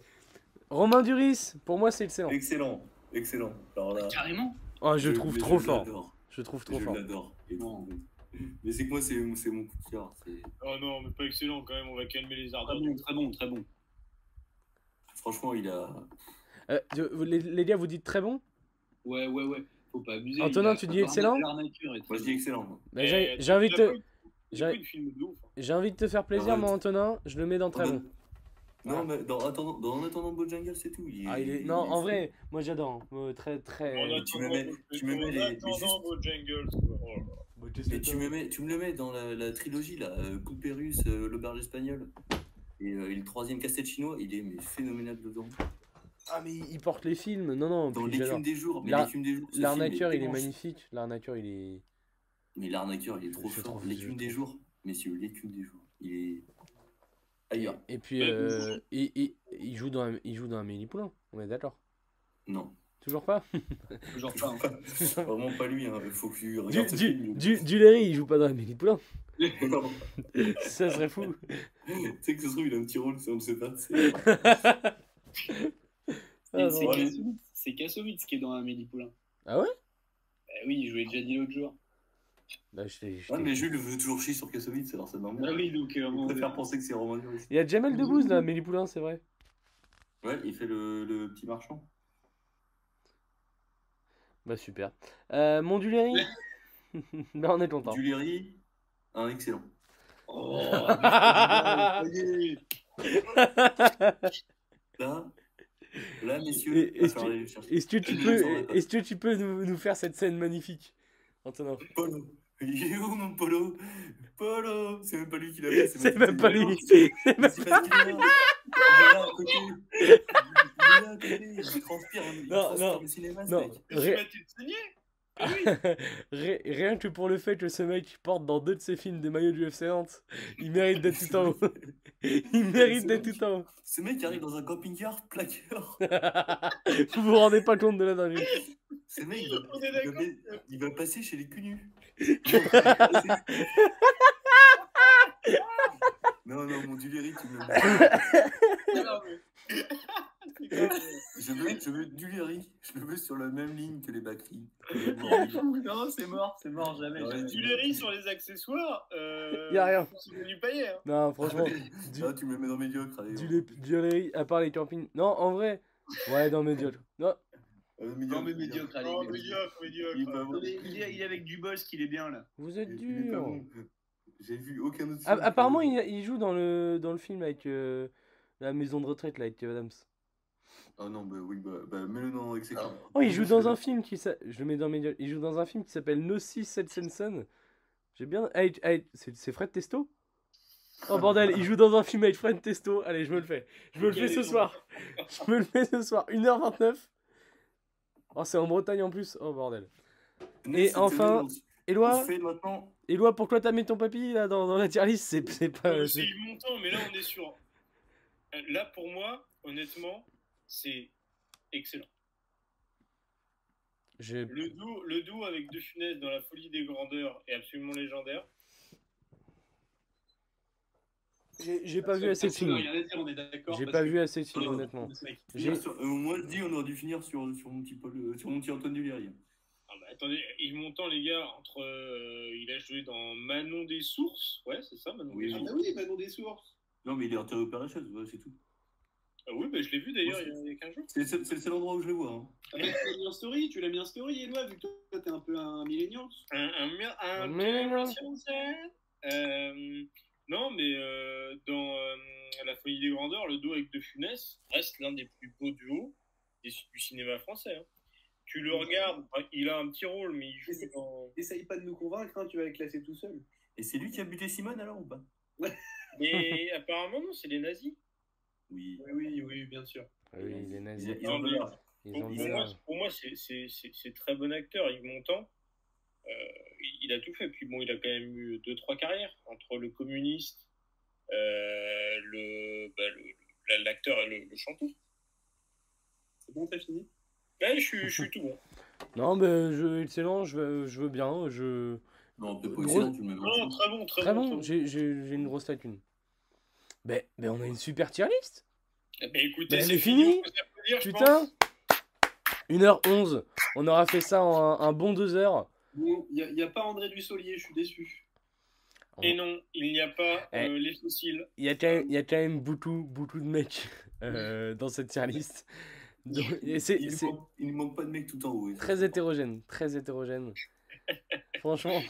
S2: Romain Duris, pour moi, c'est excellent.
S4: Excellent, excellent. Alors là,
S3: Carrément.
S2: Oh, je trouve
S4: mais
S2: trop
S4: je
S2: fort.
S4: l'adore,
S2: Je trouve trop
S4: Je
S2: fort.
S4: l'adore. il est trop bon. Mais c'est que moi, c'est mon c'est mon coup de cœur. c'est-
S1: Oh non, mais pas excellent quand même, on va calmer les
S3: Très
S1: ardeurs.
S3: bon, très bon, très bon.
S4: Franchement, il a.
S2: Euh, je- les, les gars, vous dites très bon
S3: Ouais, ouais, ouais. Faut pas abuser.
S2: Antonin,
S3: il a-
S2: tu dis excellent
S3: L'arnaqueur est très
S4: Moi, je dis excellent.
S2: Bah,
S1: Eh,
S2: j'ai-
S1: t'as-
S2: J'ai envie de
S1: t'as pas
S2: te-
S1: eu- t'as
S2: j'ai-
S1: pas eu de film de ouf, hein.
S2: j'ai envie de te faire plaisir,
S4: Arrête.
S2: moi, Antonin. Je le mets dans très bon.
S4: Non, mais dans, attendant, dans En attendant Beau Jungle, c'est tout. Il
S2: Ah, il est... Non, en vrai, moi, j'adore. hein. Moi, Très,
S1: En
S2: très.
S1: attendant,
S4: tu me mets- tu me mets les-
S1: En attendant
S4: les justes-
S1: vos jungles, quoi. Oh là là.
S2: Bah,
S4: Mais tu me, mets, tu me le mets dans la, la trilogie, là. euh, Couperus, euh, L'Auberge Espagnole. Et, euh, et le troisième casse-tête chinois, il est mais, phénoménal dedans.
S2: Ah, mais il porte les films. Non, non,
S4: Dans
S2: puis j'adore.
S4: l'écume des jours. mais
S2: L'ar-
S4: l'écume des jours, ce film est
S2: L'arnaqueur, il est
S4: immense.
S2: magnifique. L'arnaqueur, il est.
S4: Mais l'arnaqueur, il est trop
S2: Je
S4: fort.
S2: trouve- je
S4: L'écume des
S2: trouve.
S4: jours, messieurs, l'écume des jours. Il est ailleurs.
S2: Et puis,
S1: Ouais,
S2: euh, il, il- il joue dans, un- il joue dans Amélie Poulain, on est d'accord
S4: Non,
S2: Toujours pas
S3: bon. Genre pas, hein.
S4: vraiment pas lui. Hein. Faut que tu
S2: du,
S4: regardes ce
S2: du,
S4: film.
S2: du- Duléry, il joue pas dans Amélie Poulain
S4: Non.
S2: Ça serait fou
S4: tu sais que ce trouve, il a un petit rôle, ça on ne sait pas. c'est-
S2: Ah,
S3: C'est- c'est
S2: non.
S3: Kassovitz- C'est Kassovitz qui est dans Amélie Poulain.
S2: Ah ouais
S3: Bah oui, je vous l'ai déjà dit l'autre jour.
S2: Bah, je t'ai- je
S4: Ouais,
S2: t'ai-
S4: mais Jules veut toujours chier sur Kassovitz, alors c'est
S1: Ah
S4: normal.
S3: oui, donc.
S1: euh,
S4: Il préfère penser que c'est Romain Duris.
S2: Il y a Jamel Debbouze dans Amélie Poulain, c'est vrai
S4: Ouais, il fait le, le petit marchand.
S2: Bah, super. Euh, mon Duléry Bah, on est content.
S4: Du Léry, un excellent.
S1: Oh,
S4: Là, là messieurs,
S2: Et-
S4: il va
S2: et-
S4: falloir aller le chercher.
S2: Est-ce que tu peux, est-ce que tu peux nous, nous faire cette scène magnifique Antonin
S4: Polo. Il est où mon Polo Polo C'est même pas lui qui l'a fait.
S2: C'est même pas lui
S4: C'est parce qu'il est là. Il est là à côté. Il est là à côté. Il transpire. Il
S2: Non,
S4: transpire
S2: non.
S4: le cinéma, ce
S2: Non,
S4: mec.
S1: Mais tu
S2: ré-
S1: m'as Ah été saigné
S2: Ré- rien que pour le fait que ce mec porte dans deux de ses films des maillots du FC Nantes, il mérite d'être tout en haut. Il mérite d'être tout en haut.
S4: Ce mec arrive dans un camping-car plaqueur.
S2: Vous vous rendez pas compte de la dinguerie.
S4: Ce mec, il va,
S1: On est
S4: il va-
S1: d'accord.
S4: il va passer chez les cunus. non, non, mon Duléry, tu me
S1: Non, mais- C'est grave.
S4: Je veux, je veux Duléry. Je le veux sur la même ligne que les Ah, Bakri.
S3: non, c'est mort, c'est mort, jamais.
S4: Ouais.
S3: jamais.
S1: Tuileries sur les accessoires. Euh,
S2: Y a rien.
S1: C'est du paillet. hein.
S2: Non, franchement,
S4: Ah,
S2: du,
S4: Là, tu me mets dans médiocre. Allez,
S2: du
S4: on-
S2: lait- du lait, à part les campings. Non, en vrai. Ouais, non, médiocre. Non,
S4: Euh, médiocre,
S3: Non, mais
S4: médiocre.
S3: médiocre, allez.
S1: Oh,
S3: médiocre.
S1: médiocre,
S4: Il est pas
S1: médiocre.
S4: bon.
S3: Non, mais il, est, il est avec du bol, qu'il est bien là.
S2: vous êtes
S4: Il- il est pas
S2: dur.
S4: bon. J'ai vu aucun autre.
S2: Ah,
S4: film
S2: Apparemment,
S4: que-
S2: il, il joue dans le, dans le film avec euh, la maison de retraite, là, avec Kev Adams.
S4: Ah non, bah oui, bah, bah mets-le dans Execrable.
S2: Oh, il joue dans un film qui s'appelle. Je le mets dans mes gueules. Il joue dans un film qui s'appelle Nossi Sensen. J'ai bien. Ah, il- ah, il- C'est c'est Fred Testo Oh bordel, il joue dans un film avec Fred Testo. Allez, je me le fais. Je me le fais ce soir. Je me le fais ce soir. 1h29. Oh, c'est en Bretagne en plus. Oh bordel.
S4: Mais
S2: Et
S4: c'était
S2: enfin,
S4: nul, on se
S2: Éloi,
S4: fait maintenant.
S2: Éloi, pourquoi t'as mis ton papy là dans, dans la tier list C'est c'est pas.
S1: C'est
S2: c'est-
S1: le montant, Euh, mais là, on est sur. Euh, Là, pour moi, honnêtement, c'est excellent.
S2: j'ai-
S1: Le duo, le duo avec deux funesses dans la folie des grandeurs est absolument légendaire.
S2: J'ai j'ai pas vu assez de
S1: Personne n'a
S2: films.
S1: rien à dire, on est d'accord.
S2: J'ai
S1: parce
S2: pas
S1: que-
S2: vu assez de films,
S4: Non.
S2: honnêtement. J'ai-
S4: Finir sur- euh, moi, je dis, on aurait dû finir sur, sur, mon, petit Paul, euh, sur mon petit Antoine Duléry.
S1: Ah bah, attendez, ils montent les gars entre. euh, il a joué dans Manon des sources, ouais, c'est ça, Manon
S4: Oui,
S1: des
S4: oui.
S1: sources.
S3: Ah oui, Manon des sources.
S4: Non, mais il est enterré au Père Lachaise, voilà, c'est tout.
S1: Ah oui, bah, je l'ai vu d'ailleurs
S4: Moi,
S1: il y a 15 jours.
S4: C'est le seul c'est le seul endroit où je le vois. hein.
S3: Ah, bah, tu l'as mis en story, tu l'as mis en story, Eloi, vu que toi t'es un peu un millénial.
S1: Un, un, mi- un,
S2: Un Millennium.
S1: Euh, non, mais euh, dans euh, La Folie des Grandeurs, le duo avec De Funès reste l'un des plus beaux duos des- du cinéma français. hein. Tu le regardes, bah, il a un petit rôle, mais il joue
S3: c'est-
S1: dans.
S3: Essaye pas de nous convaincre, hein, tu vas les classer tout seul.
S4: Et c'est lui qui a buté Simone alors ou pas
S1: Mais apparemment, non, c'est les nazis.
S4: Oui.
S3: Oui, oui, bien sûr.
S2: Ah oui, il est
S4: Ils,
S2: nazi.
S4: ils ont de l'art.
S2: Ils
S1: Pour,
S2: ont
S1: pour
S2: de
S1: moi,
S2: l'âge.
S1: pour moi, c'est- c'est c'est- c'est très bon acteur. Yves Montand, euh, il, il a tout fait. Puis bon, il a quand même eu deux, trois carrières entre le communiste, euh, le- bah, le- la- l'acteur et le, le chanteur.
S3: C'est bon, t'as fini
S1: Là, je, suis- je suis tout bon.
S2: Non, mais je, excellent, je veux, je veux bien. Je...
S4: Non, t'es pas
S2: Gros-
S4: excellent, tu me mets
S2: Ah,
S1: Non,
S4: en
S1: très bon, très,
S2: Très
S1: bon.
S2: bon,
S1: très
S2: j'ai j'ai- j'ai une grosse lacune. Ben, ben on a une super tier list
S1: bon. Eh ben, écoutez,
S2: Ben, elle
S1: c'est
S2: est finie.
S1: on peut s'applaudir, je
S2: Putain 1h11, on aura fait ça en un, un bon 2 heures.
S3: Bon, il n'y a, pas André Dussolier, je suis déçu.
S1: pense. Et non, il n'y a pas
S2: Eh.
S1: euh, les fossiles.
S2: Il y a quand même, il y a quand même beaucoup, beaucoup de mecs euh, dans cette tier list. Donc, et c'est
S4: Il
S2: c'est
S4: ne manque, il manque pas de mec tout en haut. et ça,
S2: très
S4: c'est
S2: hétérogène, très hétérogène. Franchement,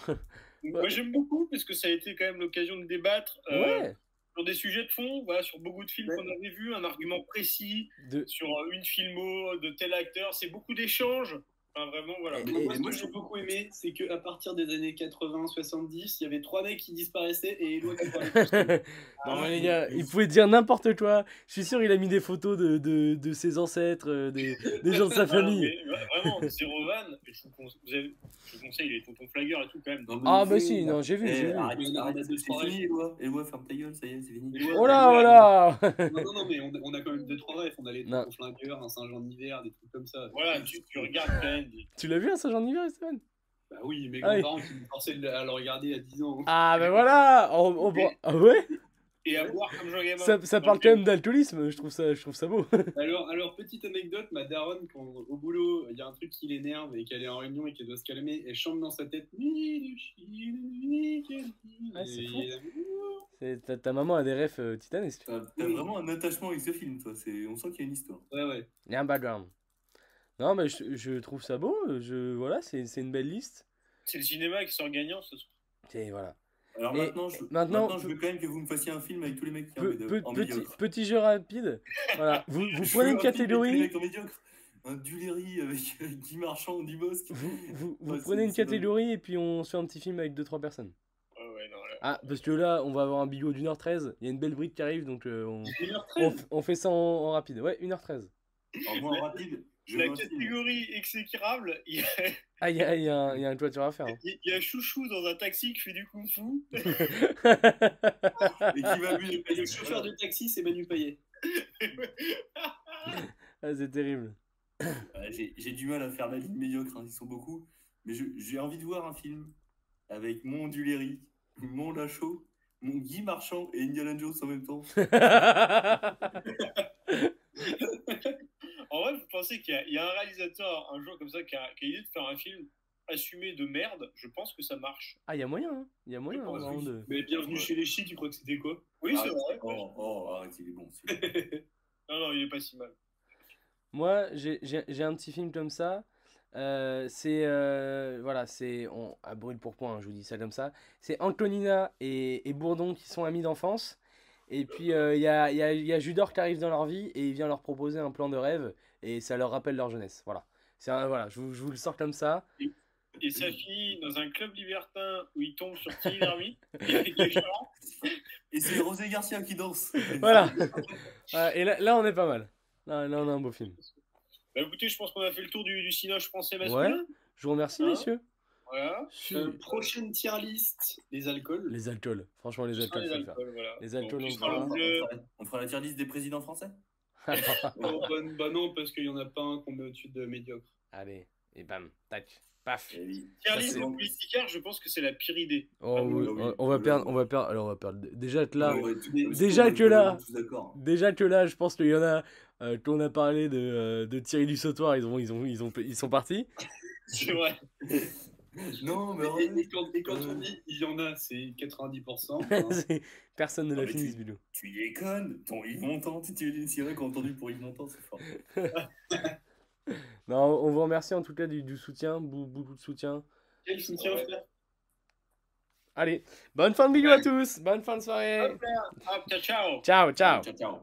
S2: Bah.
S1: Moi, j'aime beaucoup parce que ça a été quand même l'occasion de débattre euh,
S2: ouais
S1: sur des sujets de fond, voilà, sur beaucoup de films qu'on avait vus, un argument précis.
S2: de-
S1: sur euh, une filmo de tel acteur. C'est beaucoup d'échanges. Enfin, vraiment, voilà.
S2: Et-
S3: Moi,
S2: et-
S3: ce que j'ai beaucoup aimé, c'est qu'à partir des années 80-70, il y avait trois mecs qui disparaissaient et Eloi qui parlait.
S2: non mais les gars, il pouvait dire n'importe quoi. Je suis sûr il a mis des photos de, de, de ses ancêtres, euh, des, des gens de
S1: Ah
S2: sa
S1: non,
S2: famille.
S1: mais vra- vraiment, Zéro Van, je vous, conse- vous avez- je vous conseille les tontons flagueurs et tout quand même.
S4: bon. Non, mais
S2: Ah
S4: non,
S2: bah
S4: c'est-
S2: si, non j'ai vu,
S4: Eh,
S2: j'ai vu.
S4: arrête,
S3: Il y en a
S4: arrête,
S3: un de
S4: c'est
S3: trois
S4: fini, Eloi. Eloi, ferme ta gueule, ça y est, c'est fini.
S3: Éloi,
S2: Oh là, oh là
S3: Non, non, non, mais on, on a quand même deux, trois rêves. On a les
S2: Non.
S3: trois flingueurs, un Saint-Jean d'hiver, des trucs comme ça.
S1: Voilà, tu, tu regardes quand même. des-
S2: Tu l'as vu, hein, un Saint-Jean d'hiver, Esteban
S3: Bah oui, mes
S2: Ah oui.
S3: grands-parents qui me forçaient de le- à le regarder à 10 ans.
S2: Ah, ben voilà on, on- Ah ouais
S1: Et à boire comme Jean Gamin.
S2: ça, ça parle quand même d'alcoolisme, je trouve ça, je trouve ça beau.
S3: Alors, alors, petite anecdote, ma daronne, quand au boulot, il y a un truc qui l'énerve et qu'elle est en réunion et qu'elle doit se calmer, elle chante dans sa tête.
S2: Ah, c'est fou.
S3: Et-
S2: C'est- Ta, ta maman a des refs euh, titanesques.
S4: T'as t'as vraiment un attachement avec ce film, toi. c'est- On sent qu'il y a une histoire.
S3: Ouais, ouais.
S2: Il y a un background. Non, mais je, je trouve ça beau. Je, voilà, c'est c'est une belle liste.
S1: C'est le cinéma qui sort gagnant ce soir.
S2: Et voilà.
S4: Alors
S2: Et
S4: maintenant, je,
S2: maintenant-
S4: maintenant, je veux quand même que vous me fassiez un film avec tous les mecs qui
S2: Pe-
S4: en-
S2: pe-
S4: en
S2: petit,
S4: médiocre.
S2: petit jeu rapide. Voilà. Vous, vous
S4: Je
S2: prenez une
S4: veux un film avec tous les
S2: catégorie.
S4: mecs en médiocre. Un Duléry avec euh, Guy Marchand, Guy Bosque.
S2: Vous, vous, vous
S4: Ouais,
S2: prenez
S4: c'est-
S2: une
S4: c'est bon.
S2: catégorie et puis on se fait un petit film avec 2-3 personnes.
S1: Ouais, ouais, non, là.
S2: Ah, parce que là, on va avoir un bigot d'une heure 13. Il y a une belle brique qui arrive, donc euh, on, on, f- on fait ça en, en rapide. Ouais, 1h13.
S4: Alors moi, en rapide, je veux
S1: La
S4: un film.
S1: catégorie exécrable, il y, a-
S2: Ah, il y a, il y a un- il y a un toiture à faire. hein.
S1: il y a Chouchou dans un taxi qui fait du kung-fu.
S4: Et qui va lui
S3: Et le chauffeur de taxi, c'est Manu Payet.
S2: Ah, c'est terrible.
S4: Euh, J'ai j'ai du mal à faire la ligne médiocre, hein, ils sont beaucoup. Mais je- j'ai envie de voir un film avec mon Duléry, mon Lachaud, mon Guy Marchand et Indiana
S2: Oh,
S4: Jones en même temps.
S2: ah
S1: En vrai, vous pensais qu'il y, a- il y a un réalisateur un jour comme ça qui a, qui a l'idée de faire un film assumé de merde, je pense que ça marche.
S2: Ah, il y a moyen, hein. Il y a moyen,
S1: Je pense,
S2: vraiment,
S1: oui.
S2: de-
S5: Mais bienvenue
S1: Ouais.
S5: chez les chi, tu crois que c'était quoi
S1: Oui, c'est
S4: Arrête.
S1: vrai.
S4: Oh, oh, arrête, il est bon. c'est bon.
S1: Ah, Non, non, il est pas si mal.
S2: Moi, j'ai j'ai- j'ai un petit film comme ça. euh, c'est euh, voilà, c'est on à brûle pour point, hein, je vous dis ça comme ça. C'est Antonina et, et Bourdon qui sont amis d'enfance. Et puis euh, il y a, il y a- il y a Judor qui arrive dans leur vie et il vient leur proposer un plan de rêve et ça leur rappelle leur jeunesse. Voilà. C'est un- voilà, je vous, je vous le sors comme ça.
S1: Et sa fille, dans un club libertin où il tombe sur Tilly Lhermitte, qui est genre,
S4: Et c'est Rosé Garcia qui danse.
S2: Voilà. Voilà, et là, là, on est pas mal. Là, là, on a un beau film.
S1: bah écoutez, je pense qu'on a fait le tour du, du cinoche français masculin.
S2: Ouais. Je vous remercie,
S1: Hein
S2: messieurs.
S1: Voilà.
S5: Euh, Prochaine tier list, les alcools.
S2: Les alcools. Franchement, les
S1: Ce sera
S2: alcools,
S1: les
S2: faut le faire.
S1: alcools, voilà.
S2: Les alcools,
S1: Bon,
S2: on
S1: ce
S2: verra.
S1: sera
S4: On
S1: le jeu.
S4: fera- On fera la tier list des présidents français
S5: Oh, bah, bah non, parce qu'il n'y en a pas un qu'on met au-dessus de médiocre.
S2: Allez, et bam, tac, paf.
S4: Eh oui.
S1: Tier
S4: Ça,
S1: list
S4: c'est-
S1: de politicards, je pense que c'est la pire idée.
S2: Oh,
S1: Ah oui,
S2: on-
S4: oui,
S2: on va
S4: oui,
S2: perdre,
S4: oui.
S2: on va perdre. Alors on va perdre. Déjà que là,
S4: Ouais, tout-
S2: déjà
S4: tout-
S2: que là-
S4: Je suis d'accord. hein.
S2: déjà que là, je pense qu'il y en a euh, qu'on a parlé de, euh, de Thierry du Sautoir, ils ont, ils ont, ils ont, ils sont partis.
S1: C'est vrai.
S4: Non, mais
S5: Et, et
S4: revenez,
S5: quand, et quand
S4: Euh.
S5: on dit il y en a, c'est 90%.
S3: Ah
S5: hein.
S2: C'est- Personne ne
S4: Ah,
S2: l'a
S4: mais
S2: fini
S4: tu-
S2: ce bidou.
S4: tu déconnes. Ton Yves Montand, tu tu- c'est vrai qu'on a entendu pour Yves Montand, c'est fort.
S2: Non, on vous remercie en tout cas du, du soutien, bou- beaucoup de soutien.
S5: Quel soutien
S1: Ouais.
S5: faire
S2: Allez, bonne fin de vidéo à tous, bonne fin de soirée.
S1: Hop, Ah, ciao, ciao.
S2: Ciao, ciao.
S4: Ciao, ciao.